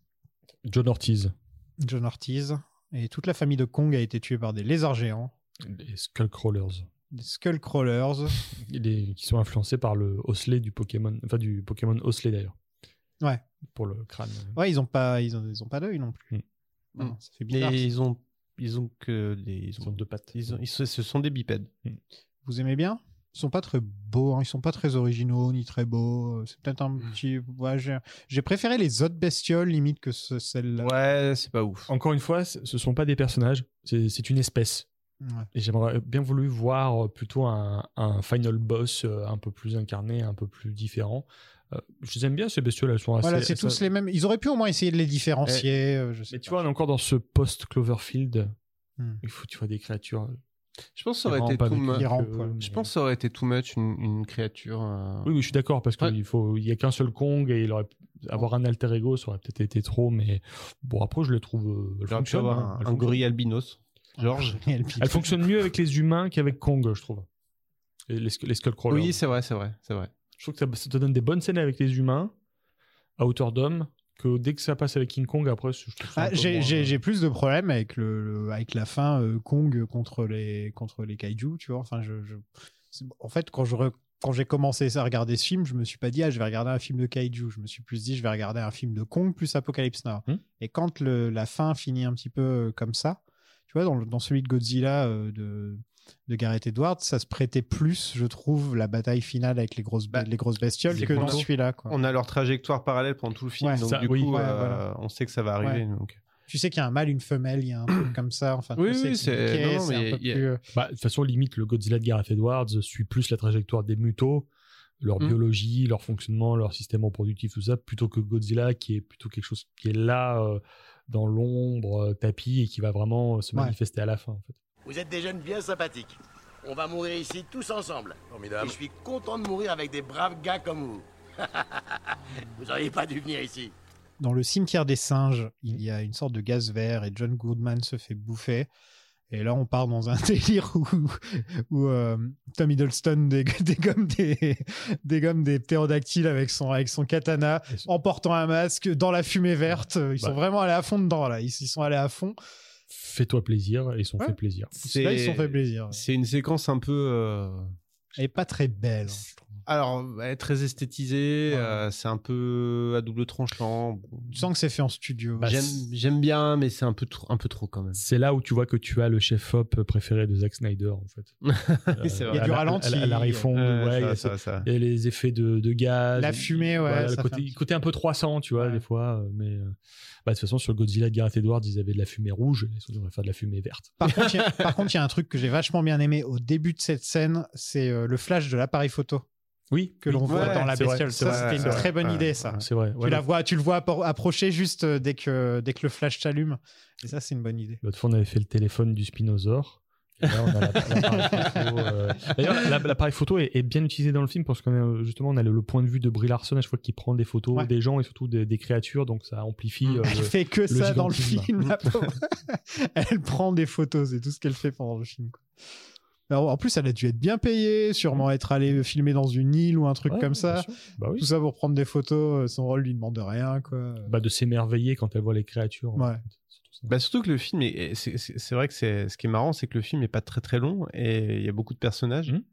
S10: John Ortiz.
S8: John Ortiz et toute la famille de Kong a été tuée par des lézards géants,
S10: Les Skullcrawlers.
S8: des skull crawlers.
S10: Les- qui sont influencés par le osselet du Pokémon. Enfin, du Pokémon osselet d'ailleurs.
S8: Ouais.
S10: Pour le crâne.
S8: Ouais ils ont pas ils ont, ils ont pas d'œil non plus.
S10: Mm.
S8: Non,
S9: Mm.
S8: ça fait bizarre.
S9: Mais ils ont, ils ont que des. Ils
S10: Ils
S9: ont,
S10: ont deux pattes.
S9: ils ont- ils sont- ce sont des bipèdes.
S8: Vous aimez bien Ils sont pas très beaux, hein, ils sont pas très originaux ni très beaux. euh, C'est peut-être un
S10: Hmm.
S8: petit. ouais, j'ai- J'ai préféré les autres bestioles limite que ce- celle-là.
S9: Ouais, c'est pas ouf.
S10: Encore une fois, ce ce sont pas des personnages, c'est c'est une espèce.
S8: Ouais.
S10: Et j'aimerais bien voulu voir euh, plutôt un, un final boss euh, un peu plus incarné, un peu plus différent. Euh, je les aime bien ces bestioles, elles sont assez.
S8: Voilà, c'est
S10: assez-
S8: tous les mêmes. Ils auraient pu au moins essayer de les différencier. euh, je sais
S10: Eh, Mais tu
S8: pas.
S10: vois, on est encore dans ce post Cloverfield.
S8: Hmm.
S10: Il faut, tu vois, des créatures.
S9: Je pense que ça aurait
S10: vraiment
S9: été
S10: pas
S9: too
S10: vécu.
S9: much.
S8: Ils rampent, ouais.
S10: mais-
S9: Je pense que ça aurait été too much une, une créature. euh,
S10: Oui, oui, je suis d'accord parce
S9: Ouais.
S10: qu'il faut, il y a qu'un seul Kong et il aurait avoir un alter ego, ça aurait peut-être été trop, mais bon après je le trouve. euh, elle
S9: il aurait pu
S10: fonctionne,
S9: avoir
S10: hein,
S9: un,
S10: elle
S9: un
S10: fonctionne.
S9: gorille albinos. Georges.
S8: Et le pic.
S10: Elle fonctionne mieux avec les humains qu'avec Kong, je trouve. Et les, sk- les Skullcrawlers.
S9: Oui, c'est vrai, c'est vrai, c'est vrai.
S10: je trouve que ça, ça te donne des bonnes scènes avec les humains à hauteur d'homme que dès que ça passe avec King Kong après je trouve ça un
S8: Ah,
S10: peu
S8: j'ai-
S10: moins- euh,
S8: J'ai j'ai plus de problèmes avec, le, le- avec la fin euh, Kong contre les, contre les kaiju, tu vois. Enfin, je, je- c'est- En fait, quand je re- Quand j'ai commencé à regarder ce film, je me suis pas dit ah je vais regarder un film de kaiju. Je me suis plus dit je vais regarder un film de Kong plus Apocalypse Now.
S10: Hmm.
S8: Et quand le- la fin finit un petit peu euh, comme ça, tu vois dans, le- dans celui de Godzilla euh, de, de Gareth Edwards, ça se prêtait plus, je trouve, la bataille finale avec les grosses
S9: Bah,
S8: les grosses bestioles
S9: c'est
S8: que dans
S9: qu'on a-
S8: celui-là. quoi.
S9: On a leur trajectoire parallèle pendant tout le film,
S8: Ouais,
S9: donc
S10: ça,
S9: du
S10: oui.
S9: coup,
S8: Ouais,
S9: euh,
S8: voilà.
S9: on sait que ça va arriver. donc.
S8: Tu sais qu'il y a un mâle, une femelle, il y a un truc comme ça. Enfin, tu
S9: Oui,
S8: sais
S9: oui,
S8: c'est
S9: c'est-
S8: expliqué,
S9: non,
S8: c'est un
S9: mais
S8: peu
S9: il y a-
S8: plus, euh,
S10: Bah, de toute façon limite le Godzilla de Gareth Edwards suit plus la trajectoire des mutos leur
S8: Mm.
S9: Hmm.
S10: biologie leur fonctionnement leur système reproductif tout ça plutôt que Godzilla qui est plutôt quelque chose qui est là euh, dans l'ombre euh, tapis et qui va vraiment euh, se
S8: Ouais.
S10: manifester à la fin en fait.
S3: Vous êtes des jeunes bien sympathiques. On va mourir ici tous ensemble. Et je suis content de mourir avec des braves gars comme vous. vous auriez pas dû venir ici.
S8: dans le cimetière des singes, il y a une sorte de gaz vert et John Goodman se fait bouffer. Et là, on part dans un délire où, où euh, Tom Hiddleston dég- dégomme des, dégomme des ptérodactyles avec son, avec son katana,
S10: Et ce-
S8: en portant un masque, dans la fumée verte. Ils sont
S10: Bah.
S8: vraiment allés à fond dedans, là. Ils, ils sont allés à fond.
S10: fais-toi plaisir et ils sont
S8: Ouais.
S10: fait plaisir
S8: Là, ils se sont fait plaisir.
S9: C'est une séquence un peu. euh,
S8: Elle est pas très belle. hein.
S9: Alors, ouais, très esthétisée,
S8: Ouais.
S9: euh, c'est un peu à double tranchant. Bon,
S8: Tu sens que c'est fait en studio.
S9: j'aime- J'aime bien, mais c'est un, peu trop- un peu trop quand même.
S10: C'est là où tu vois que tu as le chef-op préféré de Zack Snyder, en fait. Euh,
S9: c'est vrai.
S10: à
S8: Il y a du
S10: la-
S8: ralenti.
S10: À la, à la refonte,
S9: Euh,
S10: ouais, il y a
S9: ça, ça,
S10: ce-
S9: ça.
S10: il y a les effets de, de gaz.
S8: La fumée, ouais,
S10: Voilà,
S8: ça
S10: le
S8: fait un
S10: côté,
S8: petit-
S10: côté un peu 300, tu vois,
S8: Ouais.
S10: des fois. euh, Mais euh, bah, de toute façon, sur le Godzilla de Gareth Edwards, ils avaient de la fumée rouge. et Ils devraient faire de la fumée verte.
S8: Par contre, il y a- par contre, il y a un truc que j'ai vachement bien aimé au début de cette scène, c'est euh, le flash de l'appareil photo
S10: Oui,
S8: que l'on voit
S9: Ouais,
S8: dans la
S10: c'est vrai,
S8: bestiole.
S10: c'est
S8: ça,
S9: vrai,
S8: c'était une
S9: c'est vrai.
S8: très bonne
S9: Ouais,
S8: idée, ça.
S10: C'est vrai.
S8: Tu, la vois, tu le vois appro- approcher juste euh, dès que, dès que le flash s'allume. Et ça, c'est une bonne idée.
S10: L'autre fois, on avait fait le téléphone du Spinosaure. Et là, on a la- l'appareil photo. euh, D'ailleurs, la- l'appareil photo est, est bien utilisé dans le film parce qu'on a, justement, on a le, le point de vue de Brie Larson à chaque fois qu'il prend des photos
S8: Ouais.
S10: des gens et surtout des, des créatures. Donc, ça amplifie
S9: Mm.
S10: euh,
S8: Elle
S10: le-
S8: fait que ça dans le
S10: gigantisme.
S8: film. la pauvre. elle prend des photos, c'est tout ce qu'elle fait pendant le film. quoi. Alors, en plus, elle a dû être bien payée, sûrement être allée filmer dans une île ou un truc
S10: Ouais,
S8: comme
S10: bien
S8: ça.
S10: sûr. Bah oui.
S8: Tout ça pour prendre des photos, euh, son rôle lui demande rien, quoi.
S10: Bah, de s'émerveiller quand elle voit les créatures.
S8: Ouais.
S9: Bah, surtout que le film, est- est- c'est- c'est c'est vrai que c'est ce qui est marrant, c'est que le film est pas très très long et il y a beaucoup de personnages.
S10: Mhm.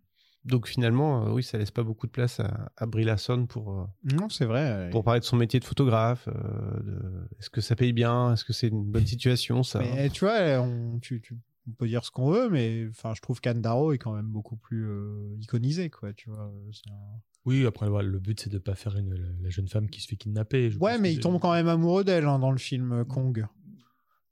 S9: Donc finalement, euh, oui, ça laisse pas beaucoup de place à, à Brie Larson pour, euh,
S8: Non, c'est vrai. elle-
S9: pour parler de son métier de photographe. euh, de- Est-ce que ça paye bien Est-ce que c'est une bonne situation ça hein.
S8: Mais tu vois, on, tu, tu- on peut dire ce qu'on veut, mais enfin, je trouve qu'Anne Darrow est quand même beaucoup plus euh, iconisée, quoi. Tu vois. euh, c'est un-
S10: Oui, après, voilà, le but, c'est de pas faire une, la- la jeune femme qui se fait kidnapper. Je
S8: Ouais,
S10: pense
S8: mais
S10: que
S8: il
S10: c'est-
S8: tombe quand même amoureux d'elle hein, dans le film euh, Kong.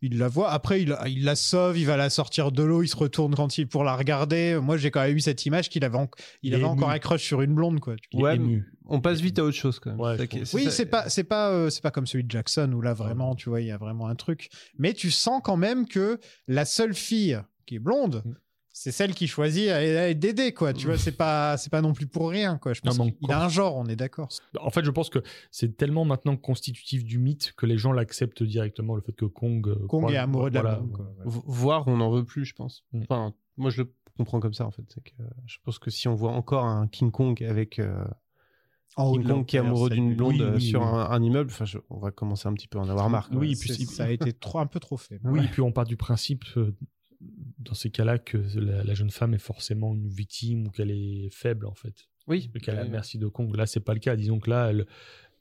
S8: il la voit. Après, il, il la sauve, il va la sortir de l'eau, il se retourne quand il pour la regarder. Moi, j'ai quand même eu cette image qu'il avait, en- il
S10: Il est
S8: avait encore
S10: ému.
S8: un crush sur une blonde, quoi.
S10: Il est
S9: Ouais,
S10: ému.
S9: On passe vite à autre chose quand même.
S10: Ouais,
S9: C'est
S10: je trouve.
S9: ça-
S8: Oui,
S9: ça-
S8: c'est pas, c'est pas, euh, c'est pas comme celui de Jackson où là vraiment, tu vois, il y a vraiment un truc. Mais tu sens quand même que la seule fille qui est blonde,
S10: Mm.
S8: c'est celle qui choisit à, à être Dédé, quoi. Tu vois, c'est pas, c'est pas non plus pour rien, quoi. Je
S10: Non,
S8: pense
S10: mais
S8: qu'il a un genre, on est d'accord.
S10: En fait, je pense que c'est tellement maintenant constitutif du mythe que les gens l'acceptent directement, le fait que Kong. euh,
S8: Kong
S10: croit-
S8: est amoureux de la
S10: voilà,
S8: blonde, quoi.
S10: voilà.
S9: Vo- Voir, on n'en veut plus, je pense.
S10: Mm.
S9: Enfin, moi, je le comprends comme ça, en fait. C'est que, euh, je pense que si on voit encore un King Kong avec euh,
S8: En haut
S9: King
S8: de la
S9: Kong qui est
S8: hauteur,
S9: amoureux
S8: c'est-
S9: d'une blonde
S10: oui,
S9: euh,
S10: oui,
S9: sur
S10: oui.
S9: Un, un immeuble, enfin, je- on va commencer un petit peu à en avoir marre. quoi.
S10: Oui,
S8: Ouais,
S10: puis
S8: c'est-
S10: si-
S8: ça a été trop, un peu trop fait.
S10: Oui, et puis on part du principe, euh, dans ces cas-là, que la, la jeune femme est forcément une victime ou qu'elle est faible, en fait.
S9: Oui.
S10: Et qu'elle est à la merci de Kong. Là, c'est pas le cas. Disons que là, elle,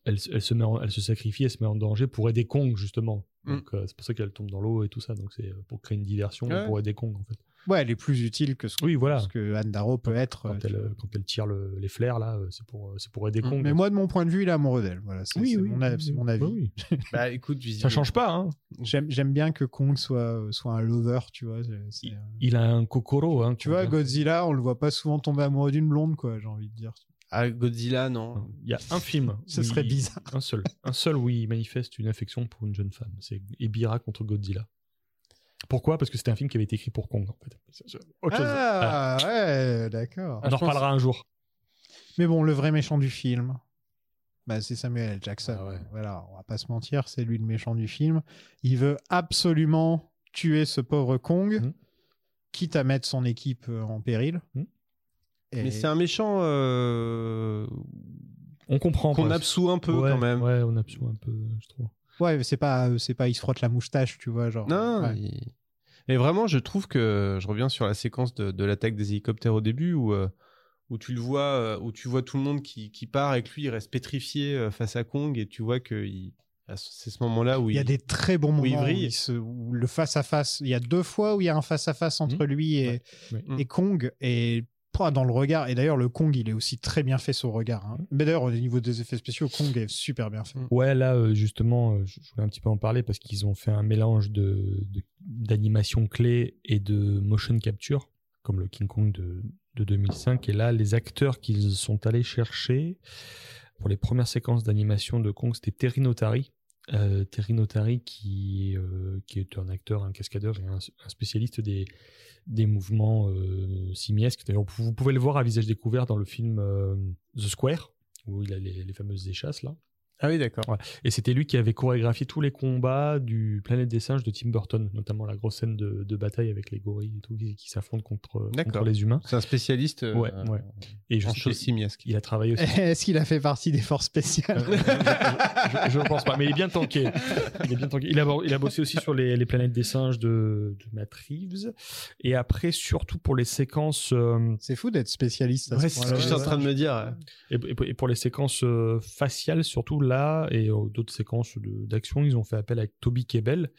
S10: elle, se- elle se met en- elle se sacrifie, elle se met en danger pour aider Kong, justement.
S9: Mm.
S10: Donc, euh, c'est pour ça qu'elle tombe dans l'eau et tout ça. Donc, c'est euh, pour créer une diversion,
S9: Ouais.
S10: pour aider Kong, en fait.
S8: Ouais, elle est plus utile que ce que,
S10: Oui, voilà.
S8: ce que Anne Darrow peut être. euh,
S10: Quand
S8: tu
S10: elle,
S8: vois.
S10: euh, quand elle tire le- les flares, là, euh, c'est pour, euh, c'est pour aider
S9: Mm.
S10: Kong.
S8: Mmh, Mais moi, de mon point de vue, il est amoureux d'elle. Voilà, c'est c'est mon, a- c'est mon avis.
S10: Oui, oui.
S9: Bah, écoute,
S10: Ça
S9: visiblement-
S10: change pas, hein.
S8: J'aime j'aime bien que Kong soit, soit un lover, tu vois. c'est- c'est-
S10: Il a un kokoro, hein.
S8: Tu vois,
S10: Kong.
S8: Godzilla, on le voit pas souvent tomber amoureux d'une blonde, quoi, j'ai envie de dire.
S9: Ah, Godzilla, non.
S10: Il y a un film.
S8: Ce
S10: où
S8: serait
S10: il-
S8: bizarre.
S10: Un seul. Un seul où il manifeste une affection pour une jeune femme. C'est Ebira contre Godzilla. Pourquoi Parce que c'était un film qui avait été écrit pour Kong, en fait. C'est- c'est Autre chose. Ah,
S8: Ah, ouais, d'accord.
S10: on en reparlera un jour.
S8: Mais bon, le vrai méchant du film, bah, c'est Samuel L. Jackson.
S10: Ah ouais.
S8: Voilà, on va pas se mentir, c'est lui le méchant du film. Il veut absolument tuer ce pauvre Kong,
S10: Mhm.
S8: quitte à mettre son équipe euh, en péril.
S10: Mhm.
S8: Et-
S9: Mais c'est un méchant euh,
S10: On comprend.
S9: qu'on
S10: quoi.
S9: absout un peu
S10: Ouais,
S9: quand même.
S10: Ouais, on absout un peu, je trouve.
S8: Ouais, mais c'est pas, euh, c'est pas, il se frotte la moustache, tu vois, genre.
S9: Non,
S8: ouais.
S9: il- et vraiment, je trouve que je reviens sur la séquence de, de l'attaque des hélicoptères au début où, euh, où tu le vois, euh, où tu vois tout le monde qui, qui part et que lui il reste pétrifié euh, face à Kong et tu vois que il- à ce- c'est ce moment-là où
S8: Il y a des très bons
S9: Oui,
S8: moments où,
S9: vrille.
S8: il se- où le face à face. Il y a deux fois où il y a un face à face
S9: Mmh.
S8: entre lui et,
S10: Ouais.
S8: et Kong et pouah, dans le regard. Et d'ailleurs, le Kong, il est aussi très bien fait son regard.
S9: Mmh.
S8: hein. Mais d'ailleurs, au niveau des effets spéciaux, Kong est super bien fait.
S10: Ouais, là, euh, justement, euh, je je voulais un petit peu en parler parce qu'ils ont fait un mélange de, de- d'animation clé et de motion capture, comme le King Kong de, de 2005. Et là, les acteurs qu'ils sont allés chercher pour les premières séquences d'animation de Kong, c'était Terry Notari. Euh, Terry Notari, qui, euh, qui est un acteur, un cascadeur et un, un spécialiste des, des mouvements euh, simiesques. D'ailleurs, vous vous pouvez le voir à visage découvert dans le film euh, The Square, où il a les, les fameuses échasses, là.
S9: Ah oui, d'accord.
S10: Et c'était lui qui avait chorégraphié tous les combats du Planète des Singes de Tim Burton, notamment la grosse scène de, de bataille avec les gorilles et tout qui, qui s'affrontent contre, euh,
S9: D'accord.
S10: contre les humains.
S9: C'est un spécialiste euh,
S10: Ouais, ouais. Et je
S9: en
S10: sais qu'il-
S9: choses simiesques.
S10: il a travaillé aussi.
S8: Est-ce qu'il a fait partie des forces spéciales
S10: je, je pense pas, mais il est bien tanké. Il est bien tanké. Il a, il a bossé aussi sur les, les Planètes des Singes de, de Matt Reeves. Et après, surtout pour les séquences euh,
S8: C'est fou d'être spécialiste. à
S9: Ouais,
S8: ce
S9: c'est ce
S8: point-là.
S9: que je suis en train de me dire. euh,
S10: Et, et pour- et pour les séquences euh, faciales, surtout là, et euh, d'autres séquences de- d'action, ils ont fait appel avec Toby Kebel,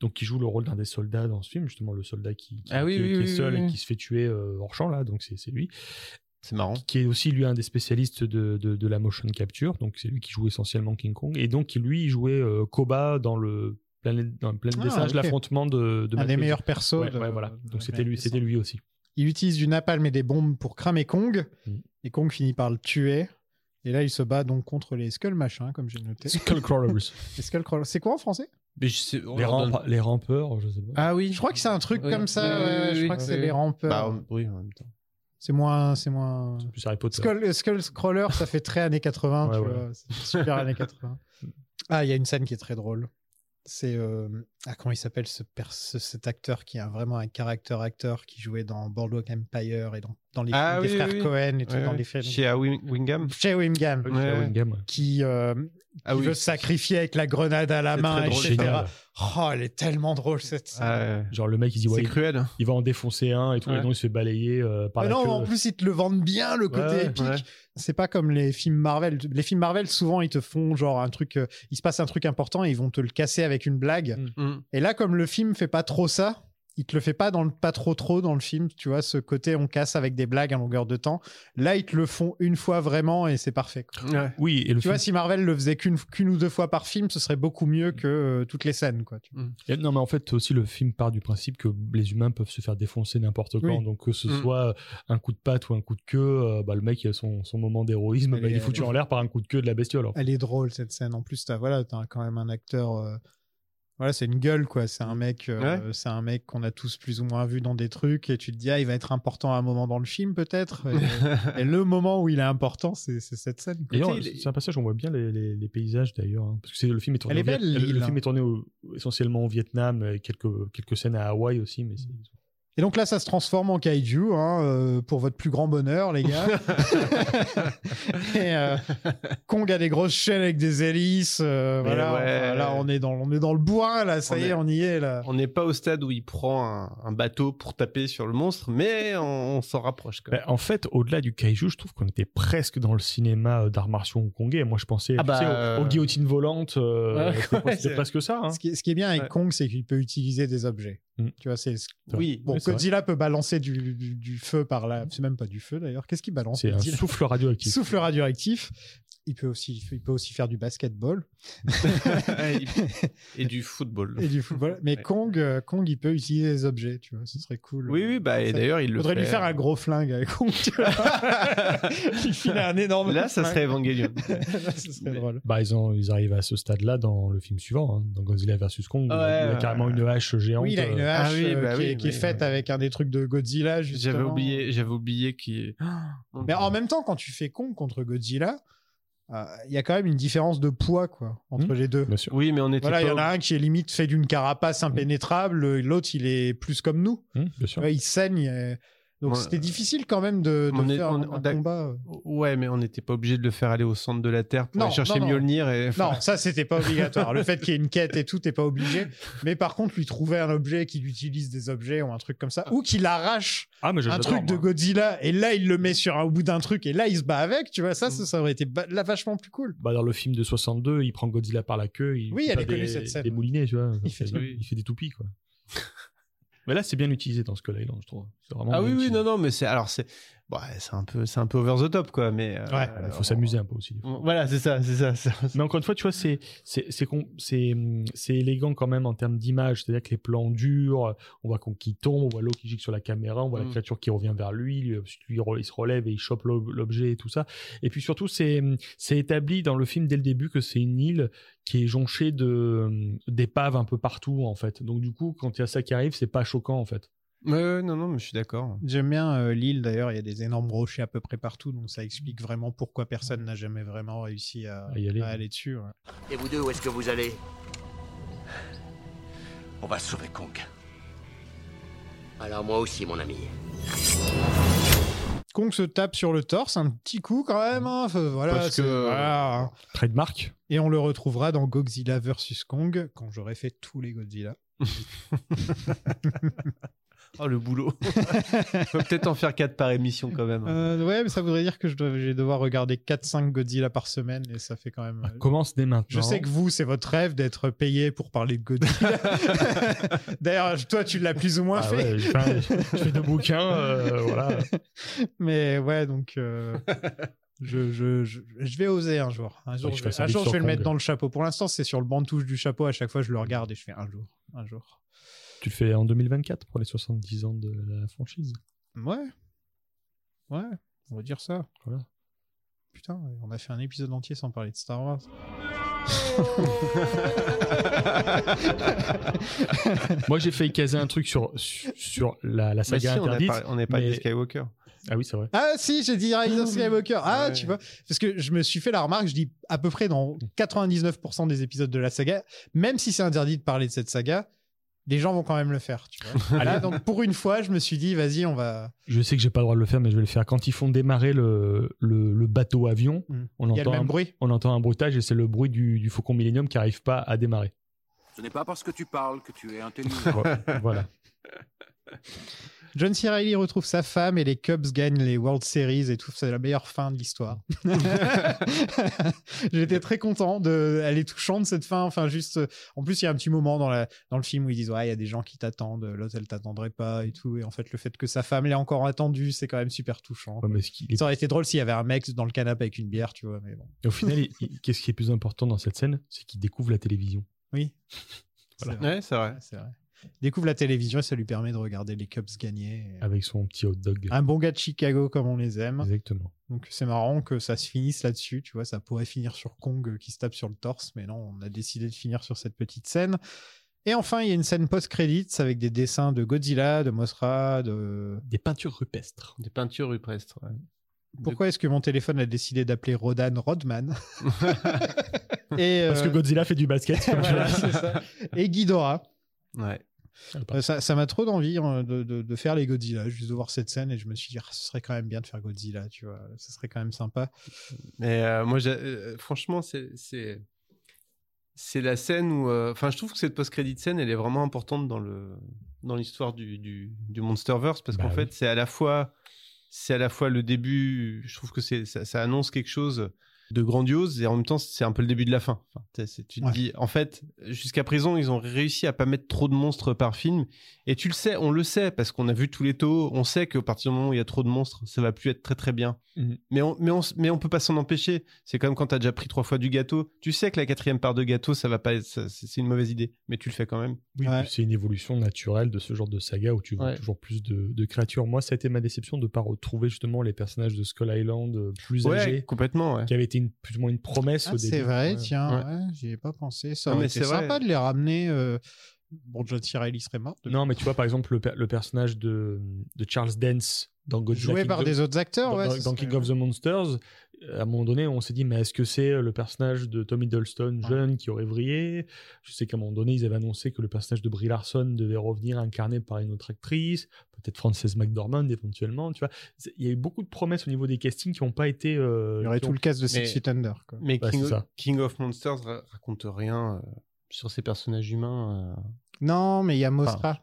S10: donc qui joue le rôle d'un des soldats dans ce film, justement le soldat qui, qui-
S9: Ah oui,
S10: qui-
S9: oui,
S10: qui
S9: oui,
S10: est
S9: oui,
S10: seul
S9: oui.
S10: et qui se fait tuer euh, hors champ, là, donc c'est c'est lui,
S9: C'est marrant.
S10: qui est aussi lui un des spécialistes de, de- de la motion capture, donc c'est lui qui joue essentiellement King Kong, et donc qui, lui il jouait euh, Koba dans le planète, dans le planète des
S8: Ah,
S10: singes,
S8: ok.
S10: l'affrontement de, de
S8: Un
S10: Matt
S8: des
S10: Reeves.
S8: meilleurs persos.
S10: Ouais,
S8: de-
S10: ouais, voilà.
S8: de
S10: Donc
S8: la
S10: c'était
S8: planète
S10: lui,
S8: des
S10: c'était lui aussi.
S8: Il utilise du napalm et des bombes pour cramer Kong.
S9: Mmh.
S10: Mm.
S8: Et Kong finit par le tuer. Et là, il se bat donc contre les Skull Machins, comme j'ai noté.
S10: Skullcrawlers.
S8: Les Skullcrawlers. C'est quoi en français
S9: Mais je sais- on
S10: les,
S9: leur donne-
S10: rampa- les rampeurs, je sais pas.
S9: Ah oui.
S8: Je crois que c'est un truc
S9: Oui.
S8: comme ça.
S9: Oui,
S8: ouais,
S9: oui,
S8: ouais, je
S9: oui,
S8: crois que
S9: oui,
S8: c'est
S9: oui.
S8: les rampeurs.
S9: Bah, on- oui, en même temps.
S8: C'est moins, c'est moins.
S10: C'est plus Harry Potter.
S8: Skull, euh, Skullcrawler, ça fait très années 80,
S10: Ouais,
S8: tu
S10: voilà.
S8: vois. C'est Super années 80. Ah, il y a une scène qui est très drôle. C'est euh, ah, comment il s'appelle ce, pers- ce- cet acteur qui a vraiment un caractère acteur qui jouait dans Boardwalk Empire et dans, dans les
S9: Ah
S8: films des
S9: oui,
S8: frères
S9: oui, oui.
S8: Cohen et tout
S9: Ouais,
S8: dans
S9: ouais.
S8: les films
S9: Chez Wing- Wingham.
S8: chez Wimgam
S10: Ouais,
S9: Ouais.
S10: Wingham, ouais.
S8: qui, euh,
S9: Ah
S8: qui
S9: oui,
S8: veut se
S9: c'est-
S8: sacrifier avec la grenade à la
S9: C'est
S8: main,
S9: très drôle,
S8: etc.
S10: Génial.
S8: Oh, elle est tellement drôle cette scène.
S9: Ah, ouais.
S10: Genre le mec il dit ouais,
S9: C'est
S10: il-
S9: cruel. hein.
S10: il va en défoncer un et tout,
S9: Ouais.
S10: et non il se fait balayer euh, par
S8: Mais
S10: la
S8: non,
S10: queue.
S8: en plus, ils te le vendent bien, le côté
S10: ouais,
S8: épique.
S9: ouais.
S8: C'est pas comme les films Marvel. Les films Marvel, souvent, ils te font genre un truc. euh, il se passe un truc important et ils vont te le casser avec une blague.
S10: Mm.
S9: Mm.
S8: Et là, comme le film fait pas trop ça, il te le fait pas dans le pas trop trop dans le film, tu vois, ce côté on casse avec des blagues à longueur de temps. Là, ils te le font une fois vraiment et c'est parfait. quoi.
S9: Ouais.
S10: Oui, et le
S8: Tu
S10: film- Mm.
S8: vois, si Marvel le faisait qu'une qu'une ou deux fois par film, ce serait beaucoup mieux que euh, toutes les scènes, quoi. tu vois.
S10: Et non, mais en fait, aussi, le film part du principe que les humains peuvent se faire défoncer n'importe quand.
S8: Oui.
S10: Donc, que ce
S9: Mm.
S10: soit euh, un coup de patte ou un coup de queue, euh, bah, le mec, il a son, son moment d'héroïsme,
S8: Elle
S10: bah, il
S8: est-
S10: est foutu en l'air par un coup de queue de la bestiole. hein. en fait.
S8: Elle est drôle cette scène. En plus, t'as voilà, t'as quand même un acteur. euh, Voilà, c'est une gueule quoi. C'est un mec, euh, c'est un mec qu'on a tous plus ou moins vu dans des trucs et tu te dis ah il va être important à un moment dans le film peut-être. Et, et le moment où il est important, c'est c'est cette scène. quoi.
S10: D'ailleurs,
S9: Côté, il est-
S10: c'est un passage, on voit bien les, les- les paysages d'ailleurs, hein, parce que c'est- le film est tourné,
S8: Elle
S10: au
S8: est
S10: Viet-
S8: belle,
S10: le- le
S8: l'île,
S10: film
S8: hein.
S10: est tourné au- essentiellement au Vietnam, euh, et quelques, quelques scènes à Hawaï aussi, mais
S8: Mm.
S10: c'est-
S8: Et donc là, ça se transforme en kaiju hein, euh, pour votre plus grand bonheur, les gars. et, euh, Kong a des grosses chaînes avec des hélices. euh,
S9: Mais
S8: voilà,
S9: ouais.
S8: enfin, là on est dans on est dans le bois là. Ça
S9: On
S8: y est,
S9: est-
S8: on y est là.
S9: On n'est pas au stade où il prend un, un bateau pour taper sur le monstre, mais on, on s'en rapproche quand
S10: Bah,
S9: même.
S10: en fait, au-delà du kaiju, je trouve qu'on était presque dans le cinéma euh, d'arts martiaux hongkongais. Moi, je pensais
S9: Ah
S10: tu
S9: bah,
S10: sais,
S9: euh,
S10: aux, aux guillotines volantes. euh,
S9: Ouais,
S10: c'était
S9: ouais,
S10: c'était
S9: c'est-
S10: presque ça. hein.
S8: Ce qui, ce qui est bien avec
S9: Ouais.
S8: Kong, c'est qu'il peut utiliser des objets.
S10: Mm.
S8: Tu vois, c'est ce-
S9: oui,
S8: Bon,
S10: Oui, c'est
S8: Godzilla peut balancer du, du- du feu par là. C'est même pas du feu d'ailleurs. Qu'est-ce qu'il balance
S10: C'est un
S8: Godzilla
S10: souffle radioactif.
S8: Souffle radioactif. Il peut aussi, il peut aussi faire du basketball
S9: et du football.
S8: et du football. Mais
S9: Ouais.
S8: Kong, euh, Kong, il peut utiliser des objets. Tu vois, ce serait cool.
S9: Oui, oui, bah, et
S8: Ça-
S9: d'ailleurs, il le
S8: Faudrait
S9: fait,
S8: lui faire un gros flingue avec Kong. tu vois. il file un énorme.
S9: Là, ça
S8: flingue.
S9: serait Evangelion.
S8: Là, ce serait
S9: Mais-
S8: drôle.
S10: Bah, ils, ont- ils arrivent à ce stade-là dans le film suivant, hein, dans Godzilla vs Kong. où il a-
S9: Ouais,
S10: il a
S9: ouais,
S10: carrément
S9: ouais.
S10: une hache géante.
S8: Oui, il a une
S10: euh,
S8: hache
S9: Ah oui,
S8: euh,
S9: bah
S8: qui, est,
S9: oui,
S8: qui est
S9: oui,
S8: faite
S9: oui.
S8: avec un des trucs de Godzilla.
S9: J'avais
S8: justement.
S9: oublié, j'avais oublié qu'il.
S8: Mais en même temps, quand tu fais Kong contre Godzilla, euh, il y a quand même une différence de poids quoi entre
S10: Mhm.
S8: les deux.
S10: Bien sûr.
S9: Oui, Hmm. mais on était
S8: Voilà, il y
S9: pas Hmm.
S8: en a un qui est limite fait d'une carapace impénétrable, euh, l'autre il est plus comme nous.
S10: Hum, bien sûr.
S8: Ouais, il saigne. euh, Donc
S9: Ouais.
S8: c'était difficile quand même de, de
S9: On est-
S8: faire
S9: on-
S8: un,
S9: on-
S8: un combat. euh.
S9: Ouais, mais on n'était pas obligé de le faire aller au centre de la Terre pour
S8: Non,
S9: aller chercher
S8: non, non.
S9: Mjolnir. Et...
S8: Non, ça c'était pas obligatoire. Le fait qu'il y ait une quête et tout, t'es pas obligé. Mais par contre, lui trouver un objet, qu'il utilise des objets ou un truc comme ça, ou qu'il arrache
S10: Ah, mais
S8: un truc de Godzilla et là il le met sur un, au bout d'un truc et là il se bat avec, tu vois,
S9: Hmm.
S8: ça, ça, ça aurait été ba- là, vachement plus cool.
S10: Bah, dans le film de 62, il prend Godzilla par la queue. Il
S8: Oui,
S10: fait
S8: elle
S10: pas
S8: est connue,
S10: des-
S8: cette scène.
S10: Des moulinets, tu vois.
S8: Il fait
S10: Il,
S8: des-
S9: oui.
S10: fait des toupies, quoi. mais là, c'est bien utilisé dans ce cas-là, je trouve. C'est vraiment
S9: Ah oui,
S10: bien
S9: oui,
S10: utilisé.
S9: non, non, mais c'est alors c'est, bah, c'est un peu, c'est un peu over the top quoi, mais. euh,
S8: Ouais,
S10: Il faut s'amuser un peu aussi. des fois.
S9: on- Voilà, c'est ça, c'est ça. ça.
S10: Mais encore une fois, tu vois, c'est c'est c'est con- c'est hum, c'est élégant quand même en termes d'image. C'est-à-dire que les plans durs, on voit qu'on qui tombe, on voit l'eau qui gicle sur la caméra, on voit
S9: Mm.
S10: la créature qui revient vers lui, lui, lui, il se relève et il chope l'ob- l'objet et tout ça. Et puis surtout, c'est hum, c'est établi dans le film dès le début que c'est une île qui est jonchée de hum, d'épaves un peu partout en fait. Donc du coup, quand il y a ça qui arrive, c'est pas choquant en fait.
S9: Ouais, ouais, non, non, mais je suis d'accord.
S8: J'aime bien euh, l'île d'ailleurs, il y a des énormes rochers à peu près partout, donc ça explique vraiment pourquoi personne n'a jamais vraiment réussi à,
S10: À y aller.
S8: à aller dessus. ouais.
S3: Et vous deux, où est-ce que vous allez
S1: On va sauver Kong.
S3: Alors moi aussi, mon ami.
S8: Kong se tape sur le torse, un petit coup quand même. hein, enfin, voilà,
S9: Parce
S8: c'est-
S9: que-
S8: voilà, hein.
S10: Trademark.
S8: Et on le retrouvera dans Godzilla vs Kong quand j'aurai fait tous les Godzilla.
S9: Oh le boulot. Faut peut-être en faire quatre par émission quand même.
S8: Euh, ouais, mais ça voudrait dire que je dois, je vais devoir regarder 4-5 Godzilla par semaine et ça fait quand même. euh,
S10: Commence dès maintenant.
S8: Je sais que vous, c'est votre rêve d'être payé pour parler de Godzilla. D'ailleurs, toi, tu l'as plus ou moins
S10: Ah
S8: fait.
S10: ouais, je fais- je fais deux bouquins, euh, voilà.
S8: Mais ouais, donc euh, je, je, je, je vais oser un jour. Un jour,
S10: que je
S8: je, vais-
S10: fasse un
S8: un
S10: livre
S8: jour, je
S10: sur
S8: vais le
S10: Kong.
S8: mettre dans le chapeau. Pour l'instant, c'est sur le banc de touche du chapeau. À chaque fois, je le regarde et je fais un jour, un jour.
S10: Tu le fais en 2024 pour les 70 ans de la franchise.
S8: Ouais, ouais, on va dire ça.
S10: Voilà.
S8: Putain, on a fait un épisode entier sans parler de Star Wars.
S10: Moi, j'ai failli caser un truc sur, sur- sur
S8: Bah
S10: la, la
S9: Mais Bah,
S10: saga
S9: si, on n'est
S10: interdite.
S9: pas, on n'est pas
S10: mais-
S9: des Skywalker.
S10: Ah oui, c'est vrai.
S8: Ah si, j'ai dit Rise of Skywalker. Ah,
S9: Ouais.
S8: tu vois, parce que je me suis fait la remarque, je dis à peu près dans 99% des épisodes de la saga, même si c'est interdit de parler de cette saga, les gens vont quand même le faire, tu vois. Là, donc pour une fois, je me suis dit, vas-y, on va.
S10: Je sais que j'ai pas le droit de le faire, mais je vais le faire. Quand ils font démarrer le, le, le bateau-avion,
S8: Mm.
S10: on,
S8: Il y a le
S10: entend
S8: même
S10: un-
S8: bruit.
S10: on entend un bruitage et c'est le bruit du, du Faucon Millennium qui arrive pas à démarrer.
S11: Ce n'est pas parce que tu parles que tu es intelligent.
S10: voilà.
S8: John C. Reilly retrouve sa femme et les Cubs gagnent les World Series et tout. C'est la meilleure fin de l'histoire. J'étais très content. De... Elle est touchante cette fin. Enfin, juste. euh, En plus, il y a un petit moment dans, la... dans le film où ils disent Ouais, il y a des gens qui t'attendent, l'autre elle t'attendrait pas et tout. Et en fait, le fait que sa femme l'ait encore attendue, c'est quand même super touchant.
S10: Ouais, mais ce qui-
S8: Ça aurait été drôle s'il y avait un mec dans le canapé avec une bière, tu vois, mais bon.
S10: Et au final, il- il- qu'est-ce qui est plus important dans cette scène C'est qu'il découvre la télévision.
S8: Oui.
S10: Voilà.
S8: C'est vrai.
S9: Ouais, c'est vrai.
S8: C'est vrai. Il Découvre la télévision et ça lui permet de regarder les Cubs gagner.
S10: Avec son petit hot dog.
S8: Un bon gars de Chicago comme on les aime.
S10: Exactement.
S8: Donc c'est marrant que ça se finisse là-dessus, tu vois, ça pourrait finir sur Kong euh, qui se tape sur le torse, mais non, on a décidé de finir sur cette petite scène. Et enfin, il y a une scène post-credits avec des dessins de Godzilla, de Mothra, de...
S10: Des peintures rupestres.
S9: Des peintures rupestres. ouais.
S8: Pourquoi est-ce que mon téléphone a décidé d'appeler Rodan Rodman Et,
S10: Parce que
S8: euh,
S10: Godzilla fait du basket. comme tu
S8: voilà,
S10: l'as dit.
S8: c'est ça. Et Ghidorah.
S9: Ouais.
S8: Euh, Ça ça m'a trop d'envie hein, de, de- de faire les Godzilla, juste de voir cette scène et je me suis dit, Ah, ce serait quand même bien de faire Godzilla, tu vois, ce serait quand même sympa.
S9: Mais euh, moi, j'ai- euh, franchement, c'est- c'est c'est la scène où, euh, enfin, je trouve que cette post-credit scène, elle est vraiment importante dans le dans l'histoire du, du du MonsterVerse parce
S10: Bah
S9: qu'en
S10: oui.
S9: fait, c'est à la fois c'est à la fois le début. Je trouve que c'est ça, ça annonce quelque chose de grandiose et en même temps, c'est un peu le début de la fin. Enfin, t'es- c'est- tu te
S8: Ouais.
S9: dis, en fait, jusqu'à présent, ils ont réussi à pas mettre trop de monstres par film et tu le sais, on le sait parce qu'on a vu tous les taux. On sait qu'à partir du moment où il y a trop de monstres, ça va plus être très très bien.
S10: Mhm.
S9: Mais on, mais on, s- mais on peut pas s'en empêcher. C'est comme quand t'as déjà pris trois fois du gâteau. Tu sais que la quatrième part de gâteau, ça va pas. être- ça- C'est c'est une mauvaise idée, mais tu le fais quand même.
S10: Oui,
S8: Ouais.
S10: puis c'est une évolution naturelle de ce genre de saga où tu vois
S9: Ouais.
S10: toujours plus de, de créatures. Moi, ça a été ma déception de ne pas retrouver justement les personnages de Skull Island euh, plus
S9: ouais,
S10: âgés,
S9: complètement. Ouais.
S10: qui avaient été une, plus ou moins une promesse
S8: Ah,
S10: au début.
S8: c'est vrai,
S10: Ouais.
S8: tiens,
S9: Ouais.
S8: ouais, j'y ai pas pensé.
S9: Ah,
S8: Ça aurait
S9: mais
S8: été
S9: c'est vrai.
S8: sympa de les ramener. euh, Bon, John C. Reilly serait mort. depuis.
S10: Non, mais tu vois, par exemple, le, per- le personnage de, de Charles Dance dans Godzilla
S8: Joué
S10: King
S8: par
S10: of-
S8: des autres acteurs,
S10: dans,
S8: ouais.
S10: dans-
S8: ça
S10: dans
S8: serait-
S10: King of the Monsters, euh, à un moment donné, on s'est dit, mais est-ce que c'est euh, le personnage de Tom Hiddleston jeune qui aurait vrillé Je sais qu'à un moment donné, ils avaient annoncé que le personnage de Brie Larson devait revenir incarné par une autre actrice, peut-être Frances McDormand éventuellement, tu vois. C'est- Il y a eu beaucoup de promesses au niveau des castings qui n'ont pas été... euh,
S8: Il y aurait
S10: qui
S8: tout
S10: ont-
S8: le cast de Six
S9: Mais-
S8: Feet Under. quoi.
S9: Mais
S10: Ouais,
S9: King,
S10: c'est
S9: of,
S10: ça.
S9: King of Monsters ra- raconte rien euh, sur ces personnages humains. euh.
S8: Non, mais il y a
S9: Enfin,
S8: Mothra.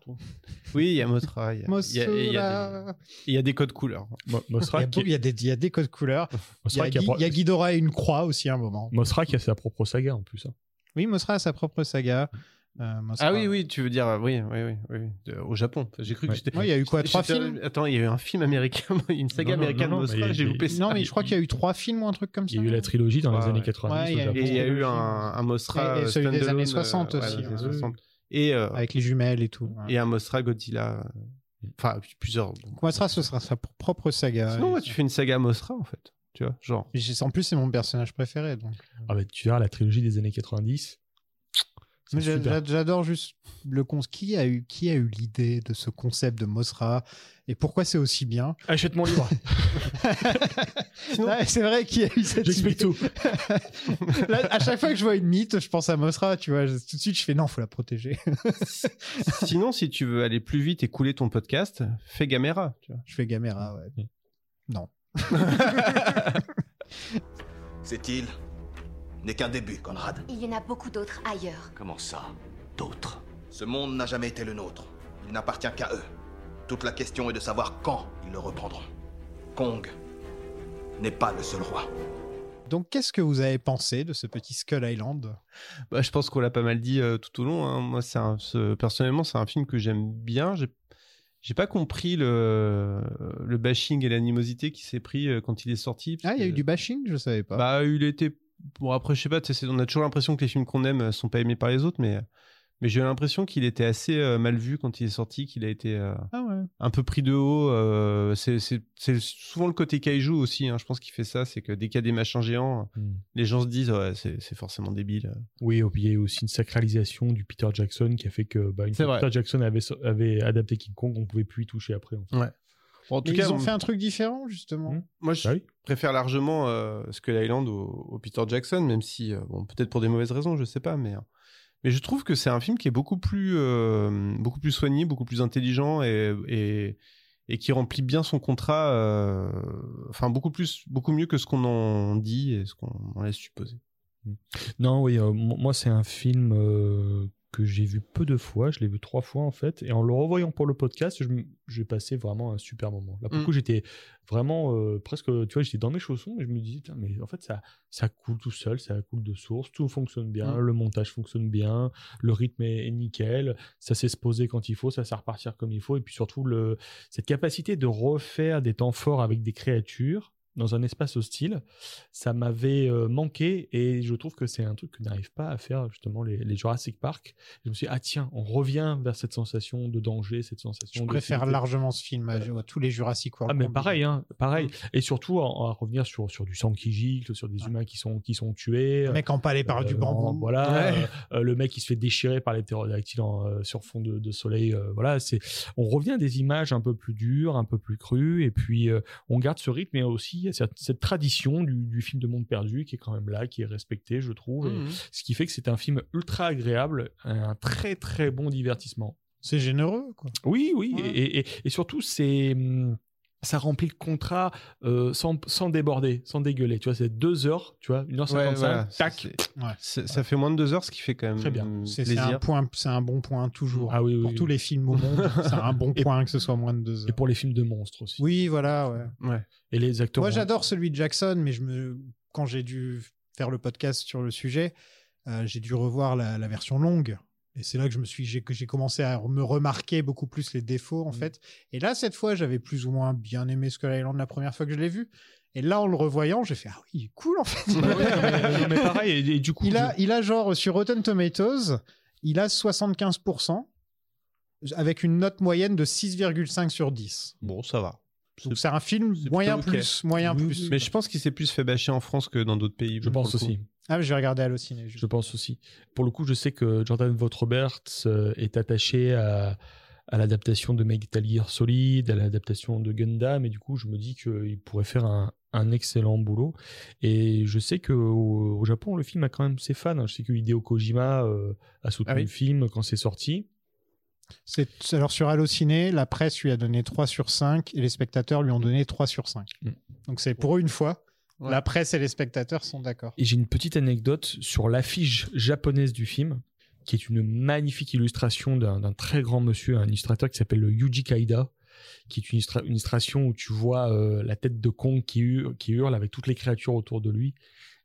S9: Oui, il y a Mothra. Il y a- il y a- il y a
S8: Mothra.
S9: des- il y a des codes couleurs.
S10: Mo-
S8: Il y
S10: Mothra
S8: a beau-
S10: qui-
S8: il y a des- il y a des codes couleurs. Il y
S10: Mothra
S8: a
S10: qui a
S8: Gui-
S10: pro-
S8: il y a Ghidorah et une croix aussi à un moment.
S10: Mothra qui a sa propre saga en plus. hein.
S8: Oui, Mothra a sa propre saga. Euh, Mothra-
S9: Ah oui, oui, tu veux dire euh, oui, oui, oui, oui, de- au Japon. J'ai cru que
S10: Ouais.
S9: j'étais.
S8: Ouais, il y a eu quoi,
S9: j'étais-
S8: trois
S9: j'étais-
S8: films
S9: Attends, il y a eu un film américain, une saga
S10: Non, non,
S9: américaine
S10: non, non,
S9: Mothra,
S10: mais-
S9: j'ai loupé
S10: mais-
S9: ça.
S8: Non, mais je crois qu'il y a eu trois films ou un truc comme ça.
S10: Il y a eu la trilogie dans les
S9: Ouais,
S10: années
S9: ouais.
S10: 90.
S8: Ouais, il y a-
S10: au Japon.
S9: Et il y a eu un, un Mosra.
S8: Et- et
S9: euh,
S8: celui des
S9: standalone,
S8: années
S9: euh,
S8: 60
S9: ouais,
S8: aussi, hein.
S9: des années
S8: ouais.
S9: 60. Et, euh,
S8: Avec les jumelles et tout. ouais.
S9: et un Mosra Godzilla. euh, Enfin, puis plusieurs.
S8: Donc, Mothra, ce sera sa propre saga.
S9: Sinon,
S8: Et
S9: ouais,
S8: ça-
S9: tu fais une saga Mosra, en fait. Tu vois, genre.
S8: Mais j'ai- En plus, c'est mon personnage préféré. Donc.
S10: Ah bah, tu verras, la trilogie des années 90. c'est
S8: Mais j'a-
S10: super.
S8: j'a- j'adore juste le con. Qui a eu qui a eu l'idée de ce concept de Mosra et pourquoi c'est aussi bien
S10: Achète mon livre.
S9: Sinon-
S8: Ouais, C'est vrai qui a eu cette idée.
S10: J'explique tout.
S8: Là, à chaque fois que je vois une mythe, je pense à Mosra. Tu vois, je- tout de suite, je fais non, faut la protéger.
S9: Sinon, si tu veux aller plus vite et couler ton podcast, fais Gamera. Tu vois.
S8: je fais Gamera. Ouais.
S11: Cette île n'est qu'un début, Conrad.
S2: Il y en a beaucoup d'autres ailleurs.
S11: Comment ça D'autres Ce monde n'a jamais été le nôtre. Il n'appartient qu'à eux. Toute la question est de savoir quand ils le reprendront. Kong n'est pas le seul roi.
S8: Donc, qu'est-ce que vous avez pensé de ce petit Skull Island
S9: Bah, je pense qu'on l'a pas mal dit euh, tout au long. hein. Moi, c'est un- ce- personnellement, c'est un film que j'aime bien. J'ai, j'ai pas compris le, le bashing et l'animosité qui s'est pris euh, quand il est sorti. parce
S8: Ah, il y a
S10: Euh,
S9: que-
S8: eu du bashing, je savais pas.
S9: Bah, il était. Bon, après, je sais pas, tu sais, c'est- on a toujours l'impression que les films qu'on aime euh, sont pas aimés par les autres, mais, mais j'ai eu l'impression qu'il était assez euh, mal vu quand il est sorti, qu'il a été euh,
S8: ah ouais.
S9: un peu pris de haut. euh, c'est- c'est c'est souvent le côté kaiju aussi, hein, je pense, qui fait ça, c'est que dès qu'il y a des machins géants,
S10: Hmm.
S9: les gens se disent, ouais, c'est c'est forcément débile.
S10: Oui, et puis il y a eu aussi une sacralisation du Peter Jackson qui a fait que bah, une
S9: C'est
S10: fois que
S9: vrai.
S10: Peter Jackson avait, so- avait adapté King Kong, on pouvait plus y toucher après. en fait.
S9: Bon, en
S8: Mais ils ont fait un truc différent, justement.
S10: Hmm.
S9: moi, je
S10: Ah oui.
S9: préfère largement euh, Skull Island au, au Peter Jackson, même si, euh, bon, peut-être pour des mauvaises raisons, je sais pas, mais, euh, mais je trouve que c'est un film qui est beaucoup plus, euh, beaucoup plus soigné, beaucoup plus intelligent et, et, et qui remplit bien son contrat, euh, enfin, beaucoup plus, beaucoup mieux que ce qu'on en dit et ce qu'on en laisse supposer.
S10: Non, oui, euh, m- moi c'est un film euh, que j'ai vu peu de fois, je l'ai vu trois fois en fait, et en le revoyant pour le podcast, je m- j'ai passé vraiment un super moment. Là, pour le
S9: Mm.
S10: coup, j'étais vraiment euh, presque, tu vois, j'étais dans mes chaussons, et je me dis, Putain, mais en fait, ça, ça coule tout seul, ça coule de source, tout fonctionne bien,
S9: Mm.
S10: le montage fonctionne bien, le rythme est, est nickel, ça sait se poser quand il faut, ça sait repartir comme il faut, et puis surtout, le, cette capacité de refaire des temps forts avec des créatures dans un espace hostile, ça m'avait euh, manqué et je trouve que c'est un truc que n'arrivent pas à faire justement les, les Jurassic Park. Je me suis dit, ah tiens, on revient vers cette sensation de danger, cette sensation
S8: Je
S10: de
S8: préfère
S10: finité.
S8: largement ce film à, à tous les Jurassic World.
S10: Ah mais
S8: combinés.
S10: pareil, hein, pareil.
S8: Mmh.
S10: Et surtout, on va revenir sur, sur du sang qui gicle, sur des humains qui sont, qui sont tués.
S8: Le mec empalé par du
S10: Euh,
S8: bambou.
S10: Voilà,
S8: Ouais.
S10: euh, euh, le mec qui se fait déchirer par les ptérodactyles en, euh, sur fond de, de soleil. euh, voilà, c'est. On revient à des images un peu plus dures, un peu plus crues, et puis euh, on garde ce rythme et aussi il y a cette, cette tradition du, du film de monde perdu qui est quand même là, qui est respectée, je trouve. et
S8: Mmh.
S9: Mhm.
S10: Ce qui fait que c'est un film ultra agréable, un très très bon divertissement.
S8: C'est généreux, quoi.
S10: Oui, oui, et, et- et surtout c'est. hum, Ça remplit le contrat euh, sans, sans déborder, sans dégueuler. Tu vois, c'est deux heures, tu vois, 1h55,
S9: Ouais, voilà,
S10: tac,
S9: C'est- Ça fait moins de deux heures, ce qui fait quand même
S10: Très bien.
S9: euh,
S8: C'est c'est un,
S9: plaisir.
S8: point- c'est un bon point, toujours.
S10: Ah oui, oui,
S8: Pour
S10: oui.
S8: tous les films au monde, c'est un bon point que ce soit moins de deux
S10: Et
S8: heures.
S10: pour les films de monstres aussi.
S8: Oui, voilà, ouais.
S9: Ouais.
S10: Et les acteurs.
S8: Moi,
S10: ont-
S8: j'adore celui de Jackson, mais je me... quand j'ai dû faire le podcast sur le sujet, euh, j'ai dû revoir la, la version longue. Et c'est là que je me suis, j'ai, que j'ai commencé à me remarquer beaucoup plus les défauts, en
S10: Mm.
S8: fait. Et là, cette fois, j'avais plus ou moins bien aimé Skull Island la première fois que je l'ai vu. Et là, en le revoyant, j'ai fait Ah oui, il est cool, en fait.
S10: Bah oui, non, mais, non, mais pareil, et, et du coup.
S8: il, a,
S10: je-
S8: il a genre, sur Rotten Tomatoes, il a 75%, avec une note moyenne de 6,5 sur 10.
S9: Bon, ça va.
S8: Donc, c'est un film
S9: c'est
S8: moyen
S9: plutôt ok.
S8: plus, moyen
S10: Oui,
S8: plus.
S9: Mais je pense qu'il s'est plus fait bâcher en France que dans d'autres pays.
S10: Je
S9: pour
S10: pense
S9: le coup.
S10: aussi.
S8: Ah, mais je vais regarder Allociné.
S10: Je pense aussi. Pour le coup, je sais que Jordan Vogt-Roberts euh, est attaché à, à l'adaptation de Metal Gear Solid, à l'adaptation de Gundam, et du coup, je me dis qu'il pourrait faire un, un excellent boulot. Et je sais qu'au au Japon, le film a quand même ses fans. hein. Je sais que Hideo Kojima euh, a soutenu
S8: Ah oui.
S10: le film quand c'est sorti.
S8: C'est alors sur Allociné, la presse lui a donné 3 sur 5 et les spectateurs lui ont donné 3 sur 5.
S10: Mm.
S8: Donc c'est pour une fois,
S9: Ouais.
S8: la presse et les spectateurs sont d'accord.
S10: Et j'ai une petite anecdote sur l'affiche japonaise du film, qui est une magnifique illustration d'un d'un très grand monsieur, un illustrateur qui s'appelle le Yuji Kaida, qui est une, illustra- une illustration où tu vois euh, la tête de Kong qui, hu- qui hurle avec toutes les créatures autour de lui.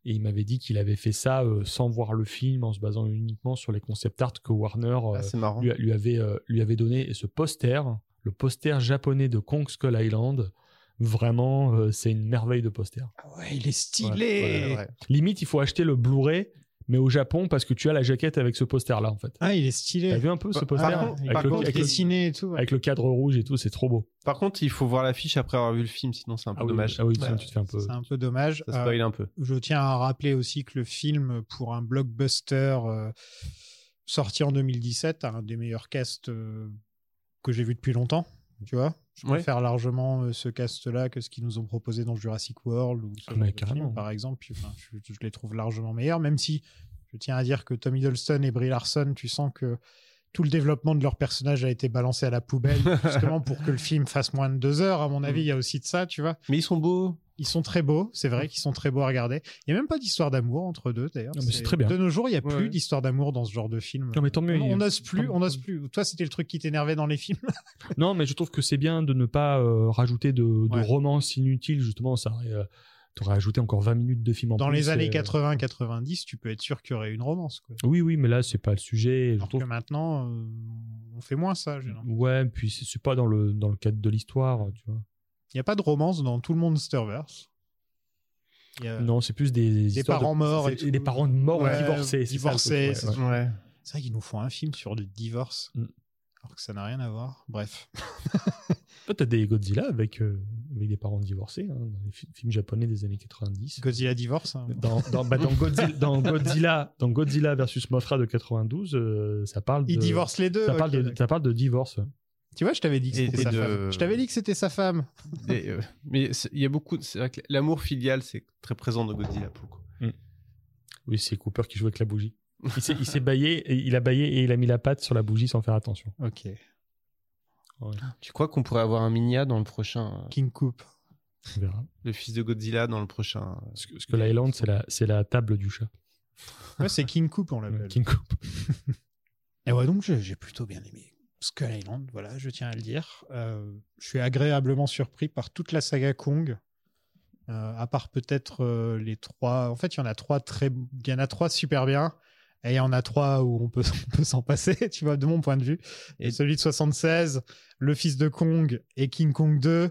S10: Et il m'avait dit qu'il avait fait ça euh, sans voir le film, en se basant uniquement sur les concept art que Warner euh,
S9: Ah, c'est marrant.
S10: lui, a- lui avait, euh, lui avait donné. Et ce poster, le poster japonais de Kong Skull Island, vraiment, euh, c'est une merveille de poster.
S8: ouais, il est
S9: Ouais, ouais, ouais.
S10: Limite, il faut acheter le Blu-ray, mais au Japon, parce que tu as la jaquette avec ce poster-là, en fait.
S8: Ah, il est
S10: T'as
S8: stylé.
S10: vu un peu ce
S9: Par-
S10: poster
S9: par
S8: Ah, contre-
S10: avec,
S9: par
S10: le,
S9: contre,
S10: avec le-
S8: dessiné et tout. ouais.
S10: avec le cadre rouge et tout, c'est trop beau.
S9: Par contre, il faut voir l'affiche après avoir vu le film, sinon c'est un peu
S10: Ah oui,
S9: dommage.
S10: ah oui,
S8: Ouais,
S10: sinon tu te fais un peu.
S8: C'est un peu dommage.
S9: Ça
S8: Euh,
S9: spoil un peu.
S8: je tiens à rappeler aussi que le film, pour un blockbuster euh, sorti en 2017, a un des meilleurs casts euh, que j'ai vu depuis longtemps. Tu vois Je
S9: Ouais.
S8: préfère largement euh, ce cast-là que ce qu'ils nous ont proposé dans Jurassic World ou ce
S10: Ah,
S8: genre de
S10: mais
S8: film,
S10: carrément.
S8: par exemple. Puis, enfin, je, je les trouve largement meilleurs, même si je tiens à dire que Tom Hiddleston et Brie Larson, tu sens que tout le développement de leur personnage a été balancé à la poubelle, justement pour que le film fasse moins de deux heures. À mon
S10: Mm.
S8: avis, il y a aussi de ça, tu vois.
S9: Mais ils sont beaux.
S8: Ils sont très beaux, c'est vrai qu'ils sont très beaux à regarder. Il n'y a même pas d'histoire d'amour entre deux, d'ailleurs.
S10: Non, mais c'est très bien.
S8: De nos jours, il n'y a
S9: Ouais,
S8: plus
S9: ouais.
S8: d'histoire d'amour dans ce genre de film.
S10: Non, mais tant mieux.
S8: on on
S10: il-
S8: n'ose plus,
S10: tant-
S8: on n'ose plus. Toi, c'était le truc qui t'énervait dans les films.
S10: Non, mais je trouve que c'est bien de ne pas euh, rajouter de, de
S8: Ouais.
S10: romance inutile, justement. Ça aurait, euh, t'aurais ajouté encore 20 minutes de film en
S8: Dans
S10: plus, euh,
S8: les années
S10: et-
S8: 80-90, tu peux être sûr qu'il y aurait une romance. Quoi.
S10: Oui, oui, mais là, c'est pas le sujet. Je
S8: Alors
S10: trouve
S8: que maintenant, euh, on fait moins ça. j'ai l'impression.
S10: Ouais, puis c'est c'est pas dans le, dans le cadre de l'histoire, tu vois.
S8: Il n'y a pas de romance dans tout le Monsterverse. Il y a-
S10: Non, c'est plus des, des histoires
S8: parents
S10: de-
S8: morts
S10: c'est-
S8: et tout.
S10: Des parents morts
S8: Ouais,
S10: divorcés. c'est ça, le truc,
S8: divorcés,
S10: ouais,
S8: c'est
S10: ouais.
S9: Ouais.
S8: C'est vrai qu'ils nous font un film sur le divorce,
S10: Mm.
S8: alors que ça n'a rien à voir. Bref.
S10: Toi, t'as des Godzilla avec, euh, avec des parents divorcés, hein, dans les fi- films japonais des années 90.
S8: Godzilla divorce. hein.
S10: Dans, dans- bah, dans Godzilla, dans, Godzilla, dans Godzilla versus Mothra de 92, euh, ça parle de...
S8: Ils divorcent les deux.
S10: Ça,
S8: ok,
S10: parle de,
S8: d'accord.
S10: ça parle de divorce.
S8: Tu vois, je t'avais dit que
S9: Et-
S8: c'était
S9: et
S8: sa
S9: de-
S8: femme. Je t'avais dit que c'était sa femme.
S9: Et, euh, mais c'est- il y a beaucoup. de- C'est vrai que l'amour filial, c'est très présent dans Godzilla pour le coup.
S10: Oui, c'est Cooper qui joue avec la bougie. Il s'est- il s'est baillé, et il a baillé et il a mis la patte sur la bougie sans faire attention.
S8: Ok.
S9: Tu crois qu'on pourrait avoir un Minya dans le prochain, euh,
S8: King Coupe.
S10: On verra.
S9: le fils de Godzilla dans le prochain
S10: Parce que, parce que l'Island, c'est la, c'est la table du chat.
S8: Ouais, c'est King Coupe, on l'appelle.
S10: King Kong.
S8: Et ouais, donc j'ai j'ai plutôt bien aimé Skull Island, voilà, je tiens à le dire. Euh, je suis agréablement surpris par toute la saga Kong, euh, à part peut-être euh, les trois. En fait, il y en a trois très, il y en a trois super bien. Et il y en a trois où on peut, on peut s'en passer, tu vois, de mon point de vue. Et celui de 76, Le Fils de Kong et King Kong 2.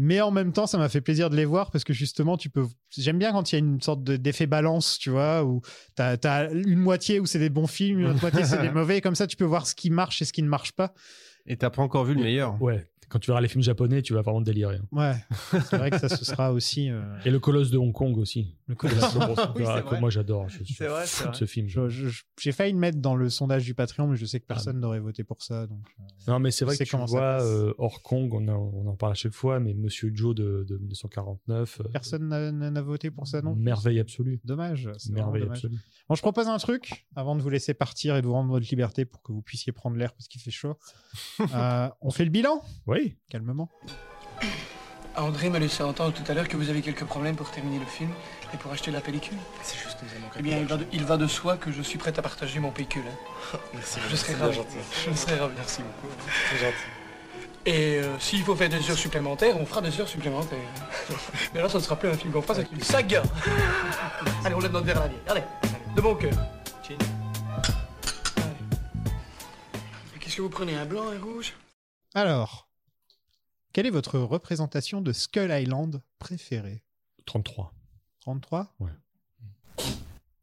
S8: Mais en même temps, ça m'a fait plaisir de les voir parce que justement, tu peux. J'aime bien quand il y a une sorte de- d'effet balance, tu vois, où t'as as une moitié où c'est des bons films, une autre moitié c'est des mauvais. Et comme ça, tu peux voir ce qui marche et ce qui ne marche pas.
S9: Et t'as pas encore vu le meilleur.
S10: Ouais. Quand tu verras les films japonais, tu vas vraiment délirer. hein.
S8: Ouais, c'est vrai que ça, ce sera aussi. euh,
S10: Et le Colosse de Hong Kong aussi.
S8: Le
S10: Colosse de Hong Kong, que moi j'adore. Je suis
S8: C'est vrai, c'est
S10: fou de
S8: vrai.
S10: ce film.
S8: Je- je- je- J'ai failli le mettre dans le sondage du Patreon, mais je sais que personne n'aurait voté pour ça. Donc, euh,
S10: Non, mais c'est vrai
S8: je
S10: que
S8: sais
S10: tu
S8: comment ça
S10: vois,
S8: passe.
S10: euh, hors Kong, on, en- on en parle à chaque fois, mais Monsieur Joe de, de 1949, euh,
S8: personne n'a- n'a n'a voté pour ça non plus.
S10: merveille absolue.
S8: Dommage. c'est vraiment
S10: Merveille
S8: dommage.
S10: absolue.
S8: Bon, je propose un truc avant de vous laisser partir et de vous rendre votre liberté pour que vous puissiez prendre l'air parce qu'il fait chaud. Euh, on fait le bilan
S10: Oui.
S8: Calmement.
S12: André m'a laissé entendre tout à l'heure que vous avez quelques problèmes pour terminer le film et pour acheter la pellicule.
S13: C'est juste que nous avons
S12: Eh bien, il va, de, il va de soi que je suis prêt à partager mon pécule. hein.
S13: Merci,
S12: Je
S13: c'est
S12: serai
S13: bien
S12: ravi.
S13: gentil.
S12: Je serai ravi.
S13: Merci beaucoup. C'est gentil.
S12: Et euh, s'il faut faire des heures supplémentaires, on fera des heures supplémentaires. Mais là, ça ne sera plus un film qu'on fera, c'est une saga. Allez, on lève notre verre à la vie. Allez, allez, de bon cœur. Cheers. Allez. Mais Qu'est-ce que vous prenez Un blanc, un rouge
S8: Alors, quelle est votre représentation de Skull Island préférée
S10: 33.
S8: 33
S10: Ouais.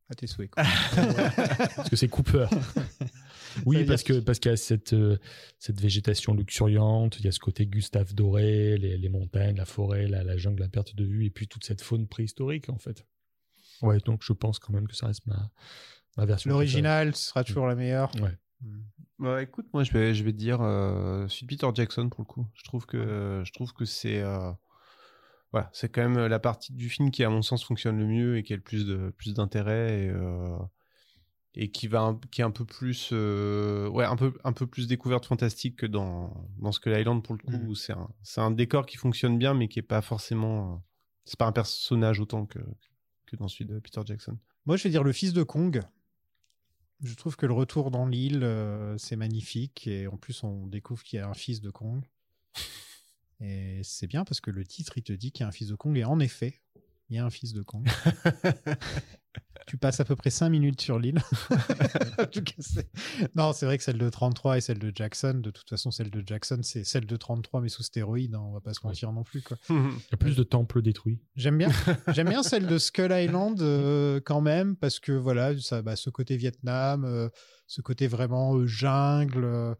S8: À tes souhaits.
S10: parce que c'est Cooper.
S8: Ça veut
S10: oui,
S8: dire
S10: parce que parce qu'il y a cette euh, cette végétation luxuriante, il y a ce côté Gustave Doré, les, les montagnes, la forêt, la, la jungle à perte de vue, et puis toute cette faune préhistorique en fait. Ouais, donc je pense quand même que ça reste ma ma version.
S8: L'original sera toujours la meilleure.
S10: Ouais.
S9: Bah, écoute, moi je vais, je vais te dire euh, celui de Peter Jackson pour le coup. Je trouve que je trouve que c'est euh, voilà, c'est quand même la partie du film qui à mon sens fonctionne le mieux et qui a le plus de plus d'intérêt et, euh, et qui va un- qui est un peu plus euh, ouais un peu un peu plus découverte fantastique que dans dans Skull Island pour le coup. où C'est un c'est un décor qui fonctionne bien mais qui est pas forcément euh, c'est pas un personnage autant que que dans celui de Peter Jackson.
S8: Moi, je vais dire le fils de Kong. Je trouve que le retour dans l'île, euh, c'est magnifique. Et en plus, on découvre qu'il y a un fils de Kong. Et c'est bien parce que le titre, il te dit qu'il y a un fils de Kong. Et en effet, il y a un fils de Kong. tu passes à peu près 5 minutes sur l'île. En tout cas, c'est- non, c'est vrai que celle de 33 et celle de Jackson, de toute façon, celle de Jackson, c'est celle de 33, mais sous stéroïdes. hein, on va pas se mentir non plus. Quoi.
S10: Il y a plus de temples détruits.
S8: J'aime bien, j'aime bien celle de Skull Island euh, quand même parce que voilà, ça, bah, ce côté Vietnam, euh, ce côté vraiment euh, jungle. euh,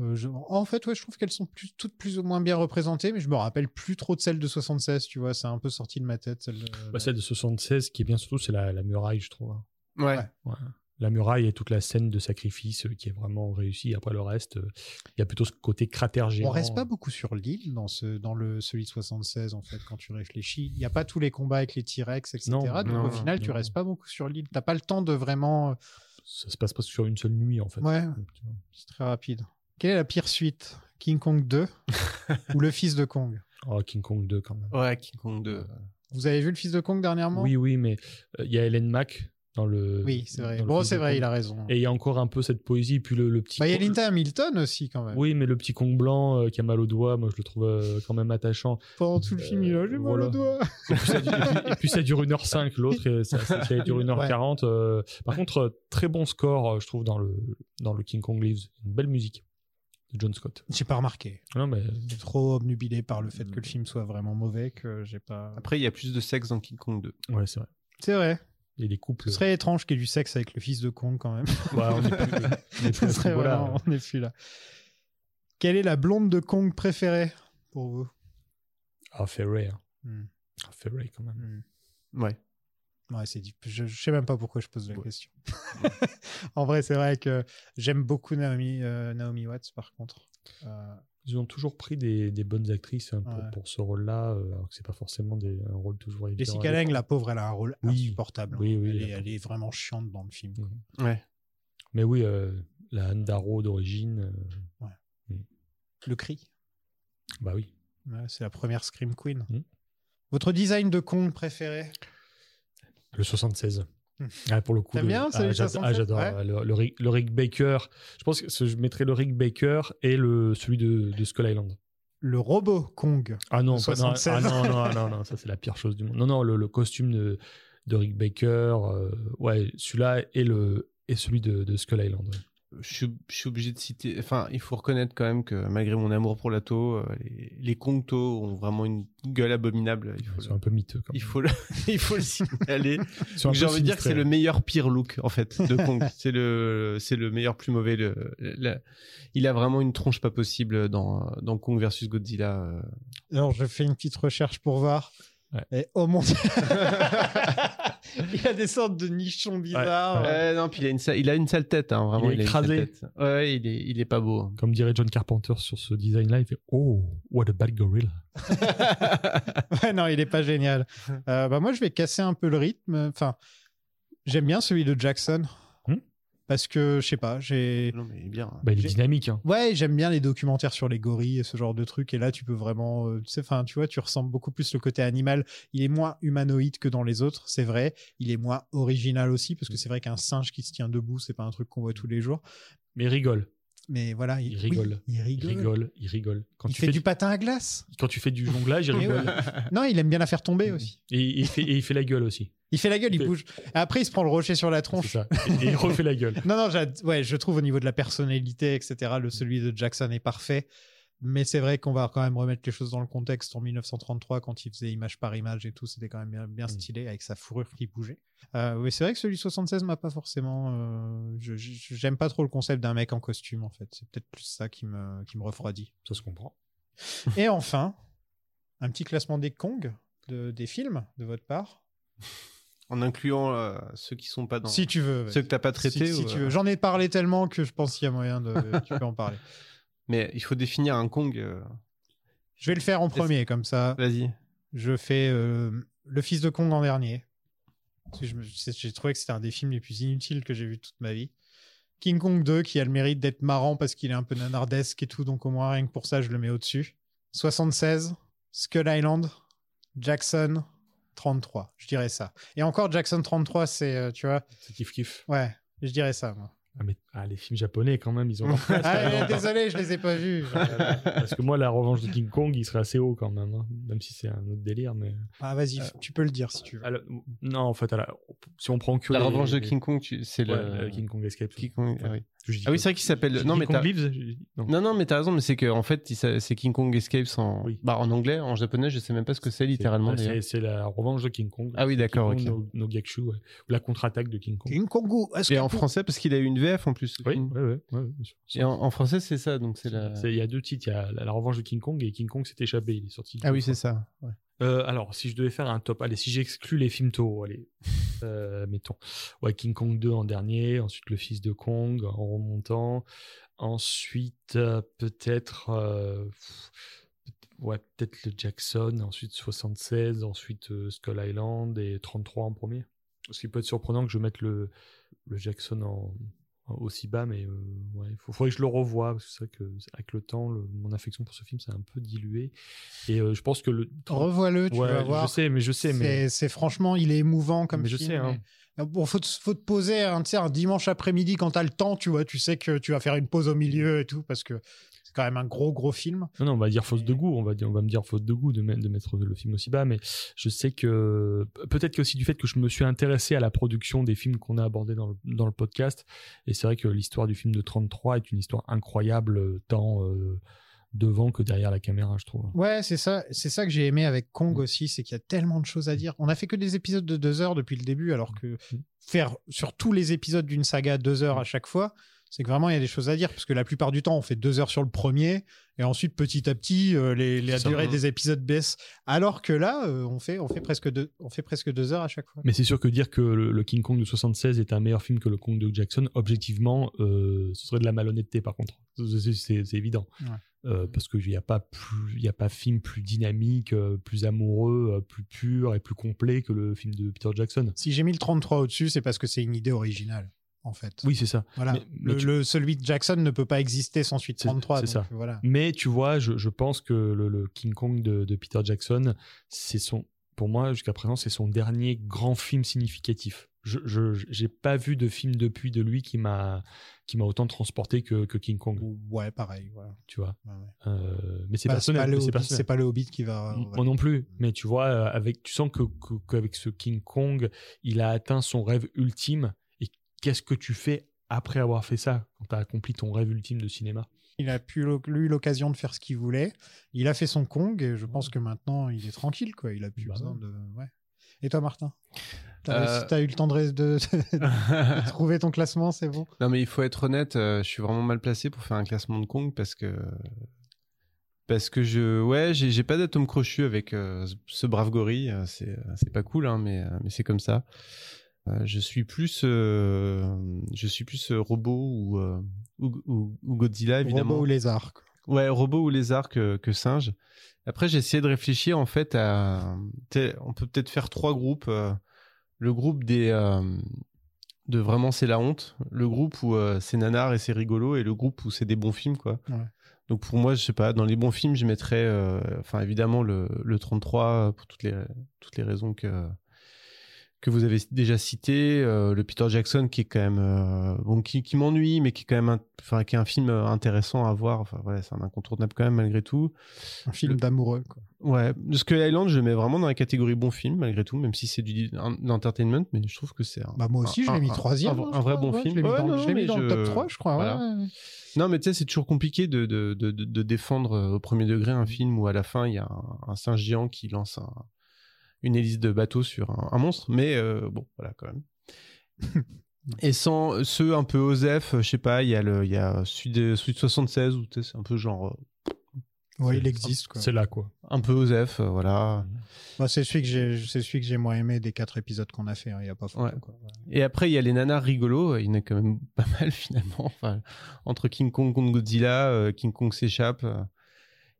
S8: euh, je- En fait, ouais, je trouve qu'elles sont plus- toutes plus ou moins bien représentées, mais je me rappelle plus trop de celle de 76. Tu vois, c'est un peu sorti de ma tête. Celle de-
S10: Bah, celle de 76 qui est bien surtout c'est la, la muraille je trouve. hein.
S9: Ouais.
S10: Ouais. La muraille et toute la scène de sacrifice euh, qui est vraiment réussie. Après le reste, euh, il y a plutôt ce côté cratère géant.
S8: On reste pas beaucoup sur l'île dans ce, dans le celui de 76 en fait. Quand tu réfléchis, il n'y a pas tous les combats avec les T-Rex, etc.
S10: Non,
S8: Donc
S10: non,
S8: au final, tu
S10: non.
S8: restes pas beaucoup sur l'île. T'as pas le temps de vraiment.
S10: Ça se passe pas sur une seule nuit en fait.
S8: Ouais, c'est très rapide. Quelle est la pire suite King Kong 2 ou Le Fils de Kong
S10: Oh, King Kong 2 quand même.
S9: Ouais, King Kong 2.
S8: Vous avez vu Le Fils de Kong dernièrement
S10: Oui, oui, mais euh, il y a Hélène Mack dans le.
S8: Oui, c'est vrai.
S10: dans le
S8: Bon,
S10: film
S8: c'est
S10: de
S8: vrai,
S10: Kong.
S8: il a raison.
S10: Et il y a encore un peu cette poésie, puis le, le petit.
S8: Bah, il y a
S10: Kong-
S8: Linda Hamilton aussi quand même.
S10: Oui, mais le petit Kong blanc euh, qui a mal au doigt, moi je le trouve euh, quand même attachant.
S8: Pendant tout le film, il a j'ai mal
S10: voilà.
S8: au doigt.
S10: Et puis, ça, du- et puis- et puis ça dure 1h05, l'autre euh, ça, ça, ça dure 1h40. euh. par contre, euh, très bon score, euh, je trouve, dans le, dans le King Kong Lives. Une belle musique de John Scott.
S8: J'ai pas remarqué.
S10: Non, mais.
S8: J'étais trop obnubilé par le fait que le film soit vraiment mauvais que j'ai pas.
S9: Après, il y a plus de sexe dans King Kong 2.
S10: Ouais, c'est vrai.
S8: C'est vrai.
S10: Il y a des couples.
S8: Ce serait étrange qu'il y ait du sexe avec le fils de Kong quand même.
S10: Ouais, on est plus- on est plus
S8: Ce
S10: à ce
S8: serait
S10: niveau-là.
S8: vraiment- on n'est plus là. Quelle est la blonde de Kong préférée pour vous
S10: Ah, Ferré. hein.
S8: Hmm.
S10: Ah, Ferré, quand même.
S9: Ouais.
S8: Ouais, c'est dit. Je, je sais même pas pourquoi je pose la question. en vrai, c'est vrai que j'aime beaucoup Naomi, euh, Naomi Watts, par contre. Euh,
S10: Ils ont toujours pris des, des bonnes actrices hein, pour,
S8: Ouais.
S10: pour ce rôle-là, euh, alors que c'est pas forcément des, un rôle toujours évident.
S8: Jessica
S10: à
S8: Lange,
S10: l'époque.
S8: la pauvre, elle a un rôle
S10: Oui.
S8: insupportable. hein.
S10: Oui, oui,
S8: elle, est,
S10: d'accord.
S8: elle est vraiment chiante dans le film. quoi.
S9: Ouais.
S10: Mais oui, euh, la Anne Darrow d'origine, euh,
S8: Le cri,
S10: bah oui.
S8: ouais, c'est la première
S10: Hmm.
S8: Scream Queen.
S10: Mm.
S8: Votre design de Kong préféré
S10: Le 76. Ah, pour le coup,
S8: T'aimes
S10: le-
S8: bien,
S10: ah,
S8: Salut,
S10: j'ad-
S8: 67?
S10: ah, j'adore
S8: Ouais.
S10: le, le Rick, le Rick Baker. Je pense que ce- je mettrais le Rick Baker et le, celui de, de Skull Island.
S8: Le robot Kong.
S10: Ah non,
S8: de
S10: pas- non,
S8: 76.
S10: ah non, non, ah non, non, ça c'est la pire chose du monde. Non, non, le, le costume de, de Rick Baker, euh, ouais, celui-là et, le, et celui de, de Skull Island. ouais.
S9: je suis, je suis obligé de citer. Enfin, il faut reconnaître quand même que malgré mon amour pour l'Ato, euh, les, les Kongto ont vraiment une gueule abominable. Il faut
S10: Ils sont un peu miteux. Quand même.
S9: il faut le, il faut le signaler.
S10: Ils sont un
S9: Donc, J'ai
S10: peu
S9: envie de dire que
S10: sinistrés,
S9: c'est le
S10: ouais.
S9: meilleur pire look en fait de Kong. c'est le c'est le meilleur plus mauvais. Le, la- il a vraiment une tronche pas possible dans dans Kong versus Godzilla. euh.
S8: Alors, je fais une petite recherche pour voir.
S10: Ouais.
S8: Et oh mon dieu Il y a des sortes de nichons bizarres.
S9: Euh, non, puis il a une sale, il a une sale tête. hein, vraiment,
S10: Ah. Il est
S9: a une sale
S10: écrasé.
S9: tête. Ouais, il est il est pas beau. hein.
S10: Comme dirait John Carpenter sur ce design-là, il fait Oh, what a bad gorilla.
S8: Ouais, non, il est pas génial. Euh, bah, moi, je vais casser un peu le rythme. Enfin, j'aime bien celui de Jackson.
S10: Hmm.
S8: Parce que, je sais pas, j'ai.
S9: Non mais il est bien. hein.
S10: Bah, il est
S8: J'ai-
S10: dynamique. hein.
S8: Ouais, j'aime bien les documentaires sur les gorilles et ce genre de trucs. Et là, tu peux vraiment, euh, tu sais, enfin, tu vois, tu ressens beaucoup plus le côté animal. Il est moins humanoïde que dans les autres, c'est vrai. Il est moins original aussi, parce que c'est vrai qu'un singe qui se tient debout, c'est pas un truc qu'on voit tous les jours.
S10: Mais il rigole.
S8: Mais voilà, il,
S10: Il rigole.
S8: oui, il
S10: Il
S8: rigole.
S10: rigole. Il rigole. Quand,
S8: Il
S10: tu
S8: fait
S10: fais
S8: du patin à glace.
S10: quand tu fais du jonglage, il
S8: Mais
S10: rigole.
S8: Non, il aime bien la faire tomber aussi.
S10: Et il, fait, et il fait la gueule aussi.
S8: Il fait la gueule, il
S10: Fait-
S8: bouge. Après, il se prend le rocher sur la
S10: C'est
S8: tronche.
S10: ça. Et, et il refait la gueule.
S8: Non, non, j'ad- ouais, je trouve au niveau de la personnalité, etc., le celui de Jackson est parfait. Mais c'est vrai qu'on va quand même remettre les choses dans le contexte. En 1933, quand il faisait image par image et tout, c'était quand même bien,
S10: Mm.
S8: bien stylé avec sa fourrure qui bougeait. Euh, oui, c'est vrai que celui de 76 m'a pas forcément. euh, je- je- J'aime pas trop le concept d'un mec en costume, en fait. C'est peut-être plus ça qui me, qui me refroidit.
S10: Ça se comprend.
S8: et enfin, un petit classement des Kong, de- des films, de votre part.
S9: En incluant euh, ceux qui sont pas dans.
S8: Si tu veux.
S9: Ceux que t'as pas traités.
S8: Si- si
S9: ou,
S8: tu
S9: euh,
S8: veux. J'en ai parlé tellement que je pense qu'il y a moyen de. tu peux en parler.
S9: Mais il faut définir un Kong. euh,
S8: Je vais le faire en premier, comme ça.
S9: Vas-y.
S8: Je fais euh, Le Fils de Kong en dernier. Parce que je me- c'est- J'ai trouvé que c'était un des films les plus inutiles que j'ai vu toute ma vie. King Kong 2, qui a le mérite d'être marrant parce qu'il est un peu nanardesque et tout, donc au moins rien que pour ça, je le mets au-dessus. 76, Skull Island, Jackson 33, je dirais ça. Et encore, Jackson 33, c'est, euh, tu vois,
S10: C'est kiff kiff.
S8: ouais, je dirais ça, moi.
S10: Ah, mais ah, les films japonais, quand même, ils ont. leur place,
S8: Ah,
S10: quand même,
S8: mais
S10: hein.
S8: désolé, je les ai pas vus.
S10: Parce que moi, la revanche de King Kong, il serait assez haut quand même. hein. Même si c'est un autre délire. mais
S8: Ah, vas-y,
S10: Euh,
S8: f- tu peux le dire si tu veux.
S10: À la- Non, en fait, à la- si on prend que.
S9: La
S10: les-
S9: revanche de
S10: les-
S9: King Kong, tu- c'est
S10: Ouais,
S9: le.
S10: euh, King Kong Escape.
S9: King Kong, ah oui.
S10: Je dis
S9: Ah oui,
S10: quoi
S9: c'est vrai qu'il s'appelle.
S10: J'ai
S9: Non,
S10: dit
S9: mais
S10: Kong
S9: t'as-
S10: Lives, j'ai- non.
S9: Non, non, mais t'as raison, mais c'est que en fait, il s'a- c'est King Kong Escapes en,
S10: Oui.
S9: bah, en anglais, en japonais, je sais même pas ce que c'est littéralement.
S10: bah, C'est
S9: d'ailleurs.
S10: c'est la revanche de King Kong.
S9: Ah oui, d'accord,
S10: King Kong
S9: ok.
S10: No, No Gakushu, ouais. Ou la contre-attaque de King Kong.
S8: King Kong, est-ce
S9: Et
S8: que
S9: en
S8: tu-
S9: français, parce qu'il a eu une VF en plus. le
S10: Oui,
S9: film.
S10: ouais, ouais, ouais, bien sûr.
S9: Et en, en français, c'est ça, donc c'est la.
S10: C'est- Il y a deux titres. Il y a la, la revanche de King Kong et King Kong s'est échappé. Il est sorti.
S9: Ah oui, c'est ça. ouais.
S10: Euh, alors, si je devais faire un top, allez, si j'exclus les films Toho, allez, euh, mettons, ouais, King Kong 2 en dernier, ensuite Le Fils de Kong en remontant, ensuite euh, peut-être, euh, pff, peut- ouais, peut-être le Jackson, ensuite 76, ensuite euh, Skull Island et 33 en premier. Ce qui peut être surprenant que je mette le, le Jackson en, en- aussi bas, mais euh, ouais, il faudrait que je le revoie, parce que c'est vrai que avec le temps, le- mon affection pour ce film s'est un peu diluée. Et euh, je pense que le.
S8: Revois-le, tu
S10: Ouais,
S8: vas voir.
S10: Je sais, mais je sais, mais.
S8: C'est- C'est franchement, il est émouvant comme
S10: Mais je
S8: film.
S10: sais, hein.
S8: mais- Bon, faut, te- faut te poser un, tu sais, un dimanche après-midi quand t'as le temps, tu vois. Tu sais que tu vas faire une pause au milieu et tout parce que c'est quand même un gros, gros film.
S10: Non, non, on va dire fausse de goût, on va, dire, on va me dire fausse de goût de, me- de mettre le film aussi bas, mais je sais que. Peut-être que aussi du fait que je me suis intéressé à la production des films qu'on a abordés dans le, dans le podcast, et c'est vrai que l'histoire du film de 33 est une histoire incroyable, euh, tant euh, devant que derrière la caméra, je trouve. hein.
S8: Ouais, c'est ça, c'est ça que j'ai aimé avec Kong
S10: Mm.
S8: aussi, c'est qu'il y a tellement de choses à dire. On a fait que des épisodes de deux heures depuis le début, alors que
S10: Mm.
S8: faire sur tous les épisodes d'une saga deux heures à chaque fois, c'est que vraiment il y a des choses à dire, parce que la plupart du temps on fait deux heures sur le premier, et ensuite petit à petit euh, les, les- la
S10: C'est ça.
S8: durée des épisodes baisse. Alors que là, euh, on fait on fait presque deux on fait presque deux heures à chaque fois.
S10: Mais c'est sûr que dire que le, le King Kong de 76 est un meilleur film que le Kong de Jackson, objectivement, euh, ce serait de la malhonnêteté par contre. C'est- C'est c'est évident.
S8: Ouais.
S10: Euh, parce qu'il n'y a pas plus, il y a pas film plus dynamique, euh, plus amoureux, euh, plus pur et plus complet que le film de Peter Jackson.
S8: Si j'ai mis le 33 au-dessus, c'est parce que c'est une idée originale, en fait.
S10: Oui, c'est ça.
S8: Voilà.
S10: mais- mais
S8: le,
S10: tu-
S8: le- celui de Jackson ne peut pas exister sans suite
S10: C'est-
S8: 33.
S10: c'est
S8: donc
S10: ça.
S8: Voilà.
S10: Mais tu vois, je, je pense que le, le King Kong de, de Peter Jackson, c'est son, pour moi, jusqu'à présent, c'est son dernier grand film significatif. Je n'ai pas vu de film depuis de lui qui m'a qui m'a autant transporté que, que King Kong.
S8: Ouais, pareil. Voilà.
S10: Tu vois.
S8: Ouais, ouais.
S10: Euh, mais c'est
S8: Bah,
S10: personnel.
S8: pas le
S10: mais c'est
S8: Hobbit-
S10: personnel. Mm.
S8: C'est pas Mm. le Hobbit qui va.
S10: Moi non plus, mais tu vois, euh, avec, tu sens que que- qu'avec ce King Kong, il a atteint son rêve ultime. Et qu'est-ce que tu fais après avoir fait ça, quand tu as accompli ton rêve ultime de cinéma
S8: Il a pu l'oc- eu l'occasion de faire ce qu'il voulait. Il a fait son Kong et je pense que maintenant il est tranquille quoi. Il a
S10: Bah
S8: plus besoin de. Ouais. Et toi Martin, t'as
S9: Euh,
S8: as eu le temps de, ré- de- de trouver ton classement, c'est bon.
S9: Non, mais il faut être honnête, euh, je suis vraiment mal placé pour faire un classement de Kong parce que. Parce que je. Ouais, j'ai j'ai pas d'atome crochu avec euh, ce brave gorille. euh, C'est euh, c'est pas cool, hein, mais, euh, mais c'est comme ça. Euh, je suis plus. euh, je suis plus euh, robot ou, euh, ou, ou- ou Godzilla, évidemment.
S8: Robot ou lézard. quoi.
S9: Ouais, robot ou lézard que, que singe. Après, j'ai essayé de réfléchir en fait à. t'sais, On peut peut-être faire trois groupes. euh, Le groupe des. euh, De vraiment c'est la honte. Le groupe où euh, c'est nanar et c'est rigolo. Et le groupe où c'est des bons films, quoi.
S8: Ouais.
S9: Donc pour moi, je sais pas, dans les bons films, je mettrais. euh, Enfin, évidemment, le, le 33 pour toutes les, toutes les raisons que que vous avez déjà cité, euh, le Peter Jackson qui est quand même euh, bon, qui, qui m'ennuie, mais qui est quand même, un, enfin, qui est un film euh, intéressant à voir. Enfin voilà, c'est un incontournable quand même malgré tout.
S8: Un film
S9: Le-
S8: d'amoureux. quoi.
S9: Ouais, Skull Island, je le mets vraiment dans la catégorie bon film malgré tout, même si c'est du un- de l'entertainment, mais je trouve que c'est. un-
S8: Bah, moi aussi, je
S9: un-
S8: l'ai mis
S9: un-
S8: troisième,
S9: Un,
S8: hein, je
S9: un vrai
S8: crois.
S9: bon
S8: Ouais, je
S9: film.
S8: l'ai mis dans-
S9: non,
S8: je l'ai mis
S9: mais
S8: dans le top 3, je crois, ouais, ouais, ouais.
S9: Non, mais tu sais, c'est toujours compliqué de, de, de, de- de défendre euh, au premier degré un film où à la fin il y a un, un singe géant qui lance un, une hélice de bateau sur un, un monstre, mais euh, bon, voilà quand même. Et sans euh, ceux un peu OSEF, euh, je sais pas, il y a le, il y a Sud, Sud 76 où tu sais, c'est un peu genre. euh,
S8: Ouais, il
S9: c'est-
S8: existe, quoi.
S10: C'est là quoi.
S9: Un peu OSEF, euh, voilà.
S8: Bah, c'est celui que j'ai, c'est celui que j'ai moins aimé des quatre épisodes qu'on a fait. hein, Il y a pas photo.
S9: Ouais.
S8: quoi.
S9: Et après, il y a les nanas rigolos. euh, Il y en a quand même pas mal finalement. Enfin, entre King Kong contre Godzilla, euh, King Kong s'échappe, euh,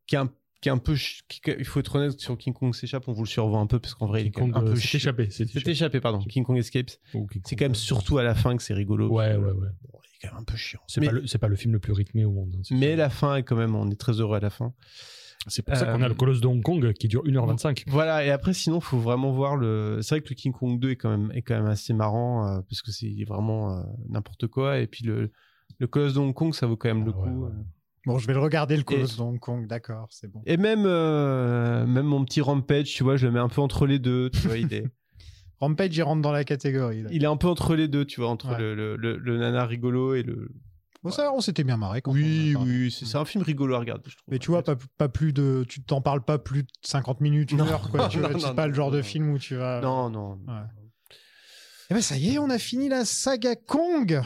S9: qui est un qui est un peu ch- qui- qui- il faut être honnête sur King Kong s'échappe on vous le survend un peu parce qu'en vrai il est
S10: King
S9: quand même
S10: Kong,
S9: un
S10: euh,
S9: peu
S10: s'est
S9: chi-
S10: échappé, s'est
S9: s'est
S10: échappé.
S9: échappé pardon King Kong Escapes
S10: Ou King
S9: c'est
S10: Kong,
S9: quand même
S10: euh,
S9: surtout à la fin que c'est rigolo
S10: Ouais,
S9: parce que
S10: ouais, ouais.
S9: il est quand même un peu chiant
S10: C'est
S9: Mais-
S10: pas, le- c'est pas le film le plus rythmé au monde. hein, c'est-
S9: mais la fin est quand même on est très heureux à la fin
S10: C'est pour ça
S9: Euh,
S10: qu'on a le Colosse de Hong Kong qui dure 1h25.
S9: Voilà, et après, sinon, faut vraiment voir le. C'est vrai que le King Kong 2 est quand même, est quand même assez marrant, euh, parce que c'est vraiment euh, n'importe quoi. Et puis, le, le Colosse de Hong Kong, ça vaut quand
S8: Ah
S9: même le coup.
S8: Bon, je vais le regarder le
S9: Et-
S8: Colosse de Hong Kong, d'accord, c'est bon.
S9: Et même, euh, même mon petit Rampage, tu vois, je le mets un peu entre les deux. Tu vois, il, est,
S8: Rampage, il rentre dans la catégorie. là.
S9: il est un peu entre les deux, tu vois, entre
S8: Ouais.
S9: le, le, le- le nana rigolo et le.
S8: Bon, ça, on s'était bien marré quand
S9: Oui, oui, c'est c'est un film rigolo à regarder, je trouve.
S8: Mais tu vois, pas, pas plus de, tu t'en parles pas plus de 50 minutes, une
S9: Non,
S8: heure, quoi. Tu
S9: non,
S8: vois, c'est
S9: non,
S8: pas
S9: non,
S8: le genre de
S9: non.
S8: film où tu vas.
S9: Non, non.
S8: Ah. Et ben ça y est, on a fini la saga Kong.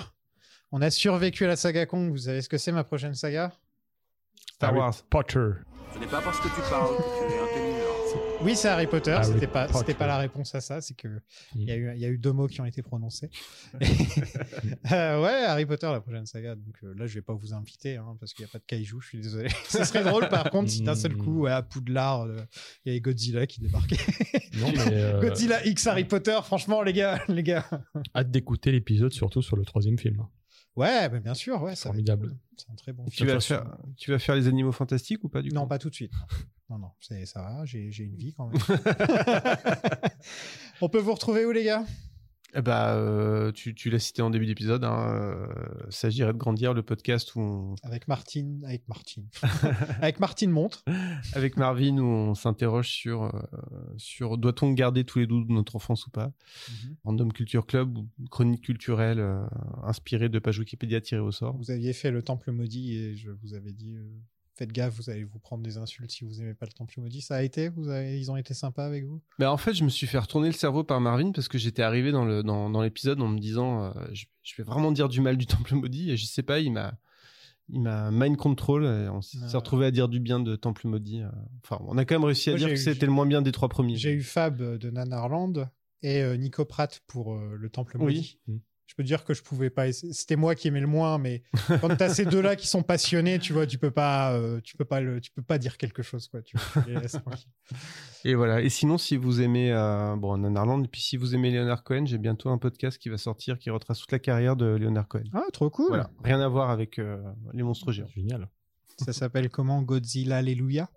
S8: On a survécu à la saga Kong. Vous savez ce que c'est ma prochaine saga Ah
S9: Star
S10: Harry
S9: Wars.
S10: Potter.
S14: Ce n'est pas parce que tu parles que tu es intelligent.
S8: Oui, c'est Harry Potter.
S10: Harry
S8: c'était pas,
S10: Potter.
S8: c'était pas la réponse à ça. C'est que il y, a eu- il y a eu deux mots qui ont été prononcés. Euh, ouais, Harry Potter, la prochaine saga. Donc euh, là, je vais pas vous inviter hein, parce qu'il n'y a pas de kaiju. Je suis désolé. Ce serait drôle, par contre, si d'un seul coup, ouais, à Poudlard, euh, il y avait Godzilla qui débarquait.
S10: Non, mais, euh,
S8: Godzilla X Harry Potter. Franchement, les gars, les gars.
S10: Hâte d'écouter l'épisode, surtout sur le troisième film. hein.
S8: Ouais, bah, bien sûr. Ouais, ça va être
S10: Formidable.
S8: cool. C'est un très bon
S9: Tu
S8: film.
S9: vas, faire, tu vas faire les animaux fantastiques ou pas du
S8: Non,
S9: coup
S8: pas tout de suite. Non, non, non, c'est- ça va. J'ai j'ai une vie quand même. On peut vous retrouver où, les gars
S9: Eh bah, euh, tu, tu l'as cité en début d'épisode. Hein, euh, S'agirait de grandir le podcast où on-
S8: Avec Martine, avec Martine, avec Martine Monte.
S9: avec Marvin où on s'interroge sur euh, sur doit-on garder tous les doutes de notre enfance ou pas. Random Culture Club ou chronique culturelle euh, inspirée de pages Wikipédia tirées au sort.
S8: Vous aviez fait le Temple maudit et je vous avais dit euh, faites gaffe, vous allez vous prendre des insultes si vous aimez pas le Temple maudit. Ça a été, vous avez- ils ont été sympas avec vous.
S9: Bah, en fait, je me suis fait retourner le cerveau par Marvin parce que j'étais arrivé dans le dans, dans l'épisode en me disant euh, je, je vais vraiment dire du mal du temple maudit et je sais pas, il m'a il m'a mind control et on s'est
S8: Ah.
S9: retrouvé à dire du bien de temple maudit. euh. Enfin, on a quand même réussi à
S8: Moi,
S9: dire
S8: j'ai
S9: que
S8: eu-
S9: c'était le moins bien des trois premiers.
S8: J'ai eu Fab de Nanarland et euh, Nico Pratt pour euh, le Temple maudit.
S9: Mm.
S8: Je peux dire que je pouvais pas. essa- C'était moi qui aimais le moins, mais quand t'as ces deux-là qui sont passionnés, tu vois, tu peux pas, euh, tu peux pas le, tu peux pas dire quelque chose, quoi. Tu vois, tu les laisses tranquilles.
S9: Et voilà. Et sinon, si vous aimez euh, bon, Nanarland, et puis si vous aimez Leonard Cohen, j'ai bientôt un podcast qui va sortir qui retrace toute la carrière de Leonard Cohen.
S8: Ah, trop cool.
S9: Voilà. Rien à voir avec euh, les monstres géants.
S10: Génial.
S8: Ça s'appelle comment Godzilla Alléluia.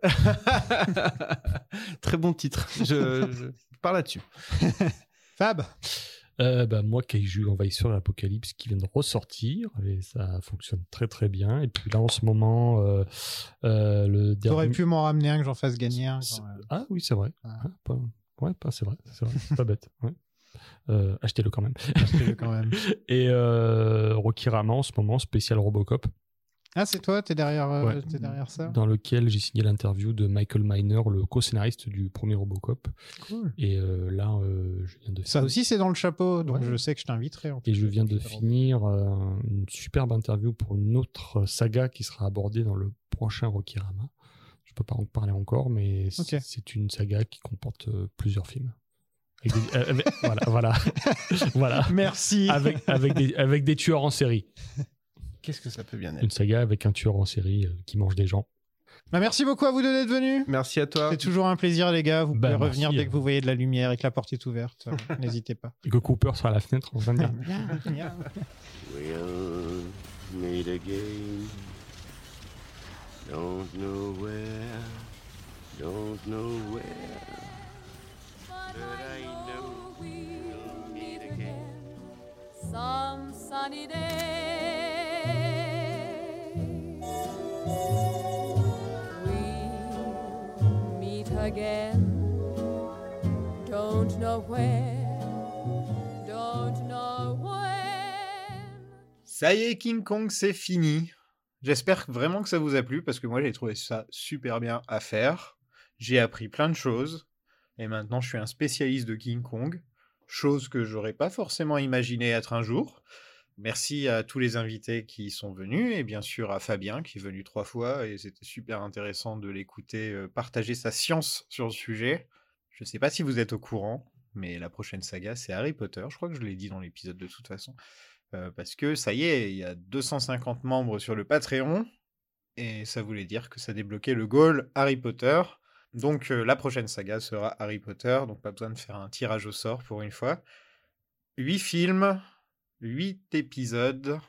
S9: Très bon titre. Je, je pars là-dessus.
S8: Fab.
S10: Euh, bah, moi, Kaiju, l'envahisseur de l'apocalypse, qui vient de ressortir, et ça fonctionne très très bien. Et puis là, en ce moment, euh, euh, le dernier.
S8: T'aurais pu m'en ramener un que j'en fasse gagner un.
S10: C'est-
S8: quand même.
S10: Ah oui, c'est vrai. Ah, pas- Ouais, pas- c'est vrai, c'est vrai. C'est pas bête. ouais. Euh, achetez-le quand même.
S8: Achetez-le quand même.
S10: Et euh, Rocky Rama, en ce moment, spécial Robocop,
S8: Ah, c'est toi, t'es derrière, euh,
S10: Ouais.
S8: t'es derrière ça
S10: dans lequel j'ai signé l'interview de Michael Miner, le co-scénariste du premier Robocop.
S8: Cool.
S10: Et euh, là, euh, je viens de
S8: Ça
S10: finir-
S8: aussi, c'est dans le chapeau, donc
S10: Ouais.
S8: je sais que je t'inviterai. en
S10: Et
S8: fait.
S10: je viens de finir euh, une superbe interview pour une autre euh, saga qui sera abordée dans le prochain Rocky Rama. Je peux pas en parler encore, mais c-
S8: Ok.
S10: c'est une saga qui comporte euh, plusieurs films. Avec des- euh, avec- voilà, voilà, voilà.
S8: Merci.
S10: Avec, avec, des, avec des tueurs en série.
S9: Qu'est-ce que ça peut bien
S10: Une saga avec un tueur en série euh, qui mange des gens.
S8: Bah, merci beaucoup à vous deux d'être venus.
S9: Merci à toi.
S8: C'est toujours un plaisir, les gars. Vous
S10: Bah,
S8: pouvez
S10: merci.
S8: revenir dès que vous voyez de la lumière et que la porte est ouverte. Euh, N'hésitez pas.
S10: Et que Cooper sera à la fenêtre en train de dire
S3: We'll meet again. Don't know where, don't know where. But I know we'll meet again.
S15: some sunny day. We meet again. Don't know where, don't know when.
S8: Ça y est, King Kong, c'est fini. J'espère vraiment que ça vous a plu parce que moi j'ai trouvé ça super bien à faire. J'ai appris plein de choses et maintenant je suis un spécialiste de King Kong, chose que j'aurais pas forcément imaginé être un jour. Merci à tous les invités qui sont venus et bien sûr à Fabien qui est venu trois fois et c'était super intéressant de l'écouter euh, partager sa science sur le sujet. Je sais pas si vous êtes au courant, mais la prochaine saga c'est Harry Potter. Je crois que je l'ai dit dans l'épisode de toute façon. Euh, parce que ça y est, il y a 250 membres sur le Patreon, et ça voulait dire que ça débloquait le goal Harry Potter. Donc euh, la prochaine saga sera Harry Potter, donc pas besoin de faire un tirage au sort pour une fois. 8 films, 8 épisodes.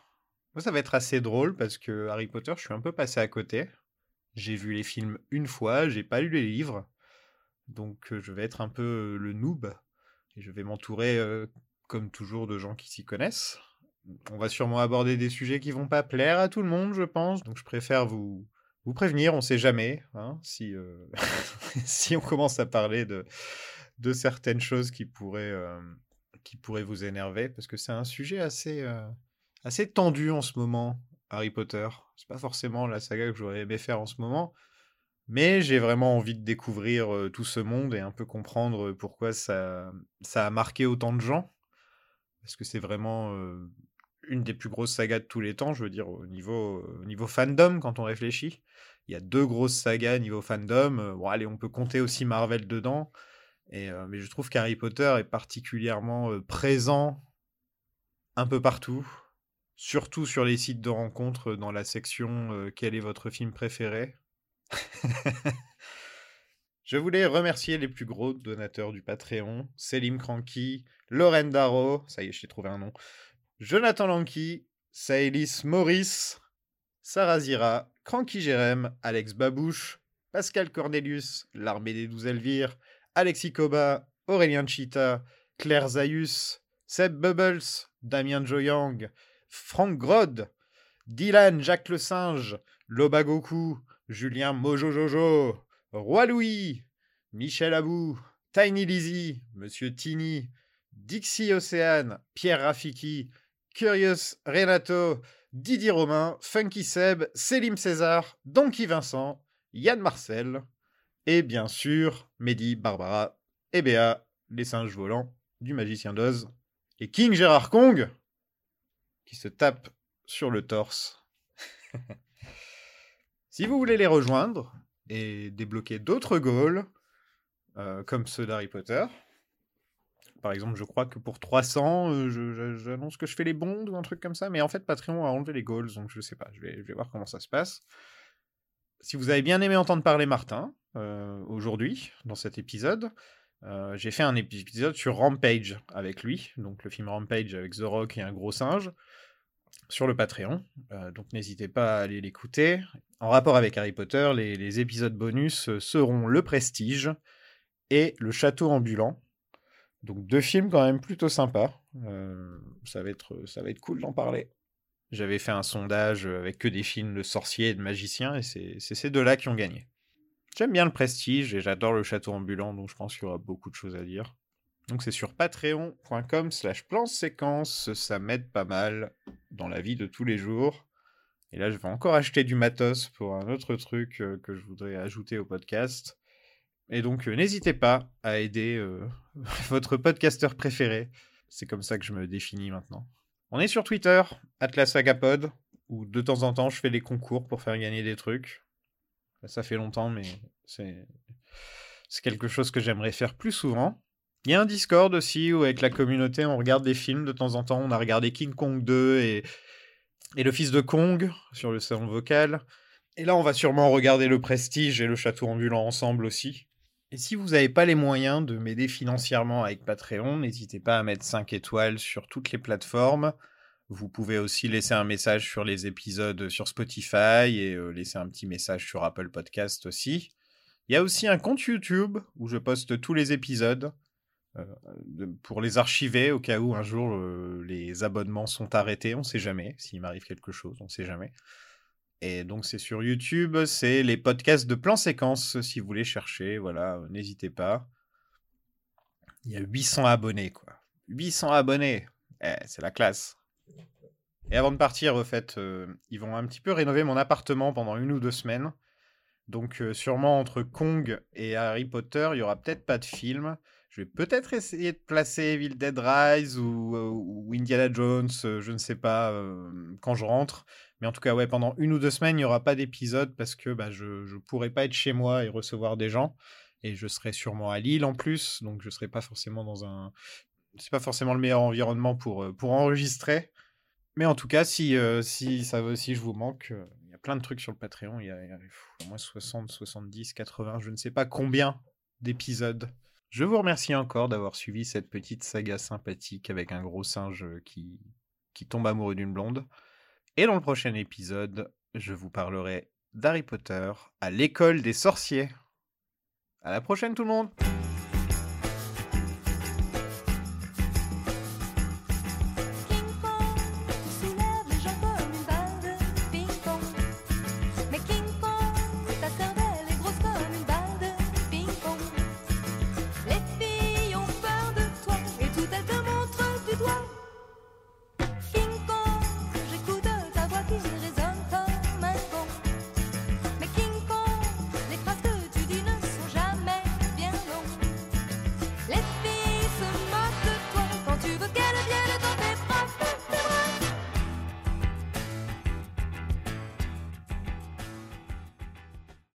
S8: Moi, ça va être assez drôle parce que Harry Potter, je suis un peu passé à côté. J'ai vu les films une fois, j'ai pas lu les livres. Donc euh, je vais être un peu euh, le noob et je vais m'entourer euh, comme toujours de gens qui s'y connaissent. On va sûrement aborder des sujets qui vont pas plaire à tout le monde, je pense. Donc je préfère vous vous prévenir, on sait jamais hein, si euh, si on commence à parler de de certaines choses qui pourraient euh, qui pourraient vous énerver parce que c'est un sujet assez euh, assez tendu en ce moment Harry Potter. C'est pas forcément la saga que j'aurais aimé faire en ce moment. Mais j'ai vraiment envie de découvrir euh, tout ce monde et un peu comprendre pourquoi ça, ça a marqué autant de gens. Parce que c'est vraiment euh, une des plus grosses sagas de tous les temps, je veux dire, au niveau, au niveau fandom, quand on réfléchit. Il y a deux grosses sagas niveau fandom. Euh, Bon, allez, on peut compter aussi Marvel dedans. Et, euh, mais je trouve qu'Harry Potter est particulièrement euh, présent un peu partout, surtout sur les sites de rencontres, euh, dans la section euh, Quel est votre film préféré je voulais remercier les plus gros donateurs du Patreon, Selim Cranky, Lauren Darrow, ça y est, je t'ai trouvé un nom, Jonathan Lanky, Saélis Maurice, Sarah Zira, Cranky Jérém, Alex Babouche, Pascal Cornelius, l'Armée des Douze Elvires, Alexis Koba, Aurélien Chita, Claire Zayus, Seb Bubbles, Damien Joyang, Franck Grod, Dylan Jacques Le Singe, Loba Goku, Julien Mojo Jojo, Roi Louis, Michel Abou, Tiny Lizzy, Monsieur Tini, Dixie Océane, Pierre Rafiki, Curious Renato, Didier Romain, Funky Seb, Selim César, Donkey Vincent, Yann Marcel, et bien sûr Mehdi, Barbara et Béa, les singes volants du magicien d'Oz, et King Gérard Kong, qui se tape sur le torse. si vous voulez les rejoindre et débloquer d'autres goals, euh, comme ceux d'Harry Potter, par exemple, je crois que pour 300, euh, je- je- j'annonce que je fais les bondes ou un truc comme ça, mais en fait, Patreon a enlevé les goals, donc je sais pas, je vais, je vais voir comment ça se passe. Si vous avez bien aimé entendre parler Martin, euh, aujourd'hui, dans cet épisode, euh, j'ai fait un épi- épisode sur Rampage avec lui, donc le film Rampage avec The Rock et un gros singe, sur le Patreon. Euh, donc n'hésitez pas à aller l'écouter. En rapport avec Harry Potter, les, les épisodes bonus euh, seront Le Prestige et Le Château Ambulant, Donc deux films quand même plutôt sympas. Euh, ça, va être, ça va être cool d'en parler. J'avais fait un sondage euh, avec que des films de sorciers et de magiciens et c'est c'est ces deux-là qui ont gagné. J'aime bien le prestige et j'adore le château ambulant, donc je pense qu'il y aura beaucoup de choses à dire. Donc c'est sur patreon.com slash plan séquence, ça m'aide pas mal dans la vie de tous les jours. Et là je vais encore acheter du matos pour un autre truc euh, que je voudrais ajouter au podcast. Et donc euh, n'hésitez pas à aider euh, votre podcasteur préféré. C'est comme ça que je me définis maintenant. On est sur Twitter, atlasagapod, où de temps en temps je fais des concours pour faire gagner des trucs. Bah, Ça fait longtemps, mais c'est c'est quelque chose que j'aimerais faire plus souvent. Il y a un Discord aussi où avec la communauté on regarde des films de temps en temps. On a regardé King Kong 2 et, et le fils de Kong sur le salon vocal. Et là on va sûrement regarder le Prestige et le Château ambulant ensemble aussi. Et si vous n'avez pas les moyens de m'aider financièrement avec Patreon, n'hésitez pas à mettre 5 étoiles sur toutes les plateformes. Vous pouvez aussi laisser un message sur les épisodes sur Spotify et euh, laisser un petit message sur Apple Podcast aussi. Il y a aussi un compte YouTube où je poste tous les épisodes euh, de- pour les archiver au cas où un jour euh, les abonnements sont arrêtés. On ne sait jamais s'il m'arrive quelque chose, on ne sait jamais. Et donc c'est sur YouTube, c'est les podcasts de plan séquence si vous voulez chercher. Voilà, euh, n'hésitez pas. Il y a 800 abonnés quoi. 800 abonnés, Eh, c'est la classe. Et avant de partir, au fait, euh, ils vont un petit peu rénover mon appartement pendant une ou deux semaines. Donc euh, sûrement entre Kong et Harry Potter, il y aura peut-être pas de film. Je vais peut-être essayer de placer Evil Dead Rise ou, euh, ou Indiana Jones, euh, je ne sais pas, euh, quand je rentre. Mais en tout cas, ouais, pendant une ou deux semaines, il n'y aura pas d'épisode parce que bah, je ne pourrai pas être chez moi et recevoir des gens. Et je serai sûrement à Lille en plus, donc je ne serai pas forcément dans un... C'est pas forcément le meilleur environnement pour, euh, pour enregistrer. Mais en tout cas, si, euh, si, ça, veut- si je vous manque, euh, il y a plein de trucs sur le Patreon. Il y a, il y a, pff, au moins 60, 70, 80, je ne sais pas combien d'épisodes. Je vous remercie encore d'avoir suivi cette petite saga sympathique avec un gros singe euh, qui, qui tombe amoureux d'une blonde. Et dans le prochain épisode, je vous parlerai d'Harry Potter à l'école des sorciers. À la prochaine tout le monde